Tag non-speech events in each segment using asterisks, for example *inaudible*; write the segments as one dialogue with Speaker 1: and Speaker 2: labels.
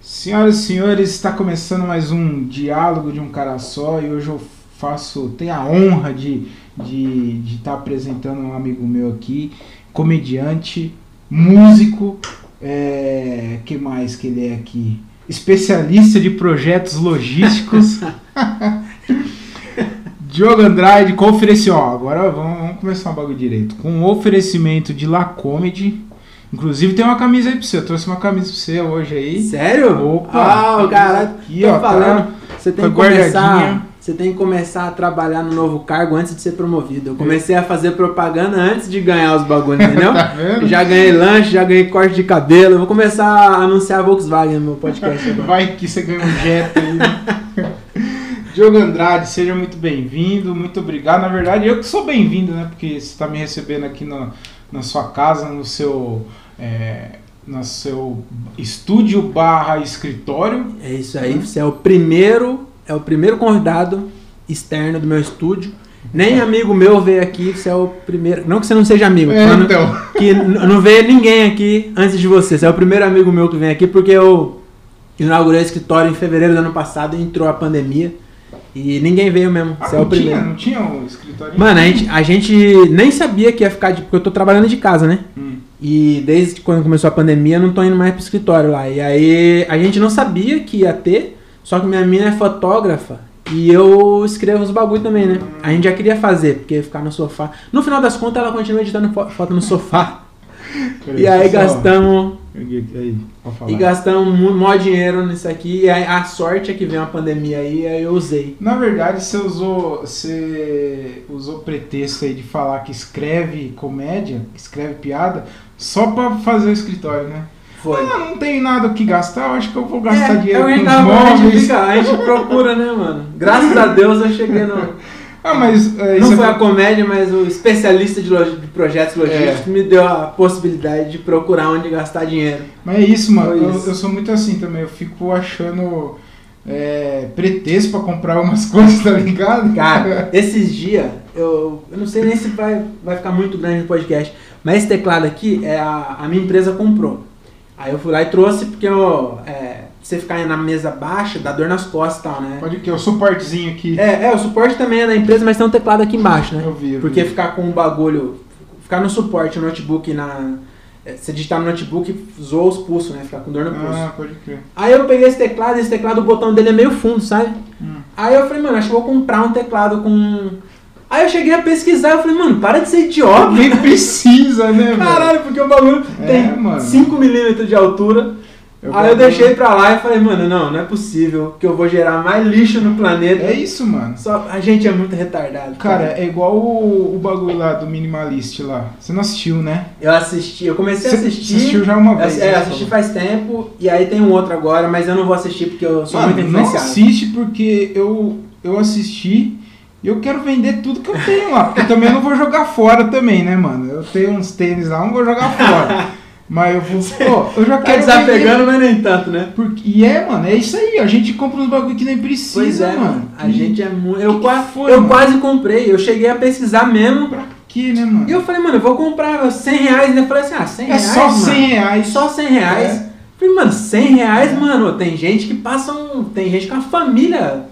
Speaker 1: Senhoras e senhores, está começando mais um Diálogo de um Cara Só e hoje eu faço, tenho a honra de estar de, de tá apresentando um amigo meu aqui, comediante, músico, é, que mais que ele é aqui? Especialista de projetos logísticos. Diogo Andrade, com oferecimento. Ó, agora vamos, vamos começar um bagulho direito. Com o oferecimento de La Comedy. Inclusive tem uma camisa aí pra você. Eu trouxe uma camisa pra você hoje aí.
Speaker 2: Sério?
Speaker 1: Opa!
Speaker 2: Ah, o caralho,
Speaker 1: Aqui,
Speaker 2: tô
Speaker 1: ó, tá-
Speaker 2: falando. Você tem
Speaker 1: Foi
Speaker 2: que começar.
Speaker 1: guardadinha.
Speaker 2: Você tem que começar a trabalhar no novo cargo antes de ser promovido. Eu comecei a fazer propaganda antes de ganhar os bagulhos,
Speaker 1: *laughs*
Speaker 2: entendeu?
Speaker 1: Tá vendo?
Speaker 2: Já ganhei lanche, já ganhei corte de cabelo. Eu vou começar a anunciar a Volkswagen no meu
Speaker 1: *laughs*
Speaker 2: podcast. agora.
Speaker 1: Vai que você ganha um jet aí. *laughs* Diogo Andrade, seja muito bem-vindo, muito obrigado. Na verdade, eu que sou bem-vindo, né? Porque você tá me recebendo aqui na, na sua casa, no seu. é, no seu estúdio barra escritório.
Speaker 2: É isso aí, você é o primeiro, é o primeiro convidado externo do meu estúdio. Nem amigo meu veio aqui, você é o primeiro. Não que você não seja amigo,
Speaker 1: É,
Speaker 2: falando
Speaker 1: então.
Speaker 2: que n- não veio ninguém aqui antes de você. Você é o primeiro amigo meu que vem aqui porque eu inaugurei o escritório em fevereiro do ano passado, entrou a pandemia e ninguém veio mesmo.
Speaker 1: Ah,
Speaker 2: Você é o
Speaker 1: não, tinha,
Speaker 2: primeiro.
Speaker 1: não tinha o escritório?
Speaker 2: Mano, a gente, a gente nem sabia que ia ficar de. Porque eu tô trabalhando de casa, né?
Speaker 1: Hum.
Speaker 2: E desde que quando começou a pandemia, eu não tô indo mais pro escritório lá. E aí a gente não sabia que ia ter, só que minha mina é fotógrafa e eu escrevo os bagulho também, né? A gente já queria fazer, porque ficar no sofá. No final das contas, ela continua editando fo- foto no sofá.
Speaker 1: Peraí,
Speaker 2: E aí
Speaker 1: só-
Speaker 2: gastamos
Speaker 1: Peguei- Aí, pode falar.
Speaker 2: e gastamos mu- mó dinheiro nisso aqui. E aí, a sorte é que veio uma pandemia aí, aí eu usei.
Speaker 1: Na verdade, você usou, você usou pretexto aí de falar que escreve comédia, que escreve piada, só pra fazer o escritório, né?
Speaker 2: Foi.
Speaker 1: Ah, não tem nada o que gastar, eu acho que eu vou gastar
Speaker 2: é,
Speaker 1: dinheiro
Speaker 2: é o
Speaker 1: com
Speaker 2: que
Speaker 1: os
Speaker 2: a gente tava- a gente
Speaker 1: móveis.
Speaker 2: fica- a gente procura, né, mano? Graças a Deus eu cheguei no.
Speaker 1: Ah, mas *laughs* é,
Speaker 2: Não
Speaker 1: isso
Speaker 2: foi
Speaker 1: é-
Speaker 2: a comédia, mas o especialista de, logi- de projetos logísticos me deu a possibilidade de procurar onde gastar dinheiro.
Speaker 1: Mas é isso, mano.
Speaker 2: Foi
Speaker 1: Eu,
Speaker 2: isso.
Speaker 1: eu sou muito assim também. Eu fico achando é, pretexto pra comprar umas *laughs* coisas, tá ligado?
Speaker 2: Cara, esses dias, eu, eu não sei nem se vai, vai ficar muito grande no podcast, mas esse teclado aqui, é a, a minha empresa comprou. Aí eu fui lá e trouxe, porque eu, é, você ficar na mesa baixa dá dor nas costas e tal, né?
Speaker 1: Pode que eu sou partezinho aqui.
Speaker 2: É, é, o suporte também é da empresa, mas tem um teclado aqui embaixo, né?
Speaker 1: Eu vi, eu
Speaker 2: Porque
Speaker 1: vi.
Speaker 2: ficar com o bagulho, ficar no suporte, no notebook, na. é, Você digitar no notebook, zoa os pulsos, né? Ficar com dor no pulso.
Speaker 1: Ah, pode crer.
Speaker 2: Aí eu peguei esse teclado, esse teclado, o botão dele é meio fundo, sabe?
Speaker 1: Hum.
Speaker 2: Aí eu falei, mano, acho que eu vou comprar um teclado com. Aí eu cheguei a pesquisar, eu falei, mano, para de ser
Speaker 1: *laughs*
Speaker 2: idiota.
Speaker 1: Nem precisa, né, velho?
Speaker 2: Caralho, porque o bagulho
Speaker 1: É, mano.
Speaker 2: tem 5 milímetros de altura.
Speaker 1: Eu
Speaker 2: aí eu
Speaker 1: comprei.
Speaker 2: deixei pra lá e falei, mano, não, não é possível que eu vou gerar mais lixo no planeta.
Speaker 1: É isso, mano.
Speaker 2: Só, a gente é muito retardado.
Speaker 1: Cara, é igual o, o bagulho lá do Minimalist lá. Você não assistiu, né?
Speaker 2: eu assisti, eu comecei
Speaker 1: Você
Speaker 2: a assistir.
Speaker 1: assistiu já uma
Speaker 2: eu-
Speaker 1: vez,
Speaker 2: É,
Speaker 1: né,
Speaker 2: assisti
Speaker 1: falou.
Speaker 2: faz tempo, e aí tem um outro agora, mas eu não vou assistir porque eu sou
Speaker 1: Mano,
Speaker 2: muito
Speaker 1: não
Speaker 2: influenciado.
Speaker 1: assiste porque eu, eu assisti e eu quero vender tudo que eu tenho lá. Porque também eu não vou jogar fora também, né, mano? Eu tenho uns tênis lá, não vou jogar fora. Mas eu vou. Pô, eu já
Speaker 2: Tá
Speaker 1: quero vender.
Speaker 2: desapegando, mas nem tanto, né?
Speaker 1: Porque, e é, mano, é isso aí. A gente compra uns bagulho que nem precisa,
Speaker 2: Pois é,
Speaker 1: mano.
Speaker 2: mano. A gente é muito. Eu,
Speaker 1: que
Speaker 2: qua-
Speaker 1: foi,
Speaker 2: eu
Speaker 1: mano?
Speaker 2: quase comprei, eu cheguei a pesquisar mesmo.
Speaker 1: Pra quê, né, mano?
Speaker 2: E eu falei, mano, eu vou comprar meu, 100 reais. né? Eu falei assim, ah, 100
Speaker 1: é
Speaker 2: reais.
Speaker 1: só
Speaker 2: mano.
Speaker 1: 100 reais. É.
Speaker 2: Só 100 reais. Falei, mano, 100 reais, mano. Tem gente que passa um. Tem gente com a família.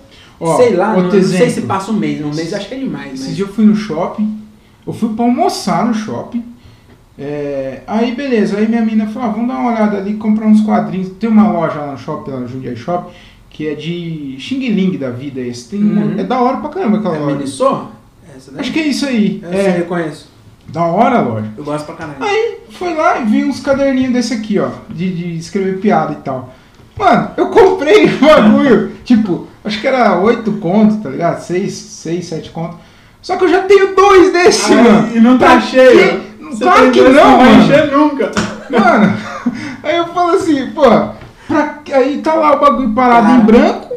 Speaker 1: Ó,
Speaker 2: sei lá, não,
Speaker 1: outro
Speaker 2: não sei se
Speaker 1: exemplo.
Speaker 2: passa um mês. Um mês eu acho que é demais,
Speaker 1: Esse
Speaker 2: mas.
Speaker 1: dia eu fui no shopping, eu fui pra almoçar no shopping. é, aí beleza, aí minha mina falou, ah, vamos dar uma olhada ali, comprar uns quadrinhos. Tem uma loja lá no shopping, lá no Jundiaí Shopping, que é de Xing Ling da vida. Esse tem uma-
Speaker 2: Uhum.
Speaker 1: é da hora pra caramba aquela
Speaker 2: É né?
Speaker 1: loja.
Speaker 2: Minissô? Essa daí?
Speaker 1: Acho que é isso aí.
Speaker 2: Eu sei,
Speaker 1: É,
Speaker 2: reconheço.
Speaker 1: da hora a loja.
Speaker 2: Eu gosto pra caralho.
Speaker 1: Aí foi lá e vi uns caderninhos desse aqui, ó, de, de escrever piada e tal. Mano, eu comprei *laughs* o bagulho, tipo, acho que era 8 contos, tá ligado? 6, 6, 7 contos. Só que eu já tenho dois desse,
Speaker 2: Ah,
Speaker 1: mano.
Speaker 2: e não tá
Speaker 1: Pra
Speaker 2: cheio.
Speaker 1: quê?
Speaker 2: Você
Speaker 1: Claro
Speaker 2: tem
Speaker 1: que
Speaker 2: dois
Speaker 1: não,
Speaker 2: vai
Speaker 1: mano.
Speaker 2: encher nunca.
Speaker 1: Mano, *laughs* aí eu falo assim, pô, pra... aí tá lá o bagulho parado
Speaker 2: Cara.
Speaker 1: em branco.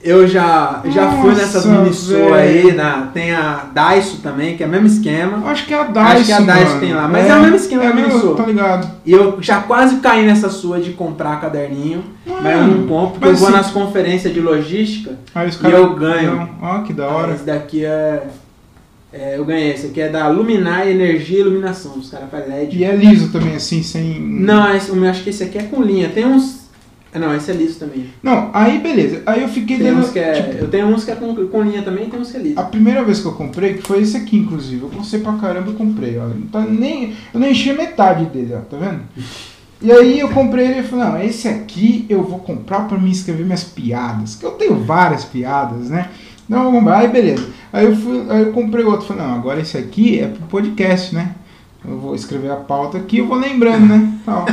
Speaker 2: Eu já, já fui
Speaker 1: Nossa,
Speaker 2: nessas Minissô
Speaker 1: velho.
Speaker 2: aí, na, tem a Daiso também, que é o mesmo esquema.
Speaker 1: Acho que é a Dice,
Speaker 2: Acho que é a Dice
Speaker 1: mano.
Speaker 2: tem lá, mas é o mesmo esquema,
Speaker 1: é
Speaker 2: né,
Speaker 1: mesmo,
Speaker 2: Minissô?
Speaker 1: tá ligado?
Speaker 2: E eu já quase caí nessa sua de comprar caderninho, mas eu não compro, porque eu
Speaker 1: mas
Speaker 2: vou
Speaker 1: assim-
Speaker 2: nas conferências de logística.
Speaker 1: Aí os
Speaker 2: E
Speaker 1: caras-
Speaker 2: eu ganho.
Speaker 1: Ó, que da hora.
Speaker 2: Esse daqui é, é, Eu ganhei, esse aqui é da Luminar Energia e Iluminação.
Speaker 1: é-
Speaker 2: Os caras fazem LED.
Speaker 1: E é liso também, assim, sem...
Speaker 2: Não, esse- eu acho que esse aqui é com linha. Tem uns. Ah, não, esse é liso também.
Speaker 1: Não, aí beleza. Aí eu fiquei
Speaker 2: Tem
Speaker 1: dando.
Speaker 2: uns que é,
Speaker 1: tipo,
Speaker 2: eu tenho uns que é com, com linha também e tem uns que é liso.
Speaker 1: a primeira vez que eu comprei, que foi esse aqui, inclusive. Eu gostei pra caramba e comprei, ó. Não tá nem, eu não enchi a metade dele, ó, tá vendo? E aí eu comprei ele e falei, não, esse aqui eu vou comprar pra mim escrever minhas piadas. Que eu tenho várias piadas, né? Não, eu vou comprar, aí beleza. Aí eu, fui, aí eu comprei outro, falei, não, agora esse aqui é pro podcast, né? Eu vou escrever a pauta aqui e vou lembrando, né? Tal.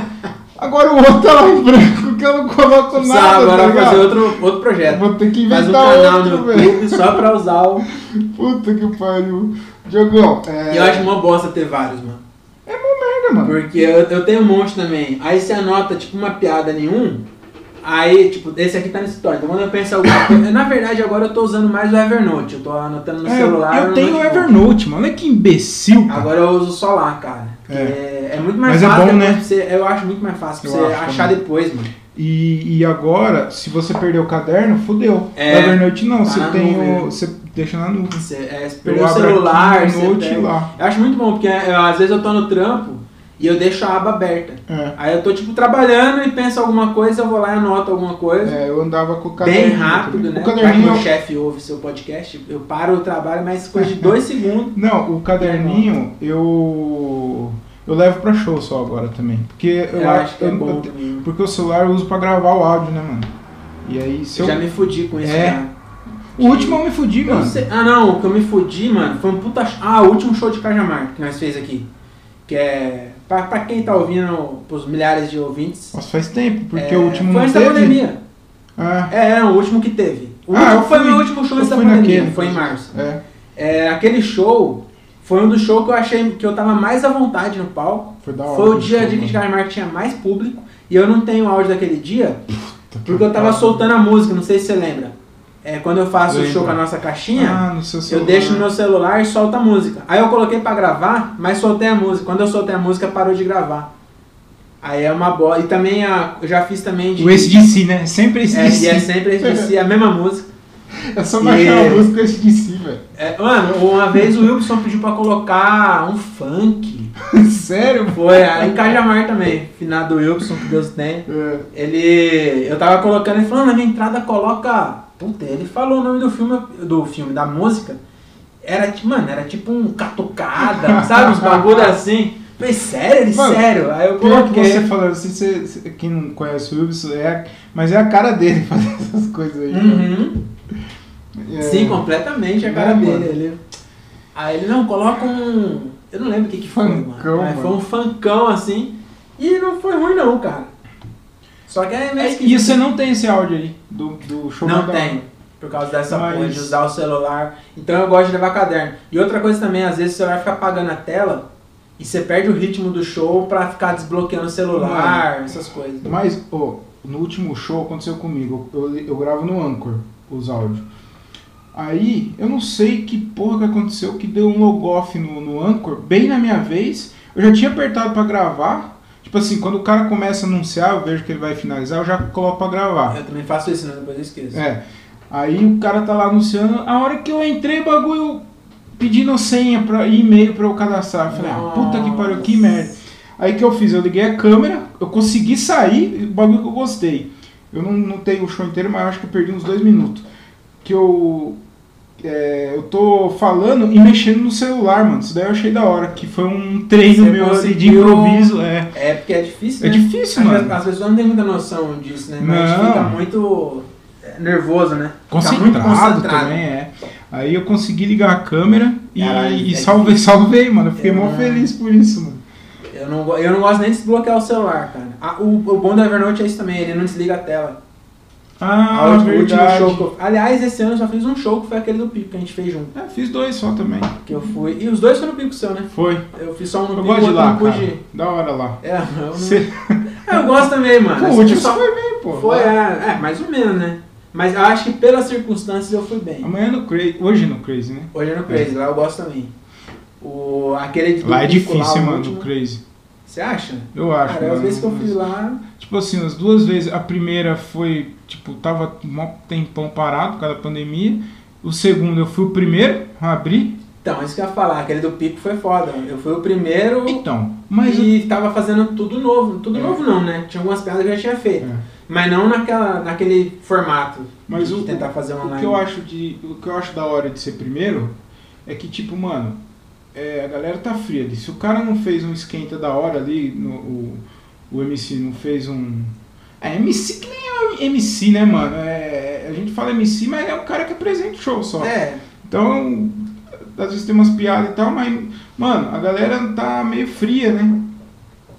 Speaker 1: Agora o outro tá lá em branco, que eu não coloco
Speaker 2: Precisa
Speaker 1: nada.
Speaker 2: agora
Speaker 1: tá ligado?
Speaker 2: fazer outro, outro
Speaker 1: Eu
Speaker 2: projeto.
Speaker 1: Vou ter que
Speaker 2: Faz um
Speaker 1: inventar
Speaker 2: canal
Speaker 1: outro,
Speaker 2: no
Speaker 1: velho.
Speaker 2: YouTube só pra usar o.
Speaker 1: Puta que pariu. Diogão, é.
Speaker 2: E eu acho uma bosta ter vários, mano.
Speaker 1: merda, mano.
Speaker 2: Porque eu, eu tenho um monte também. Aí você anota, tipo, uma piada nenhum. Aí, tipo, esse aqui tá nesse história. Então quando eu penso alguma coisa. Na verdade, agora eu tô usando mais o Evernote. Eu tô anotando no
Speaker 1: É, eu,
Speaker 2: celular.
Speaker 1: eu
Speaker 2: no
Speaker 1: tenho o
Speaker 2: notebook.
Speaker 1: Evernote, mano. Olha que imbecil, cara.
Speaker 2: Agora eu uso só lá, cara.
Speaker 1: É.
Speaker 2: É. é muito mais
Speaker 1: Mas é
Speaker 2: fácil.
Speaker 1: bom,
Speaker 2: depois
Speaker 1: né?
Speaker 2: pra você- eu acho muito mais fácil pra
Speaker 1: Eu
Speaker 2: você
Speaker 1: acho
Speaker 2: achar
Speaker 1: também.
Speaker 2: depois, mano.
Speaker 1: E, e agora, se você perder o caderno, fudeu.
Speaker 2: É.
Speaker 1: O Evernote não,
Speaker 2: Tá
Speaker 1: você
Speaker 2: na
Speaker 1: tem
Speaker 2: nuvem.
Speaker 1: o. Você deixa na nuvem.
Speaker 2: Você, é, você
Speaker 1: Eu
Speaker 2: perdeu o
Speaker 1: abro
Speaker 2: celular,
Speaker 1: aqui
Speaker 2: você
Speaker 1: no note
Speaker 2: pega-
Speaker 1: lá.
Speaker 2: Eu acho muito bom, porque é, eu- às vezes eu tô no trampo e eu deixo a aba aberta.
Speaker 1: É.
Speaker 2: Aí eu tô, tipo, trabalhando e penso alguma coisa, eu vou lá e anoto alguma coisa.
Speaker 1: É, eu andava com o caderno.
Speaker 2: Bem rápido, né?
Speaker 1: O
Speaker 2: Já que
Speaker 1: caderninho. é um
Speaker 2: meu chefe ouve seu podcast, eu paro o trabalho, mas coisa de dois segundos.
Speaker 1: Não, o caderninho eu. Eu levo pra show só agora também. Porque *laughs* eu,
Speaker 2: Eu, acho que é
Speaker 1: eu-
Speaker 2: bom
Speaker 1: eu-
Speaker 2: também.
Speaker 1: Porque o celular eu uso pra gravar o áudio, né, mano? E aí, se
Speaker 2: Eu
Speaker 1: eu.
Speaker 2: já me fudi com isso,
Speaker 1: É,
Speaker 2: cara.
Speaker 1: O último eu me fudi,
Speaker 2: Eu não
Speaker 1: mano.
Speaker 2: sei- Ah, não, o que eu me fudi, mano, foi um puta. sh- Ah, o último show de Cajamar que nós fez aqui. Que é. Pra, pra quem tá ouvindo, pros milhares de ouvintes.
Speaker 1: Nossa, faz tempo, porque
Speaker 2: é,
Speaker 1: o último
Speaker 2: Foi
Speaker 1: não
Speaker 2: antes da
Speaker 1: teve.
Speaker 2: pandemia.
Speaker 1: Ah,
Speaker 2: É, é, o último que teve. O
Speaker 1: Ah,
Speaker 2: último,
Speaker 1: eu
Speaker 2: foi o
Speaker 1: fui-
Speaker 2: meu último show
Speaker 1: eu
Speaker 2: antes da
Speaker 1: fui
Speaker 2: pandemia,
Speaker 1: naquele.
Speaker 2: foi em março.
Speaker 1: é.
Speaker 2: É, aquele show foi um dos shows que eu achei que eu tava mais à vontade no palco.
Speaker 1: Foi da hora.
Speaker 2: Foi o
Speaker 1: que
Speaker 2: dia a
Speaker 1: foi,
Speaker 2: dia que
Speaker 1: mano.
Speaker 2: Tigar Mark tinha mais público e eu não tenho áudio daquele dia
Speaker 1: Puta que
Speaker 2: porque eu tava
Speaker 1: pariu.
Speaker 2: soltando a música, não sei se você lembra. É, quando eu faço o
Speaker 1: Tá. Lembro.
Speaker 2: show com a nossa caixinha,
Speaker 1: Ah, no seu celular.
Speaker 2: eu deixo no meu celular e solto a música. Aí eu coloquei pra gravar, mas soltei a música. Quando eu soltei a música, parou de gravar. Aí é uma bola. E também a, eu já fiz também de.
Speaker 1: O SDC, né? Sempre esse
Speaker 2: é, e
Speaker 1: DC.
Speaker 2: é sempre esse- a mesma música.
Speaker 1: É só baixar
Speaker 2: E-
Speaker 1: a música SDC, velho. *laughs*
Speaker 2: É, mano, uma vez o Wilson pediu pra colocar um funk.
Speaker 1: Sério, pô.
Speaker 2: Foi, aí em Cajamar também. Finado Wilson, que Deus tenha.
Speaker 1: É.
Speaker 2: Ele. Eu tava colocando, ele falou, "Ah, na minha entrada coloca. Puta, ele falou o nome do filme, do filme, da música. Era tipo, mano, era tipo
Speaker 1: *laughs*
Speaker 2: um catucada, sabe? Uns bagulho assim. Falei, sério, ele,
Speaker 1: Mano,
Speaker 2: sério. Aí eu
Speaker 1: Pior que
Speaker 2: coloquei.
Speaker 1: você falando assim, você, você- quem não conhece o Wilson, é, mas é a cara dele *laughs* fazer essas coisas aí. mano.
Speaker 2: Uhum.
Speaker 1: né? É.
Speaker 2: Sim, completamente a cara
Speaker 1: É,
Speaker 2: dele.
Speaker 1: mano.
Speaker 2: Ele... Aí ele, não, coloca um. Eu não lembro o que, que foi,
Speaker 1: Funkão,
Speaker 2: mano. Mas foi
Speaker 1: mano.
Speaker 2: um fancão assim. E não foi ruim, não, cara. Só que é meio
Speaker 1: É, E
Speaker 2: esquisito.
Speaker 1: você não tem esse áudio aí do, do show
Speaker 2: Não
Speaker 1: da-
Speaker 2: tem. Por causa dessa
Speaker 1: Mas-
Speaker 2: coisa de usar o celular. Então eu gosto de levar caderno. E outra coisa também, às vezes o celular fica apagando a tela e você perde o ritmo do show pra ficar desbloqueando o celular, essas coisas.
Speaker 1: Mas, ô, no último show aconteceu comigo. Eu, eu gravo no Anchor os áudios. Aí, eu não sei que porra que aconteceu, que deu um logoff no, no Anchor, bem na minha vez. Eu já tinha apertado pra gravar. Tipo assim, quando o cara começa a anunciar, eu vejo que ele vai finalizar, eu já coloco pra gravar.
Speaker 2: Eu também faço isso, né? Depois eu esqueço.
Speaker 1: É. Aí o cara tá lá anunciando. A hora que eu entrei, o bagulho pedindo senha pra, e e-mail pra eu cadastrar. Eu falei, ah, puta que pariu, que merda. Aí o que eu fiz? Eu liguei a câmera, eu consegui sair, o bagulho que eu gostei. Eu não, não tenho o show inteiro, mas eu acho que eu perdi uns dois minutos. Que eu. é, eu tô falando e mexendo no celular, mano. Isso daí eu achei da hora, que foi um treino
Speaker 2: Você
Speaker 1: meu ali de
Speaker 2: conseguiu-
Speaker 1: improviso. É,
Speaker 2: É porque é difícil,
Speaker 1: é
Speaker 2: né?
Speaker 1: difícil,
Speaker 2: Acho que
Speaker 1: mano.
Speaker 2: as- As pessoas não têm muita noção disso, né? Mas a gente
Speaker 1: Não.
Speaker 2: fica muito é, nervoso, né? Fica
Speaker 1: Concentrado,
Speaker 2: muito concentrado.
Speaker 1: também, é. Aí eu consegui ligar a câmera e,
Speaker 2: Caralho,
Speaker 1: e
Speaker 2: é
Speaker 1: salvei, salvei, mano. Eu fiquei mó
Speaker 2: É.
Speaker 1: feliz por isso, mano.
Speaker 2: Eu não, go- eu não gosto nem de desbloquear o celular, cara. Ah, o, o bom do Evernote é isso também, ele não desliga a tela.
Speaker 1: Ah,
Speaker 2: Ah, o último
Speaker 1: verdade.
Speaker 2: show que eu... Aliás, esse ano eu só fiz um show que foi aquele do Pico, que a gente fez junto.
Speaker 1: É, fiz dois só também.
Speaker 2: Que eu fui. E os dois foram no Pico seu, né?
Speaker 1: Foi.
Speaker 2: Eu fiz só um no
Speaker 1: Eu
Speaker 2: Pico
Speaker 1: gosto de
Speaker 2: outro
Speaker 1: lá,
Speaker 2: não pude.
Speaker 1: cara. Da hora lá.
Speaker 2: É, eu, não...
Speaker 1: Você...
Speaker 2: Ah, eu gosto também, mano.
Speaker 1: Pô, o
Speaker 2: Assim,
Speaker 1: último
Speaker 2: só-
Speaker 1: foi bem, pô.
Speaker 2: Foi, é, é, mais ou menos, né? Mas eu acho que pelas circunstâncias eu fui bem.
Speaker 1: Amanhã é no Crazy. Hoje é no Crazy, né?
Speaker 2: Hoje é no Crazy, lá eu gosto também. O... Aquele do
Speaker 1: Lá é
Speaker 2: Pico, lá,
Speaker 1: difícil,
Speaker 2: o
Speaker 1: mano,
Speaker 2: último.
Speaker 1: no Crazy.
Speaker 2: Você acha?
Speaker 1: Eu acho.
Speaker 2: Cara,
Speaker 1: mano.
Speaker 2: as vezes que eu fiz lá.
Speaker 1: Tipo assim, as duas vezes. A primeira foi, tipo, tava mó tempão parado por causa da pandemia. O segundo, eu fui o primeiro a abrir.
Speaker 2: Então, isso que eu ia falar, aquele do Pico foi foda. Eu fui o primeiro.
Speaker 1: Então, mas.
Speaker 2: e tava fazendo tudo novo. Tudo
Speaker 1: É.
Speaker 2: novo não, né? Tinha algumas piadas que eu já tinha feito.
Speaker 1: É.
Speaker 2: Mas não naquela, naquele formato
Speaker 1: Mas
Speaker 2: de
Speaker 1: o-
Speaker 2: tentar fazer
Speaker 1: O
Speaker 2: online.
Speaker 1: que eu acho de, o que eu acho da hora de ser primeiro é que tipo, mano, é, a galera tá fria. ali. Se o cara não fez um esquenta da hora ali, no, o, o MC não fez um é MC que nem é um MC, né, mano? É, a gente fala MC, mas é um cara que apresenta o show só.
Speaker 2: É,
Speaker 1: Então, às vezes tem umas piadas e tal, mas, mano, a galera tá meio fria, né?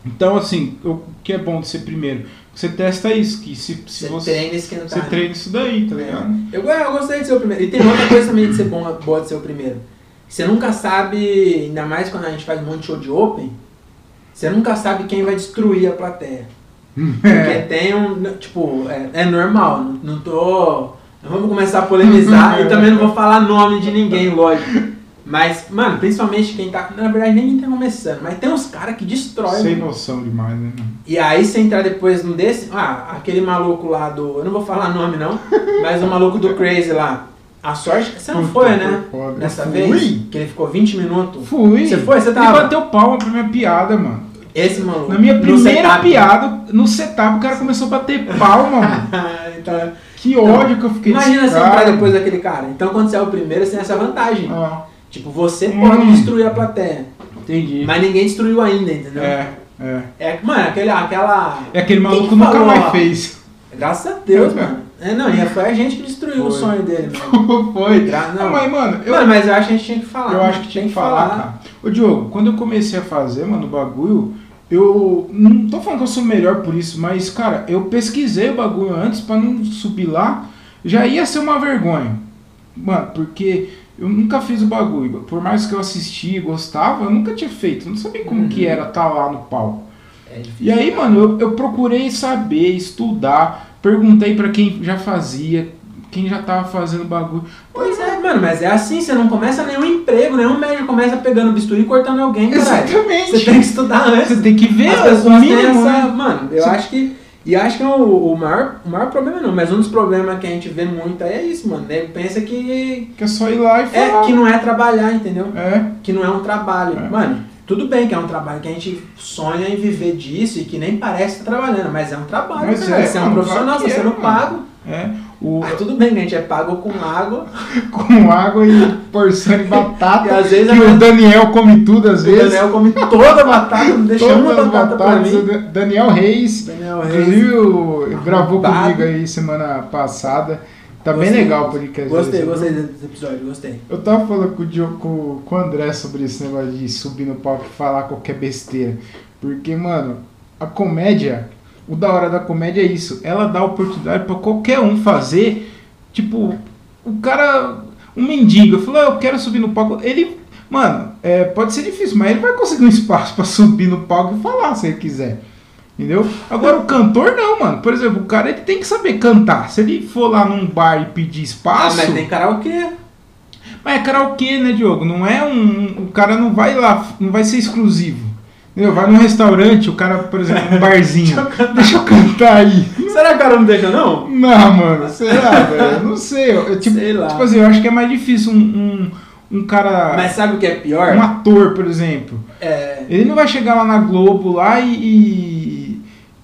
Speaker 1: Então, assim, o que é bom de ser primeiro? Você testa isso, que se, se
Speaker 2: você,
Speaker 1: você,
Speaker 2: treina esquentar.
Speaker 1: você treina isso daí, tá
Speaker 2: É.
Speaker 1: ligado?
Speaker 2: Eu, eu gostei de ser o primeiro. E tem outra coisa também de ser bom, boa de ser o primeiro. Você nunca sabe, ainda mais quando a gente faz um monte de show de open, você nunca sabe quem vai destruir
Speaker 1: *laughs*
Speaker 2: a plateia. Porque tem um. Tipo, é, é normal, não, não tô. Não vamos começar
Speaker 1: *laughs*
Speaker 2: a polemizar e também não vou falar nome de ninguém, lógico. Mas, mano, principalmente quem tá. Na verdade, ninguém tá começando, mas tem uns caras que destroem.
Speaker 1: Sem
Speaker 2: mano.
Speaker 1: noção demais, né? mano?
Speaker 2: E aí você entrar depois num desse, ah, aquele maluco lá do. Eu não vou falar *laughs* nome não, mas o maluco do Crazy lá. A sorte. Você não
Speaker 1: Puta,
Speaker 2: foi, né?
Speaker 1: foi foda.
Speaker 2: Nessa
Speaker 1: Eu
Speaker 2: vez?
Speaker 1: fui.
Speaker 2: Que ele ficou 20 minutos.
Speaker 1: Fui.
Speaker 2: Você foi? Você
Speaker 1: Ele
Speaker 2: tava?
Speaker 1: bateu palma pra minha piada, mano.
Speaker 2: Esse maluco.
Speaker 1: Na minha
Speaker 2: no
Speaker 1: primeira
Speaker 2: setup. *laughs*
Speaker 1: piada, no setup, o cara começou a bater palma, mano.
Speaker 2: então,
Speaker 1: Que
Speaker 2: Então,
Speaker 1: ódio que eu fiquei desse
Speaker 2: imagina você
Speaker 1: cara,
Speaker 2: entrar depois
Speaker 1: mano.
Speaker 2: daquele cara. Então quando você é o primeiro, você tem essa vantagem.
Speaker 1: Ah,
Speaker 2: Tipo, você
Speaker 1: Hum.
Speaker 2: pode destruir a plateia.
Speaker 1: entendi.
Speaker 2: Mas ninguém destruiu ainda, entendeu?
Speaker 1: É, é.
Speaker 2: É, mano, aquele, aquela.
Speaker 1: É aquele
Speaker 2: Quem
Speaker 1: maluco
Speaker 2: que
Speaker 1: nunca
Speaker 2: falou
Speaker 1: mais
Speaker 2: lá?
Speaker 1: fez. *laughs*
Speaker 2: Graças a Deus,
Speaker 1: É,
Speaker 2: mano. É, não, e foi a gente que destruiu o
Speaker 1: Foi.
Speaker 2: sonho dele, mano.
Speaker 1: Foi.
Speaker 2: Gra- não.
Speaker 1: Ah, mas, mano, *laughs* eu,
Speaker 2: Mano, mas eu acho que a gente tinha que falar.
Speaker 1: eu
Speaker 2: né?
Speaker 1: acho que tinha
Speaker 2: Tem
Speaker 1: que falar, cara. Ô, Diogo, quando eu comecei a fazer, mano, o bagulho, eu. Não tô falando que eu sou melhor por isso, mas, cara, eu pesquisei o bagulho antes pra não subir lá. Já ia ser uma vergonha. Mano, porque eu nunca fiz o bagulho. Por mais que eu assisti e gostava, eu nunca tinha feito. Eu não sabia como
Speaker 2: Uhum.
Speaker 1: que era estar lá no palco.
Speaker 2: É difícil.
Speaker 1: E aí, mano, eu, eu procurei saber, estudar, perguntei pra quem já fazia, quem já tava fazendo bagulho.
Speaker 2: Pois é, mano, mas é assim, você não começa nenhum emprego, nenhum médico começa pegando bisturi e cortando alguém, caralho. Você tem
Speaker 1: Exatamente.
Speaker 2: que estudar antes.
Speaker 1: Você tem que ver
Speaker 2: As
Speaker 1: o
Speaker 2: pessoas têm
Speaker 1: mínimo,
Speaker 2: essa.
Speaker 1: né?
Speaker 2: Mano, eu
Speaker 1: Você-
Speaker 2: acho que. E acho que é o, o maior, o maior problema não, mas um dos problemas que a gente vê muito aí é isso, mano. Nego pensa que.
Speaker 1: Que é só ir lá e
Speaker 2: É,
Speaker 1: falar.
Speaker 2: que não é trabalhar, entendeu?
Speaker 1: É,
Speaker 2: que não é um trabalho.
Speaker 1: É.
Speaker 2: Mano, tudo bem que é um trabalho que a gente sonha em viver disso e que nem parece estar trabalhando, mas é um trabalho,
Speaker 1: Mas
Speaker 2: cara.
Speaker 1: é,
Speaker 2: você é um
Speaker 1: mano,
Speaker 2: profissional,
Speaker 1: claro que
Speaker 2: você é,
Speaker 1: é,
Speaker 2: sendo
Speaker 1: mano.
Speaker 2: pago.
Speaker 1: é. O, *laughs*
Speaker 2: Ah, tudo bem que a gente é pago com água.
Speaker 1: com água e porção de batata.
Speaker 2: E às vezes
Speaker 1: que
Speaker 2: a-
Speaker 1: o Daniel come tudo às
Speaker 2: O
Speaker 1: vezes.
Speaker 2: Daniel come toda a batata, não deixa
Speaker 1: Todas
Speaker 2: uma
Speaker 1: as
Speaker 2: batata pra
Speaker 1: batatas.
Speaker 2: mim.
Speaker 1: o Daniel Reis.
Speaker 2: Daniel Reis.
Speaker 1: Inclusive, o- gravou
Speaker 2: Arrombado.
Speaker 1: comigo aí semana passada. Tá bem
Speaker 2: Gostei.
Speaker 1: legal o podcast.
Speaker 2: Gostei,
Speaker 1: dele.
Speaker 2: gostei desse episódio, gostei.
Speaker 1: Eu tava falando com o, Diogo, com, com o André sobre esse negócio de subir no palco e falar qualquer besteira. Porque, mano, a comédia, o da hora da comédia é isso. Ela dá oportunidade pra qualquer um fazer. Tipo, o cara, um mendigo, falou, "Ah, eu quero subir no palco. Ele, mano, é, pode ser difícil, mas ele vai conseguir um espaço pra subir no palco e falar se ele quiser. Entendeu? Agora o cantor não, mano. Por exemplo, o cara ele tem que saber cantar. Se ele for lá num bar e pedir
Speaker 2: Ah,
Speaker 1: espaço.
Speaker 2: mas tem karaokê.
Speaker 1: Mas é karaokê, né, Diogo? Não é um. O cara não vai lá, não vai ser exclusivo. Entendeu? Vai num restaurante, o cara, por exemplo, um
Speaker 2: *laughs*
Speaker 1: barzinho. Deixa eu cantar aí.
Speaker 2: Será que o cara não deixa, não?
Speaker 1: Não, mano,
Speaker 2: *laughs*
Speaker 1: será, velho? Eu Não sei. Eu, eu, tipo,
Speaker 2: Sei lá.
Speaker 1: tipo assim, eu acho que é mais difícil um, um, um cara.
Speaker 2: Mas sabe o que é pior?
Speaker 1: Um ator, por exemplo.
Speaker 2: É,
Speaker 1: Ele não vai chegar lá na Globo lá e. e...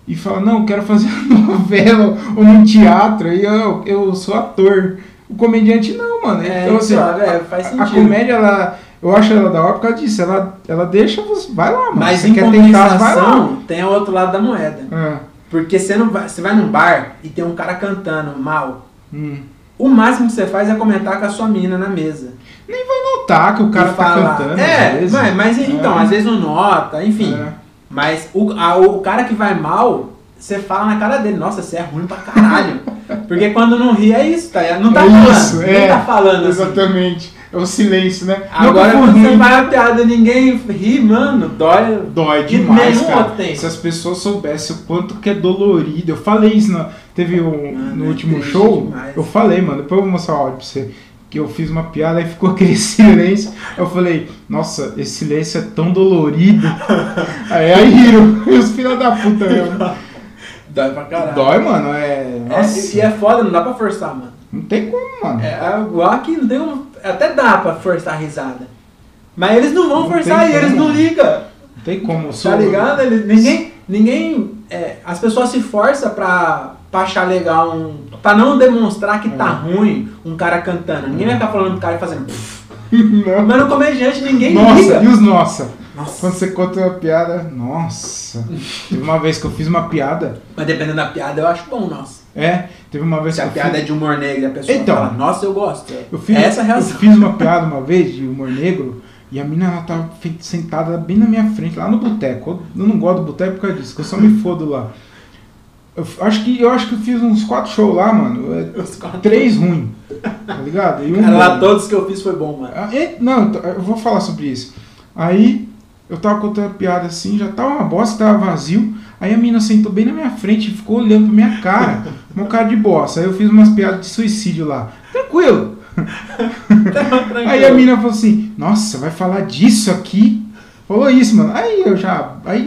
Speaker 1: e falar, não, quero fazer *laughs* uma novela ou num teatro, e eu, eu sou ator. O comediante não, mano.
Speaker 2: é,
Speaker 1: então, assim,
Speaker 2: claro, é, faz
Speaker 1: a
Speaker 2: sentido.
Speaker 1: comédia, ela, eu acho ela da hora por causa disso. Ela, ela deixa você. Vai lá, mano.
Speaker 2: mas
Speaker 1: você
Speaker 2: em
Speaker 1: quer tentar, vai lá.
Speaker 2: compensação, tem o outro lado da moeda.
Speaker 1: Ah,
Speaker 2: Porque você não vai, você vai num bar e tem um cara cantando mal.
Speaker 1: hum.
Speaker 2: O máximo que você faz é comentar com a sua mina na mesa.
Speaker 1: Notar que o cara tá
Speaker 2: E falar-
Speaker 1: cantando. às
Speaker 2: É,
Speaker 1: vezes.
Speaker 2: mas, mas
Speaker 1: É.
Speaker 2: então, às vezes não nota, enfim.
Speaker 1: É.
Speaker 2: Mas o, a- o cara que vai mal, você fala na cara dele, nossa, você é ruim pra caralho.
Speaker 1: *laughs*
Speaker 2: Porque quando não ri é isso, tá? ligado? Não tá
Speaker 1: É
Speaker 2: falando,
Speaker 1: isso,
Speaker 2: não
Speaker 1: é.
Speaker 2: tá falando assim.
Speaker 1: Exatamente. É o silêncio, né? Não
Speaker 2: Agora
Speaker 1: que eu
Speaker 2: quando
Speaker 1: fui
Speaker 2: você
Speaker 1: ruim,
Speaker 2: vai a piada e ninguém ri, mano, dói.
Speaker 1: Dói
Speaker 2: Que
Speaker 1: demais,
Speaker 2: nenhum
Speaker 1: cara.
Speaker 2: outro tem.
Speaker 1: Se as pessoas soubessem o quanto que é dolorido. Eu falei isso na, teve um,
Speaker 2: Mano,
Speaker 1: no
Speaker 2: é
Speaker 1: último
Speaker 2: triste
Speaker 1: show.
Speaker 2: demais.
Speaker 1: Eu falei, mano. Depois eu vou mostrar o áudio pra você. Que eu fiz uma piada e ficou *laughs* aquele silêncio. Eu falei, nossa, esse silêncio é tão
Speaker 2: *laughs*
Speaker 1: dolorido. aí aí riram. *laughs* E os filhos da puta mesmo.
Speaker 2: Dói pra caralho.
Speaker 1: Dói, mano. É.
Speaker 2: É,
Speaker 1: Nossa.
Speaker 2: e é foda, não dá pra forçar, mano.
Speaker 1: Não tem como, mano.
Speaker 2: É, igual que não tem um, até dá pra forçar a risada. Mas eles não vão
Speaker 1: Não
Speaker 2: forçar
Speaker 1: tem
Speaker 2: e eles
Speaker 1: como.
Speaker 2: não ligam.
Speaker 1: Não tem como. eu
Speaker 2: Tá ligado? Eles, ninguém. Ninguém. é, as pessoas se forçam pra, pra achar legal um. pra não demonstrar que tá
Speaker 1: É.
Speaker 2: ruim um cara cantando. Ninguém vai ficar falando do cara fazendo. pff.
Speaker 1: *laughs* Não.
Speaker 2: Mas no comediante ninguém
Speaker 1: Nossa,
Speaker 2: liga.
Speaker 1: e os nossa?
Speaker 2: Nossa.
Speaker 1: Quando você conta uma piada,
Speaker 2: *laughs*
Speaker 1: nossa. Teve uma vez que eu fiz uma piada.
Speaker 2: Mas dependendo da piada, eu acho bom, nossa.
Speaker 1: É, teve uma vez
Speaker 2: Se
Speaker 1: que
Speaker 2: a
Speaker 1: eu
Speaker 2: piada
Speaker 1: fiz-
Speaker 2: é de humor negro e a pessoa
Speaker 1: Então.
Speaker 2: fala, nossa, eu gosto.
Speaker 1: Eu fiz,
Speaker 2: Essa é a reação.
Speaker 1: eu fiz uma piada uma vez de humor negro e a mina ela tava fe- sentada bem na minha frente, lá no boteco. Eu não gosto do boteco por causa disso, que eu só me fodo lá. Eu f- acho que eu acho que eu fiz uns quatro shows lá, mano. é,
Speaker 2: *laughs* Os quatro-
Speaker 1: Três ruins, tá ligado? E um
Speaker 2: Cara, lá
Speaker 1: bom.
Speaker 2: todos que eu fiz foi bom, mano. *laughs*
Speaker 1: Ah, e- Não, eu t- eu vou falar sobre isso. Aí eu tava contando a piada assim, já tava uma bosta, tava vazio. Aí a mina sentou bem na minha frente e ficou olhando pra minha cara, uma cara de bosta. Aí eu fiz umas piadas de suicídio lá. Tranquilo.
Speaker 2: Tá
Speaker 1: Aí a mina falou assim: Nossa, vai falar disso aqui? Falou isso, mano. Aí eu já. Aí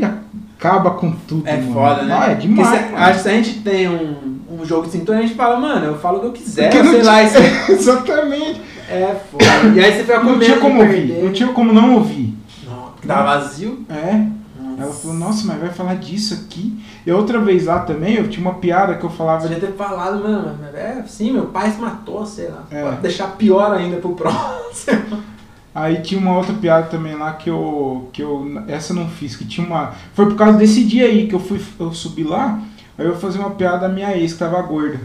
Speaker 1: acaba com tudo.
Speaker 2: É
Speaker 1: mano.
Speaker 2: foda, né?
Speaker 1: Ah, é
Speaker 2: Porque
Speaker 1: demais.
Speaker 2: se,
Speaker 1: mano.
Speaker 2: acho que se a gente tem um, um jogo de cintura, a gente fala, mano, eu falo o que eu quiser,
Speaker 1: Porque não
Speaker 2: sei lá, isso
Speaker 1: tinha- *laughs* Exatamente.
Speaker 2: é foda. E aí você fica com
Speaker 1: Não
Speaker 2: medo
Speaker 1: tinha
Speaker 2: de
Speaker 1: como ouvir.
Speaker 2: perder.
Speaker 1: Não tinha como não ouvir.
Speaker 2: Não, porque tá vazio.
Speaker 1: É. Ela falou, nossa, mas vai falar disso aqui? E outra vez lá também, eu tinha uma piada que eu falava de...
Speaker 2: Podia ter falado, mano, mas é sim, meu pai se matou, sei lá.
Speaker 1: É.
Speaker 2: Pode deixar pior ainda pro próximo.
Speaker 1: Aí tinha uma outra piada também lá que eu... Que eu essa eu não fiz, que tinha uma... Foi por causa desse dia aí que eu fui eu subi lá, aí eu fui fazer uma piada da minha ex que tava gorda.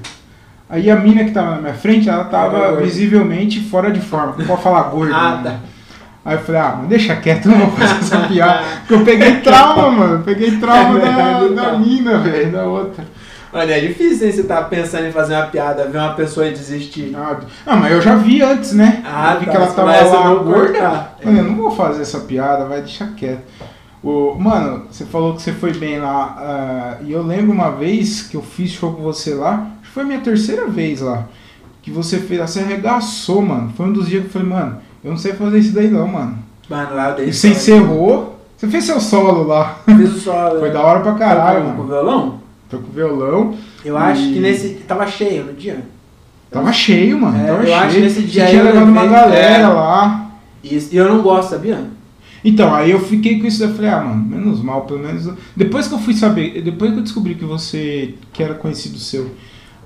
Speaker 1: Aí a mina que tava na minha frente, ela
Speaker 2: Tava
Speaker 1: tava
Speaker 2: gorda.
Speaker 1: visivelmente fora de forma. Não pode falar gorda,
Speaker 2: Ah,
Speaker 1: né?
Speaker 2: tá.
Speaker 1: Aí eu falei, ah, mas deixa quieto, eu não vou fazer
Speaker 2: *laughs*
Speaker 1: essa piada. Porque eu peguei trauma, mano. Eu Peguei trauma
Speaker 2: É
Speaker 1: da,
Speaker 2: verdade,
Speaker 1: da
Speaker 2: tá.
Speaker 1: mina, velho, da outra.
Speaker 2: *laughs* Olha, é difícil, hein? Você tá pensando em fazer uma piada, ver uma pessoa e desistir.
Speaker 1: Ah, ah, mas eu já vi antes, né?
Speaker 2: Ah,
Speaker 1: eu vi
Speaker 2: tá,
Speaker 1: que ela
Speaker 2: você
Speaker 1: tava
Speaker 2: fala, "Essa eu
Speaker 1: lá
Speaker 2: vou
Speaker 1: gorda.
Speaker 2: cortar.
Speaker 1: Mano, eu não vou fazer essa piada, vai deixar quieto. Ô, mano, você falou que você foi bem lá. ah, e eu lembro uma vez que eu fiz show com você lá. Acho que foi a minha terceira vez lá. Que você fez, você arregaçou, mano. Foi um dos dias que eu falei, mano, eu não sei fazer isso daí não, mano.
Speaker 2: Mano, lá eu dei
Speaker 1: E você
Speaker 2: sorte.
Speaker 1: encerrou, você fez seu solo lá.
Speaker 2: Fiz o solo.
Speaker 1: Foi da hora pra caralho,
Speaker 2: Com o
Speaker 1: mano.
Speaker 2: violão?
Speaker 1: Tô com violão.
Speaker 2: Eu acho
Speaker 1: E-
Speaker 2: que nesse. Tava cheio no dia.
Speaker 1: Tava cheio, mano.
Speaker 2: É,
Speaker 1: tava
Speaker 2: eu
Speaker 1: cheio.
Speaker 2: acho que esse
Speaker 1: Você
Speaker 2: dia aí
Speaker 1: tinha
Speaker 2: eu
Speaker 1: levado uma
Speaker 2: levei-
Speaker 1: galera
Speaker 2: é.
Speaker 1: lá.
Speaker 2: E isso- e eu não gosto, sabia?
Speaker 1: Então, aí eu fiquei com isso, eu falei, ah, mano, menos mal, pelo menos. Depois que eu fui saber, depois que eu descobri que você que era conhecido seu.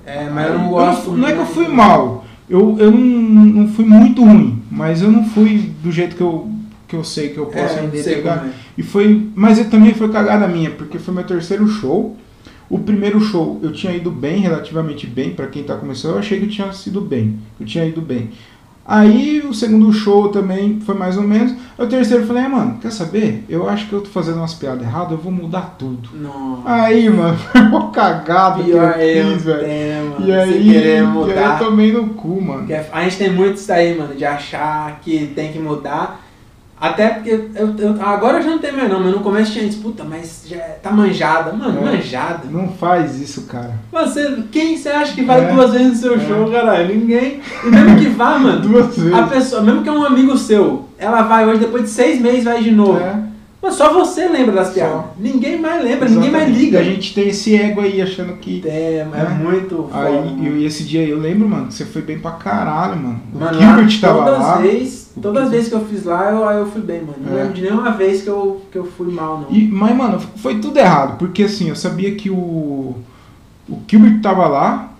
Speaker 2: É, mas eu
Speaker 1: aí-
Speaker 2: não gosto.
Speaker 1: não, não é que eu fui
Speaker 2: muito.
Speaker 1: mal. Eu, eu não, não fui muito ruim, mas eu não fui do jeito que eu, que eu sei que eu
Speaker 2: É,
Speaker 1: posso tá
Speaker 2: não
Speaker 1: ainda
Speaker 2: sei
Speaker 1: entregar.
Speaker 2: como é.
Speaker 1: E foi. Mas eu também foi cagada minha, porque foi meu terceiro show. O primeiro show eu tinha ido bem, relativamente bem, pra quem tá começando, eu achei que eu tinha sido bem. Eu tinha ido bem. Aí o segundo show também foi mais ou menos. O terceiro eu falei, "Ah, mano, quer saber? Eu acho que eu tô fazendo umas piadas erradas, eu vou mudar tudo.
Speaker 2: é. Nossa.
Speaker 1: Aí, mano, *laughs* foi uma cagada que eu
Speaker 2: Pior eu,
Speaker 1: fiz, velho.
Speaker 2: é, mano.
Speaker 1: E
Speaker 2: sem
Speaker 1: aí,
Speaker 2: querer
Speaker 1: e aí eu
Speaker 2: mudar.
Speaker 1: tomei no cu, mano.
Speaker 2: Porque A gente tem muito isso aí, mano, de achar que tem que mudar. Até porque eu, eu- agora eu já não tenho mais não, mas no começo tinha isso, puta, mas já tá manjada, mano,
Speaker 1: É.
Speaker 2: manjada.
Speaker 1: Não faz isso, cara.
Speaker 2: Você, quem você acha que vai
Speaker 1: É.
Speaker 2: duas vezes no seu
Speaker 1: É.
Speaker 2: show, caralho? Ninguém. E mesmo que vá,
Speaker 1: *laughs*
Speaker 2: mano,
Speaker 1: Duas
Speaker 2: a
Speaker 1: vezes.
Speaker 2: pessoa, mesmo que é um amigo seu, ela vai hoje, depois de seis meses vai de novo.
Speaker 1: É.
Speaker 2: Mas só você lembra das
Speaker 1: Só.
Speaker 2: piadas. Ninguém mais lembra, ninguém mais
Speaker 1: Exatamente.
Speaker 2: liga.
Speaker 1: A gente tem esse ego aí achando que.
Speaker 2: É, é
Speaker 1: É.
Speaker 2: muito foda.
Speaker 1: Aí, eu,
Speaker 2: mano.
Speaker 1: e esse dia aí eu lembro, mano, que você foi bem pra caralho, mano. O
Speaker 2: Mano, lá,
Speaker 1: Gilbert tava
Speaker 2: todas
Speaker 1: lá.
Speaker 2: Vez,
Speaker 1: O
Speaker 2: todas as
Speaker 1: Gilbert.
Speaker 2: vezes que eu fiz lá, eu, eu fui bem, mano. Não
Speaker 1: É.
Speaker 2: lembro de nenhuma vez que eu, que eu fui mal, não.
Speaker 1: E- mas, mano, foi tudo errado, porque assim, eu sabia que o. O Gilbert tava lá.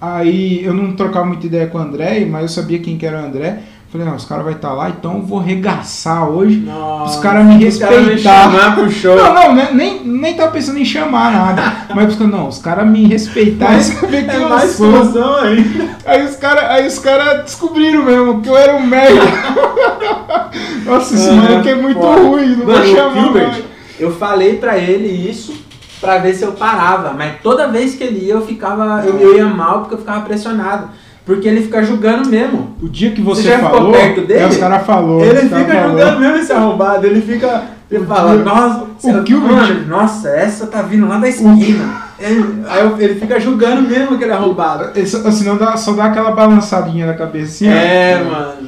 Speaker 1: Aí eu não trocava muita ideia com o André, mas eu sabia quem que era o André. Falei, não, os caras vão estar lá, então eu vou regaçar hoje.
Speaker 2: Nossa,
Speaker 1: os caras me
Speaker 2: os caras me
Speaker 1: respeitaram.
Speaker 2: chamar pro show.
Speaker 1: Não, não, né, nem, nem tava pensando em chamar nada. mas porque, não, os caras me respeitar e saber que eu sou.
Speaker 2: é aí.
Speaker 1: Aí os caras aí os cara descobriram mesmo que eu era um *laughs* merda. Nossa, esse
Speaker 2: Ah,
Speaker 1: maluco é muito
Speaker 2: foda.
Speaker 1: ruim, não
Speaker 2: Mano,
Speaker 1: vou
Speaker 2: o
Speaker 1: chamar.
Speaker 2: Gilbert,
Speaker 1: não.
Speaker 2: eu falei pra ele isso pra ver se eu parava, mas toda vez que ele ia, eu ficava, eu,
Speaker 1: Uhum.
Speaker 2: eu ia mal porque eu ficava pressionado. Porque ele fica julgando mesmo.
Speaker 1: O dia que você,
Speaker 2: Você já ficou
Speaker 1: falou,
Speaker 2: perto dele?
Speaker 1: é, os caras falaram.
Speaker 2: ele fica julgando mesmo esse arrombado, ele fica. Tá tipo, Ele
Speaker 1: O
Speaker 2: fala,
Speaker 1: Gil-
Speaker 2: nossa,
Speaker 1: o Gilbert-
Speaker 2: mano, nossa, essa tá vindo lá da esquina. Ele- aí eu- ele fica julgando mesmo aquele arrombado.
Speaker 1: assim, Senão dá, só dá aquela balançadinha na assim, cabecinha.
Speaker 2: É, mano.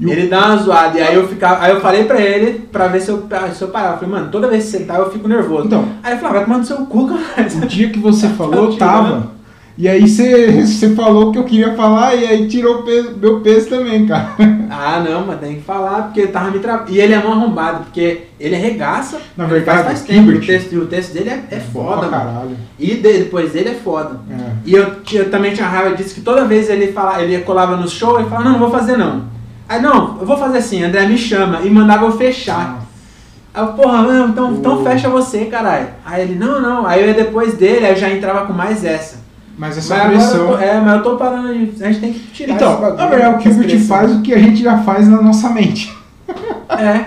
Speaker 1: E o-
Speaker 2: Ele dá uma zoada. E aí eu ficava. Aí eu falei pra ele pra ver se eu, se eu parava. Eu falei, mano, toda vez que você tá, eu fico nervoso.
Speaker 1: Então,
Speaker 2: Aí ele falou, ah, vai tomar no seu cu, cara.
Speaker 1: o dia que você falou, eu
Speaker 2: Tá tirando.
Speaker 1: tava. E aí você falou o que eu queria falar e aí tirou o peso- meu peso também, cara.
Speaker 2: *laughs* Ah, não, mas tem que falar, porque tava me tra... E ele é mão arrombado, porque ele arregaça.
Speaker 1: Na
Speaker 2: ele
Speaker 1: verdade,
Speaker 2: faz, faz
Speaker 1: o
Speaker 2: tempo. O
Speaker 1: Kimbert-
Speaker 2: texto, o texto dele é, é foda,
Speaker 1: Pra
Speaker 2: mano.
Speaker 1: caralho.
Speaker 2: E de- depois dele é foda.
Speaker 1: É.
Speaker 2: E eu, tinha- eu também tinha raiva disso, que toda vez ele, fala, ele colava no show e falava, não, não vou fazer não. Aí, não, eu vou fazer assim, André me chama, e mandava eu fechar.
Speaker 1: Ah.
Speaker 2: Aí, eu, porra, não, então, então
Speaker 1: O-
Speaker 2: fecha você, caralho. Aí ele, não, não. Aí eu ia depois dele, aí eu já entrava com mais essa.
Speaker 1: Mas
Speaker 2: Mas
Speaker 1: essa
Speaker 2: agora eu
Speaker 1: pressão.
Speaker 2: tô- é, mas eu tô parando, de- a gente tem que tirar esse
Speaker 1: Então,
Speaker 2: bagulho,
Speaker 1: na verdade, o
Speaker 2: essa
Speaker 1: Kimbert
Speaker 2: pressão.
Speaker 1: faz é o que a gente já faz na nossa mente.
Speaker 2: É,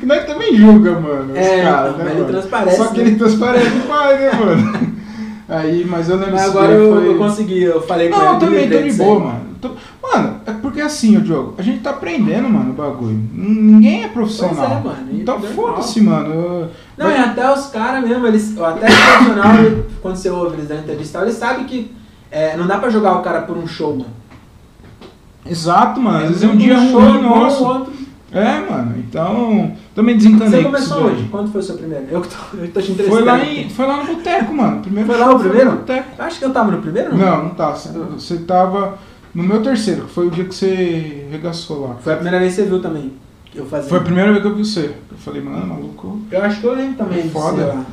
Speaker 1: Que nós também julga, mano.
Speaker 2: É,
Speaker 1: os caras,
Speaker 2: então,
Speaker 1: né,
Speaker 2: mas ele
Speaker 1: mano?
Speaker 2: transparece,
Speaker 1: Só que
Speaker 2: né?
Speaker 1: ele transparece demais, né, mano? *laughs* Aí, mas eu lembro
Speaker 2: mas
Speaker 1: esse
Speaker 2: agora
Speaker 1: dia
Speaker 2: eu,
Speaker 1: né, foi-
Speaker 2: eu consegui, eu falei com
Speaker 1: Não,
Speaker 2: ele. né?
Speaker 1: eu também tô
Speaker 2: livrei
Speaker 1: de
Speaker 2: disso
Speaker 1: boa,
Speaker 2: aí.
Speaker 1: mano. Tô- Mano, é porque assim, ô Diogo, a gente tá aprendendo, mano, o bagulho. Ninguém é profissional.
Speaker 2: Pois é, mano, e
Speaker 1: Então
Speaker 2: normal.
Speaker 1: foda-se, mano. Eu-
Speaker 2: Não, é- e até os caras mesmo, eles, até o profissional, ele- quando você ouve eles dando entrevista, eles sabem que é, não dá pra jogar o cara por um show, mano.
Speaker 1: Exato, mano. Às vezes é um dia
Speaker 2: show
Speaker 1: ruim
Speaker 2: bom,
Speaker 1: nosso.
Speaker 2: outro.
Speaker 1: É, mano. Então, também desencanei.
Speaker 2: Você
Speaker 1: com isso
Speaker 2: começou
Speaker 1: daí.
Speaker 2: hoje? Quando foi o seu primeiro? Eu que tô, eu que tô te
Speaker 1: Foi
Speaker 2: entrevistando.
Speaker 1: lá, em, foi lá no boteco, mano. Primeiro
Speaker 2: Foi lá
Speaker 1: show
Speaker 2: o primeiro?
Speaker 1: no boteco.
Speaker 2: Eu acho que eu tava no primeiro?
Speaker 1: Não, não tá. Você- Você tava no meu terceiro, que foi o dia que você regaçou lá.
Speaker 2: Foi a primeira vez que você viu também. que Eu fazia.
Speaker 1: Foi a primeira vez que eu vi você. Eu falei, mano, maluco.
Speaker 2: Eu acho que eu lembro também de
Speaker 1: Foda.
Speaker 2: você lá.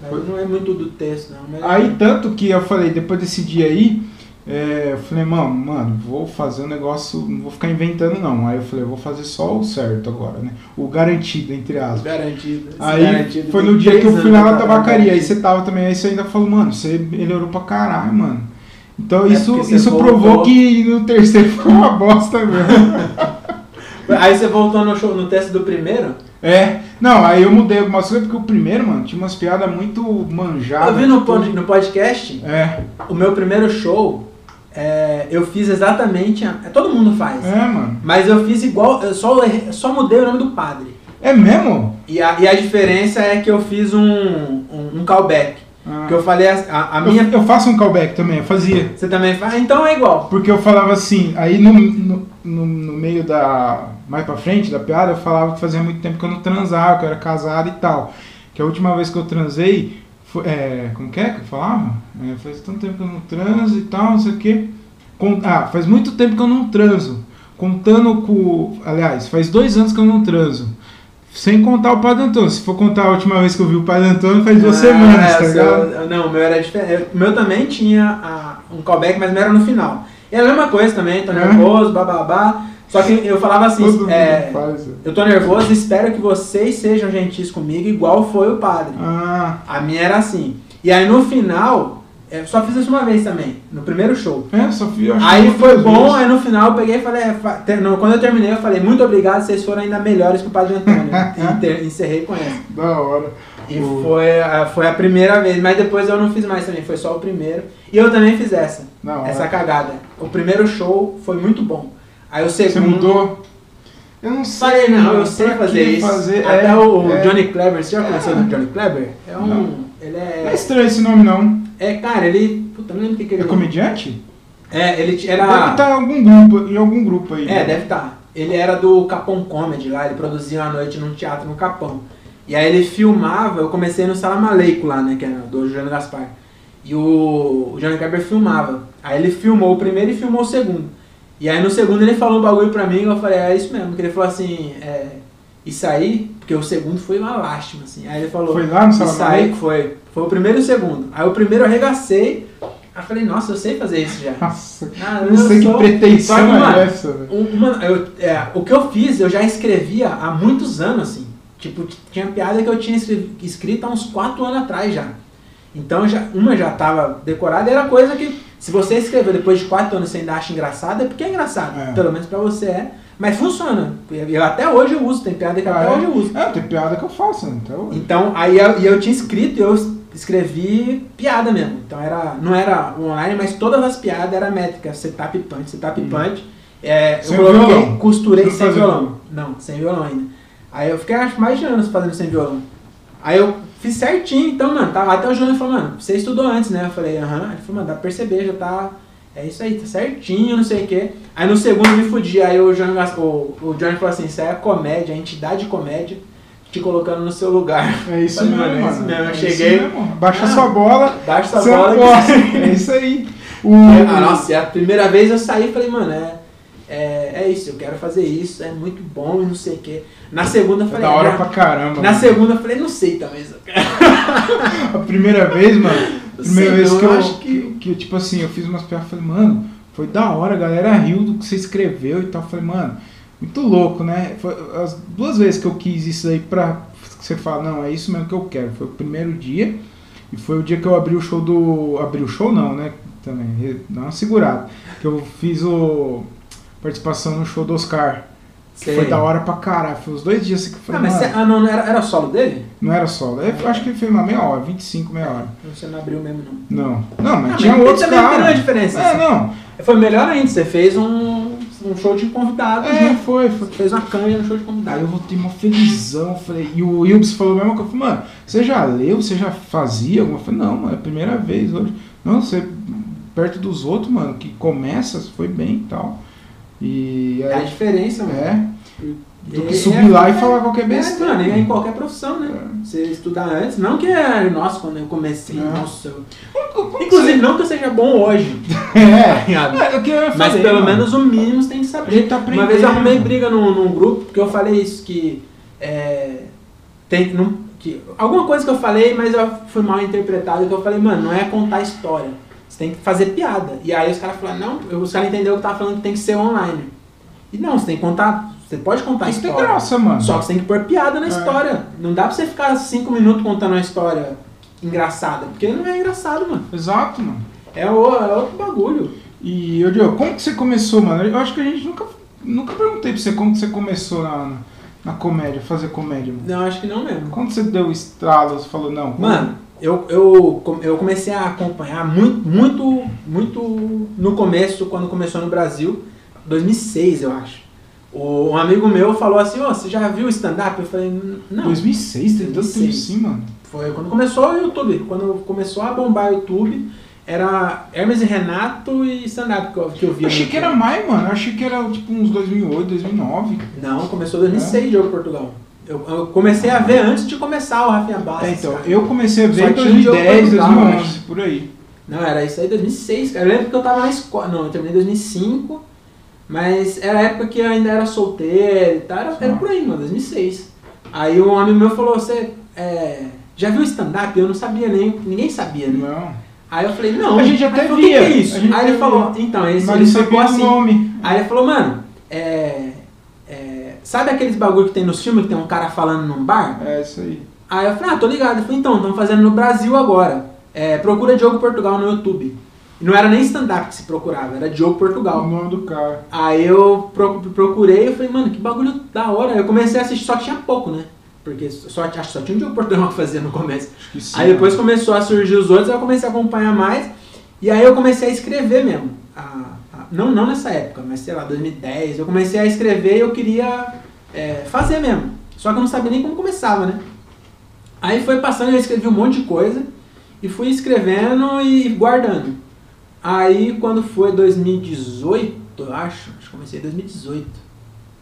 Speaker 2: Mas
Speaker 1: Foi-
Speaker 2: não é muito do texto, não. mas-
Speaker 1: Aí tanto que eu falei, depois desse dia aí, é, eu falei, mano, mano, vou fazer um negócio, não vou ficar inventando não. Aí eu falei, eu vou fazer só o certo agora, né? O garantido, entre aspas.
Speaker 2: é Garantido. esse
Speaker 1: Aí
Speaker 2: garantido
Speaker 1: foi
Speaker 2: tem
Speaker 1: no dia
Speaker 2: três
Speaker 1: que eu fui
Speaker 2: anos né?
Speaker 1: lá
Speaker 2: pra
Speaker 1: na
Speaker 2: trabalhar
Speaker 1: tabacaria, aí
Speaker 2: garantido.
Speaker 1: você tava também, aí você ainda falou, mano, você melhorou pra caralho, mano. Então
Speaker 2: É
Speaker 1: isso,
Speaker 2: porque você
Speaker 1: isso provou
Speaker 2: voltou.
Speaker 1: que no terceiro *laughs* foi uma bosta mesmo.
Speaker 2: Aí você voltou no, show, no teste do primeiro?
Speaker 1: é, não, aí eu mudei algumas coisas, porque o primeiro, mano, tinha umas piadas muito manjadas.
Speaker 2: eu vi no,
Speaker 1: tipo,
Speaker 2: pod- no podcast,
Speaker 1: É,
Speaker 2: o meu primeiro show, é, eu fiz exatamente. a- é, todo mundo faz.
Speaker 1: é, mano.
Speaker 2: Mas eu fiz igual. Eu só, eu só mudei o nome do padre.
Speaker 1: É mesmo?
Speaker 2: E a, e a diferença é que eu fiz um, um, um callback.
Speaker 1: Ah.
Speaker 2: Que eu falei a, a- a
Speaker 1: Eu-
Speaker 2: minha.
Speaker 1: Eu, faço um callback também, eu fazia.
Speaker 2: Você também faz? Então é igual.
Speaker 1: Porque eu falava assim, aí no, no, no, no meio da. mais pra frente da piada, eu falava que fazia muito tempo que eu não transava, que eu era casado e tal. Que a última vez que eu transei. Foi, é, como que é que eu falava? É, faz tanto tempo que eu não transo e tal, não sei o quê. Con- ah, faz muito tempo que eu não transo. Contando com. Aliás, faz dois anos que eu não transo. Sem contar o Padre Antônio. Se for contar a última vez que eu vi o Padre Antônio, faz duas
Speaker 2: Ah,
Speaker 1: semanas, tá
Speaker 2: é,
Speaker 1: ligado?
Speaker 2: seu- Não, o meu era diferente. O meu também tinha a- um callback, mas não era no final. E era a mesma coisa também, tô
Speaker 1: É.
Speaker 2: nervoso, bababá. Só que eu falava
Speaker 1: Todo
Speaker 2: assim,
Speaker 1: mundo
Speaker 2: é,
Speaker 1: faz.
Speaker 2: eu tô nervoso, espero que vocês sejam gentis comigo, igual foi o padre.
Speaker 1: Ah.
Speaker 2: A minha era assim. E aí no final, eu só fiz isso uma vez também, no primeiro show.
Speaker 1: É, só fui, eu acho
Speaker 2: Aí
Speaker 1: que
Speaker 2: foi
Speaker 1: duas
Speaker 2: bom,
Speaker 1: vezes.
Speaker 2: aí no final eu peguei e falei, é, fa- ter- não, quando eu terminei eu falei, muito obrigado, vocês foram ainda melhores que o
Speaker 1: *laughs*
Speaker 2: Padre Antônio. e ter- encerrei com essa.
Speaker 1: Da hora.
Speaker 2: E
Speaker 1: O-
Speaker 2: foi, a- foi a primeira vez, mas depois eu não fiz mais também, foi só o primeiro. E eu também fiz essa,
Speaker 1: Da hora.
Speaker 2: essa cagada. O primeiro show foi muito bom. Aí o
Speaker 1: Você
Speaker 2: segundo...
Speaker 1: mudou? Eu não sei.
Speaker 2: Falei, não, eu
Speaker 1: mano,
Speaker 2: sei
Speaker 1: pra
Speaker 2: fazer
Speaker 1: que
Speaker 2: isso.
Speaker 1: fazer?
Speaker 2: Até
Speaker 1: É,
Speaker 2: o
Speaker 1: é.
Speaker 2: Johnny Kleber, você já conheceu
Speaker 1: É.
Speaker 2: o Johnny Kleber? É um...
Speaker 1: Não.
Speaker 2: Ele
Speaker 1: Não é
Speaker 2: é...
Speaker 1: estranho esse nome, não.
Speaker 2: É, cara, ele... Puta, não lembro o que que ele...
Speaker 1: É comediante?
Speaker 2: É, ele t-
Speaker 1: Deve tá-
Speaker 2: era...
Speaker 1: estar em algum grupo, em algum grupo aí. né?
Speaker 2: É, deve estar. Ele era do Capão Comedy lá, ele produzia uma noite num teatro no Capão. E aí ele filmava, eu comecei no Salamaleico lá, né, que era do Juliano Gaspar. E o, o Johnny Kleber filmava. Aí ele filmou o primeiro e filmou o segundo. E aí no segundo ele falou um bagulho pra mim e eu falei, é isso mesmo. Que ele falou assim, é, isso aí, porque o segundo foi uma lástima, assim. Aí ele falou,
Speaker 1: Foi lá no
Speaker 2: isso aí
Speaker 1: Salamaleico?
Speaker 2: foi. Foi o primeiro e o segundo. Aí o primeiro eu arregacei, aí eu falei, nossa, eu sei fazer isso já.
Speaker 1: Nossa,
Speaker 2: Ah,
Speaker 1: não sei que
Speaker 2: sou-
Speaker 1: pretensão
Speaker 2: Só que,
Speaker 1: é
Speaker 2: mano,
Speaker 1: essa, velho.
Speaker 2: um- Mano, eu- é, o que eu fiz, eu já escrevia há muitos anos, assim. Tipo, t- tinha piada que eu tinha escre- escrito há uns 4 anos atrás já. Então, já, uma já tava decorada e era coisa que, se você escreveu depois de 4 anos e você ainda acha engraçado, é porque é engraçado.
Speaker 1: É.
Speaker 2: Pelo menos pra você é. Mas funciona. Eu, até hoje eu uso, tem piada que
Speaker 1: Ah,
Speaker 2: até
Speaker 1: é?
Speaker 2: hoje eu uso.
Speaker 1: É, tem piada que eu faço, né? então.
Speaker 2: Então, aí eu, e eu tinha escrito e eu es- escrevi piada mesmo. Então era, não era online, mas todas as piadas eram métricas. Setup punch, setup
Speaker 1: Uhum.
Speaker 2: punch. É, eu
Speaker 1: Sem
Speaker 2: coloquei,
Speaker 1: violão.
Speaker 2: costurei
Speaker 1: Sem
Speaker 2: sem
Speaker 1: fazer.
Speaker 2: violão. Não, sem violão ainda. Aí eu fiquei acho mais de anos fazendo sem violão. Aí eu fiz certinho, então, mano, tava até o Júnior falou, mano, você estudou antes, né? Eu falei, aham. Ele falou, mano, dá pra perceber, já tá. É isso aí, tá certinho, não sei o quê. Aí no segundo eu me fudi, aí o Johnny, Gas- o, o Johnny falou assim, isso aí é comédia, é entidade comédia. te colocando no seu lugar. *laughs*
Speaker 1: É isso
Speaker 2: Falei,
Speaker 1: mesmo,
Speaker 2: mano, é
Speaker 1: mano.
Speaker 2: isso mesmo. Eu
Speaker 1: É isso
Speaker 2: cheguei-
Speaker 1: mesmo. Baixa
Speaker 2: Ah,
Speaker 1: sua bola.
Speaker 2: Baixa essa
Speaker 1: sua
Speaker 2: bola. que-
Speaker 1: bola. *laughs* É isso aí. O...
Speaker 2: É, ah, nossa, é a primeira vez eu saí e falei, mano, é, é, é isso, eu quero fazer isso, é muito bom e não sei o quê. Na segunda eu
Speaker 1: É
Speaker 2: falei,
Speaker 1: da hora
Speaker 2: ah,
Speaker 1: pra caramba.
Speaker 2: na
Speaker 1: mano.
Speaker 2: segunda eu falei, não sei talvez. eu quero.
Speaker 1: A primeira vez,
Speaker 2: *laughs*
Speaker 1: mano. a Primeira
Speaker 2: Sei
Speaker 1: vez
Speaker 2: não,
Speaker 1: que eu,
Speaker 2: eu acho que-
Speaker 1: que... que, tipo assim, eu fiz umas piadas e falei, mano, foi da hora, a galera riu do que você escreveu e tal. Eu Falei, mano, muito louco, né? Foi as duas vezes que eu quis isso aí pra que você fala, não, é isso mesmo que eu quero. Foi o primeiro dia e foi o dia que eu abri o show do. Abri o show não, né? Também, re- dá uma segurada. Que eu fiz o. Participação no show do Oscar. que
Speaker 2: Sei.
Speaker 1: Foi da hora pra caralho. Foi os dois dias assim que eu
Speaker 2: Ah,
Speaker 1: falei,
Speaker 2: mas
Speaker 1: mano,
Speaker 2: cê- ah, não, não era, era solo dele?
Speaker 1: não era solo. Eu acho que foi uma meia hora, 25, meia hora.
Speaker 2: Você não abriu mesmo, não.
Speaker 1: Não. Não, mas é
Speaker 2: Ah,
Speaker 1: tinha
Speaker 2: mas
Speaker 1: outros
Speaker 2: também não tem nenhuma
Speaker 1: caras.
Speaker 2: diferença. assim.
Speaker 1: É, não.
Speaker 2: Foi melhor ainda, você fez um, um show de convidados,
Speaker 1: É,
Speaker 2: né?
Speaker 1: foi, foi.
Speaker 2: Você fez uma canja no show
Speaker 1: Aí
Speaker 2: de
Speaker 1: eu
Speaker 2: convidados.
Speaker 1: voltei mó felizão, falei, e o Wilbs falou mesmo que eu falei, mano, você já leu, você já fazia alguma coisa? Eu falei, não, mano, é a primeira vez hoje. Não, você perto dos outros, mano, que começa, foi bem e tal. E
Speaker 2: É a
Speaker 1: aí,
Speaker 2: diferença, mano.
Speaker 1: é, do
Speaker 2: É,
Speaker 1: que subir lá e falar qualquer
Speaker 2: É,
Speaker 1: besteira.
Speaker 2: mano, é em qualquer profissão, né? Você estudar antes, não que, é, nossa, quando eu comecei,
Speaker 1: É.
Speaker 2: nossa. eu-
Speaker 1: Inclusive,
Speaker 2: Inclusive, não que eu seja bom hoje, tá
Speaker 1: *laughs* é,
Speaker 2: ligado?
Speaker 1: é o que eu ia
Speaker 2: mas
Speaker 1: fazer,
Speaker 2: pelo
Speaker 1: mano.
Speaker 2: menos o mínimo você tem que
Speaker 1: a
Speaker 2: saber.
Speaker 1: gente tá aprendendo.
Speaker 2: Uma vez eu arrumei briga num, num grupo, porque eu falei isso, que é, tem, não, que alguma coisa que eu falei, mas eu fui mal interpretado, que eu falei, mano, não é contar história, você tem que fazer piada. E aí os caras falaram, não, eu- os caras entenderam que eu tava falando que tem que ser online. E não, você tem que contar, você pode contar
Speaker 1: Isso tem
Speaker 2: história.
Speaker 1: graça, mano.
Speaker 2: Só que você tem que pôr piada na
Speaker 1: É.
Speaker 2: história. Não dá pra você ficar cinco minutos contando uma história engraçada, porque não é engraçado, mano.
Speaker 1: Exato, mano.
Speaker 2: É, o, é outro bagulho.
Speaker 1: E, ô Diogo, como que você começou, mano? Eu acho que a gente nunca, nunca perguntei pra você como que você começou na, na, na comédia, fazer comédia, mano.
Speaker 2: Não, acho que não mesmo.
Speaker 1: Quando você deu o estralo, você falou, não,
Speaker 2: Mano, eu, eu, com- eu comecei a acompanhar muito, muito, muito no começo, quando começou no Brasil, 2006, eu acho. O, um amigo meu falou assim, ó, você já viu stand-up? Eu falei, "N- não.
Speaker 1: 2006, teve tanto tempo
Speaker 2: 2006.
Speaker 1: assim, mano.
Speaker 2: Foi quando começou o YouTube, quando começou a bombar o YouTube, era Hermes e Renato e stand-up que eu, que eu via.
Speaker 1: Eu
Speaker 2: no
Speaker 1: achei que era
Speaker 2: YouTube.
Speaker 1: mais, mano. Eu achei que era tipo uns 2008, 2009.
Speaker 2: Não, começou em 2006,
Speaker 1: É?
Speaker 2: Diogo Portugal. Eu, eu comecei a ver antes de começar o Rafinha Bastos.
Speaker 1: É, então,
Speaker 2: cara.
Speaker 1: eu comecei a ver
Speaker 2: Só
Speaker 1: em
Speaker 2: tinha o Diogo
Speaker 1: 2010,
Speaker 2: Portugal,
Speaker 1: 2011, por aí.
Speaker 2: Não, era isso aí em 2006, cara. Eu lembro que eu tava na escola. Não, eu terminei em 2005, mas era a época que eu ainda era solteiro e tal. Era, era por aí, mano, 2006. Aí um amigo meu falou: Você é, já viu stand-up? Eu não sabia nem. Ninguém sabia, né?
Speaker 1: Não.
Speaker 2: Aí eu falei: Não.
Speaker 1: A gente
Speaker 2: Aí
Speaker 1: até
Speaker 2: ele falou, "O que que é
Speaker 1: via,
Speaker 2: isso?
Speaker 1: a gente
Speaker 2: Aí ele
Speaker 1: até
Speaker 2: falou: Então, esse,
Speaker 1: Mas
Speaker 2: ele
Speaker 1: não sabia
Speaker 2: ficou
Speaker 1: o
Speaker 2: assim.
Speaker 1: nome.
Speaker 2: Aí ele falou: Mano, é, é, sabe aqueles bagulho que tem nos filmes que tem um cara falando num bar?
Speaker 1: É isso aí.
Speaker 2: Aí eu falei, ah, tô ligado. Eu falei, então, estão fazendo no Brasil agora. É, procura Diogo Portugal no YouTube. E Não era nem stand-up que se procurava, era Diogo
Speaker 1: É O
Speaker 2: Portugal.
Speaker 1: nome do cara.
Speaker 2: Aí eu pro- procurei e falei, mano, que bagulho da hora. Eu comecei a assistir, só tinha pouco, né? Porque só, acho que só tinha um Diogo Portugal *laughs* que fazia no começo.
Speaker 1: Acho que sim. né?
Speaker 2: Aí depois começou a surgir os outros, aí eu comecei a acompanhar mais. E aí eu comecei a escrever mesmo. A- a- não, não nessa época, mas sei lá, 2010. Eu comecei a escrever e eu queria é, fazer mesmo. Só que eu não sabia nem como começava, né? Aí foi passando, eu escrevi um monte de coisa. E fui escrevendo e guardando. Aí quando foi 2018, eu acho, acho que comecei em 2018.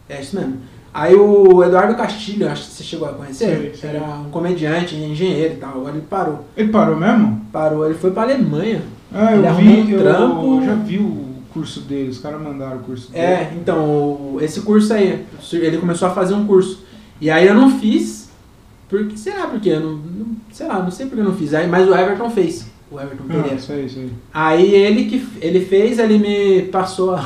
Speaker 2: É isso mesmo. Aí o Eduardo Castilho, acho que você chegou a conhecer,
Speaker 1: Sei, sei.
Speaker 2: era um comediante, engenheiro e tal, agora ele parou.
Speaker 1: Ele parou mesmo?
Speaker 2: Parou, ele foi pra Alemanha.
Speaker 1: Ah,
Speaker 2: Ele
Speaker 1: eu
Speaker 2: arrumou
Speaker 1: vi.
Speaker 2: um
Speaker 1: eu,
Speaker 2: trampo.
Speaker 1: eu já vi o curso dele. Os caras mandaram o curso dele.
Speaker 2: É, então, o- esse curso aí, ele começou a fazer um curso. E aí eu não fiz, porque, sei lá porque, eu não, não- sei lá, não sei porque eu não fiz. Aí, mas o Everton fez, o Everton
Speaker 1: Ah,
Speaker 2: Pereira.
Speaker 1: isso aí, isso aí.
Speaker 2: Aí ele que ele fez, ele me passou a,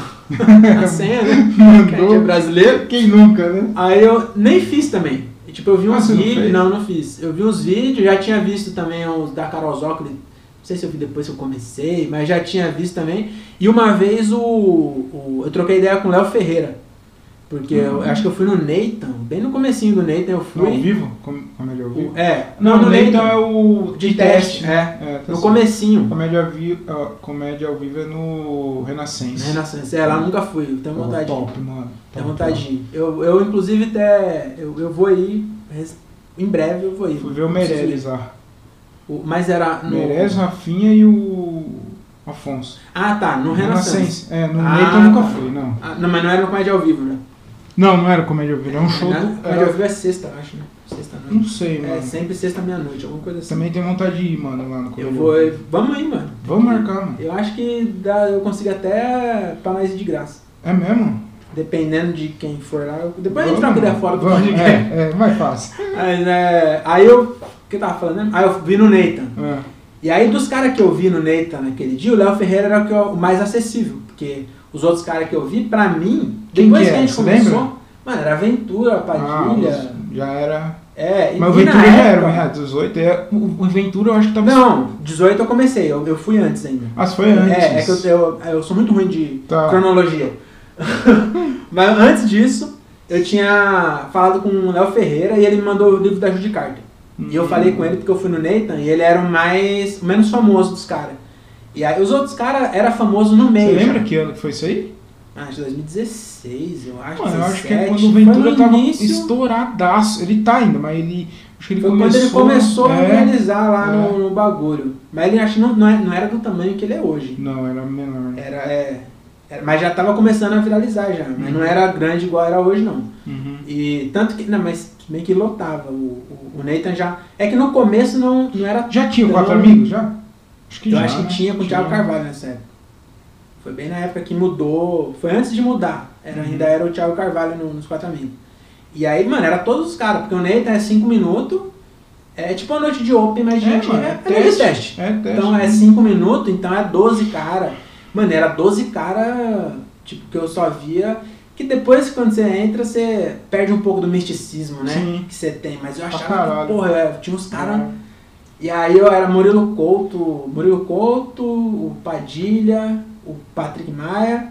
Speaker 2: a senha, né? Que é
Speaker 1: *laughs* Mandou.
Speaker 2: brasileiro.
Speaker 1: Quem nunca, né?
Speaker 2: Aí eu nem fiz também. E, tipo, eu vi
Speaker 1: Ah,
Speaker 2: uns
Speaker 1: você não
Speaker 2: vídeos.
Speaker 1: fez?
Speaker 2: Não, não fiz. Eu vi uns vídeos, já tinha visto também os da Carol Zócoli. Não sei se eu vi depois que eu comecei, mas já tinha visto também. E uma vez o, o- eu troquei ideia com o Léo Ferreira. Porque eu
Speaker 1: Uhum.
Speaker 2: acho que eu fui no Nathan, bem no comecinho do Nathan eu
Speaker 1: Ao
Speaker 2: fui.
Speaker 1: vivo? Com- Comédia ao vivo?
Speaker 2: O- é,
Speaker 1: Não,
Speaker 2: no
Speaker 1: não então é o
Speaker 2: de teste. É,
Speaker 1: É, tá
Speaker 2: no
Speaker 1: certo.
Speaker 2: comecinho. né,
Speaker 1: Comédia, ao vivo, ah, comédia ao vivo é no Renascença.
Speaker 2: Renascença. É, lá eu nunca fui, eu tenho
Speaker 1: Pô,
Speaker 2: vontade de ir.
Speaker 1: Top, mano.
Speaker 2: Tem
Speaker 1: Top,
Speaker 2: vontade de ir. Eu, eu inclusive, até. Eu, eu vou ir. res- Em breve eu vou ir.
Speaker 1: top. Fui ver o Meirelles lá.
Speaker 2: O- mas era. No...
Speaker 1: Meirelles, Rafinha e o Afonso.
Speaker 2: Ah, tá. No Renascença.
Speaker 1: É, no
Speaker 2: Ah,
Speaker 1: Nathan eu nunca
Speaker 2: tá.
Speaker 1: fui, não.
Speaker 2: Ah, não, mas não era no comédia ao vivo, né?
Speaker 1: Não, não era comédia ao vivo, era um show.
Speaker 2: Né?
Speaker 1: do-
Speaker 2: Mas
Speaker 1: era-
Speaker 2: eu vi é sexta, eu acho, né? Sexta à
Speaker 1: Não
Speaker 2: noite.
Speaker 1: sei, mano.
Speaker 2: É sempre sexta à meia-noite, alguma coisa assim.
Speaker 1: Também tenho vontade de ir, mano, lá no
Speaker 2: Eu
Speaker 1: comédia.
Speaker 2: vou.
Speaker 1: ao vivo.
Speaker 2: Vamos aí, mano.
Speaker 1: Vamos marcar, mano.
Speaker 2: Eu acho que dá, eu consigo até pra nós ir de graça.
Speaker 1: É mesmo?
Speaker 2: Dependendo de quem for lá. eu- Depois a gente
Speaker 1: Vamos,
Speaker 2: troca ideia
Speaker 1: mano.
Speaker 2: fora do
Speaker 1: Vamos,
Speaker 2: podcast.
Speaker 1: É, é, mais
Speaker 2: *laughs*
Speaker 1: fácil.
Speaker 2: Mas, é, aí eu. O que eu tava falando? né? Aí eu vi no Nathan.
Speaker 1: É.
Speaker 2: E aí dos caras que eu vi no Nathan naquele dia, o Léo Ferreira era o, que eu- o mais acessível. Porque os outros caras que eu vi, pra mim,
Speaker 1: Quem
Speaker 2: depois
Speaker 1: que
Speaker 2: que a
Speaker 1: é?
Speaker 2: gente
Speaker 1: Você
Speaker 2: começou.
Speaker 1: lembra?
Speaker 2: Mano, era Aventura, Padilha.
Speaker 1: Ah, já era.
Speaker 2: é, e,
Speaker 1: Mas o
Speaker 2: e na
Speaker 1: Ventura já era,
Speaker 2: época-
Speaker 1: né? 18 é. O o Ventura eu acho que tava.
Speaker 2: Não, 18 eu comecei, eu, eu fui antes ainda.
Speaker 1: Ah, se foi antes.
Speaker 2: É, é que eu, eu, eu sou muito ruim de
Speaker 1: Tá.
Speaker 2: cronologia. *laughs* Mas antes disso, eu tinha falado com o Léo Ferreira e ele me mandou o livro da Judy Carter. E eu
Speaker 1: Hum.
Speaker 2: falei com ele porque eu fui no Nathan e ele era o mais o menos famoso dos caras. E aí os outros caras eram famosos no meio.
Speaker 1: Você
Speaker 2: já.
Speaker 1: lembra que ano que foi isso aí?
Speaker 2: Ah, de 2016, eu acho.
Speaker 1: Mano, eu acho que é
Speaker 2: 17.
Speaker 1: quando o
Speaker 2: Foi no
Speaker 1: Ventura tava
Speaker 2: início,
Speaker 1: estouradaço. Ele tá ainda, mas ele. Acho que ele
Speaker 2: Foi quando
Speaker 1: começou.
Speaker 2: ele começou a
Speaker 1: é.
Speaker 2: organizar lá
Speaker 1: é.
Speaker 2: no, no bagulho. Mas ele acho que não, não é- não era do tamanho que ele é hoje.
Speaker 1: Não, era menor.
Speaker 2: Era, é, era- mas já tava começando a viralizar já, mas não era grande igual era hoje não.
Speaker 1: Uhum.
Speaker 2: E tanto que, não, mas meio que lotava o, o, o Nathan já. É que no começo não, não era.
Speaker 1: Já tinha
Speaker 2: Então,
Speaker 1: quatro amigos? Já? Acho que
Speaker 2: Eu
Speaker 1: já.
Speaker 2: acho
Speaker 1: né?
Speaker 2: que tinha com o Thiago Carvalho nessa época. Foi bem na época que mudou, foi antes de mudar. Era,
Speaker 1: Uhum.
Speaker 2: Ainda era o Thiago Carvalho no- nos quatro amigos. E aí, mano, era todos os caras, porque o Nathan é cinco minutos, é tipo uma noite de open, mas
Speaker 1: É,
Speaker 2: gente,
Speaker 1: mano,
Speaker 2: é,
Speaker 1: é
Speaker 2: é
Speaker 1: teste.
Speaker 2: teste.
Speaker 1: É, teste.
Speaker 2: Então é 5 minutos, então é 12 cara. Mano, era 12 cara, tipo, que eu só via. Que depois, quando você entra, você perde um pouco do misticismo, né?
Speaker 1: Sim.
Speaker 2: Que você tem. Mas eu
Speaker 1: Pra
Speaker 2: achava
Speaker 1: caralho.
Speaker 2: que, porra, eu- tinha uns caras. E aí eu era Murilo Couto, Murilo Couto, o Padilha, o Patrick Maia,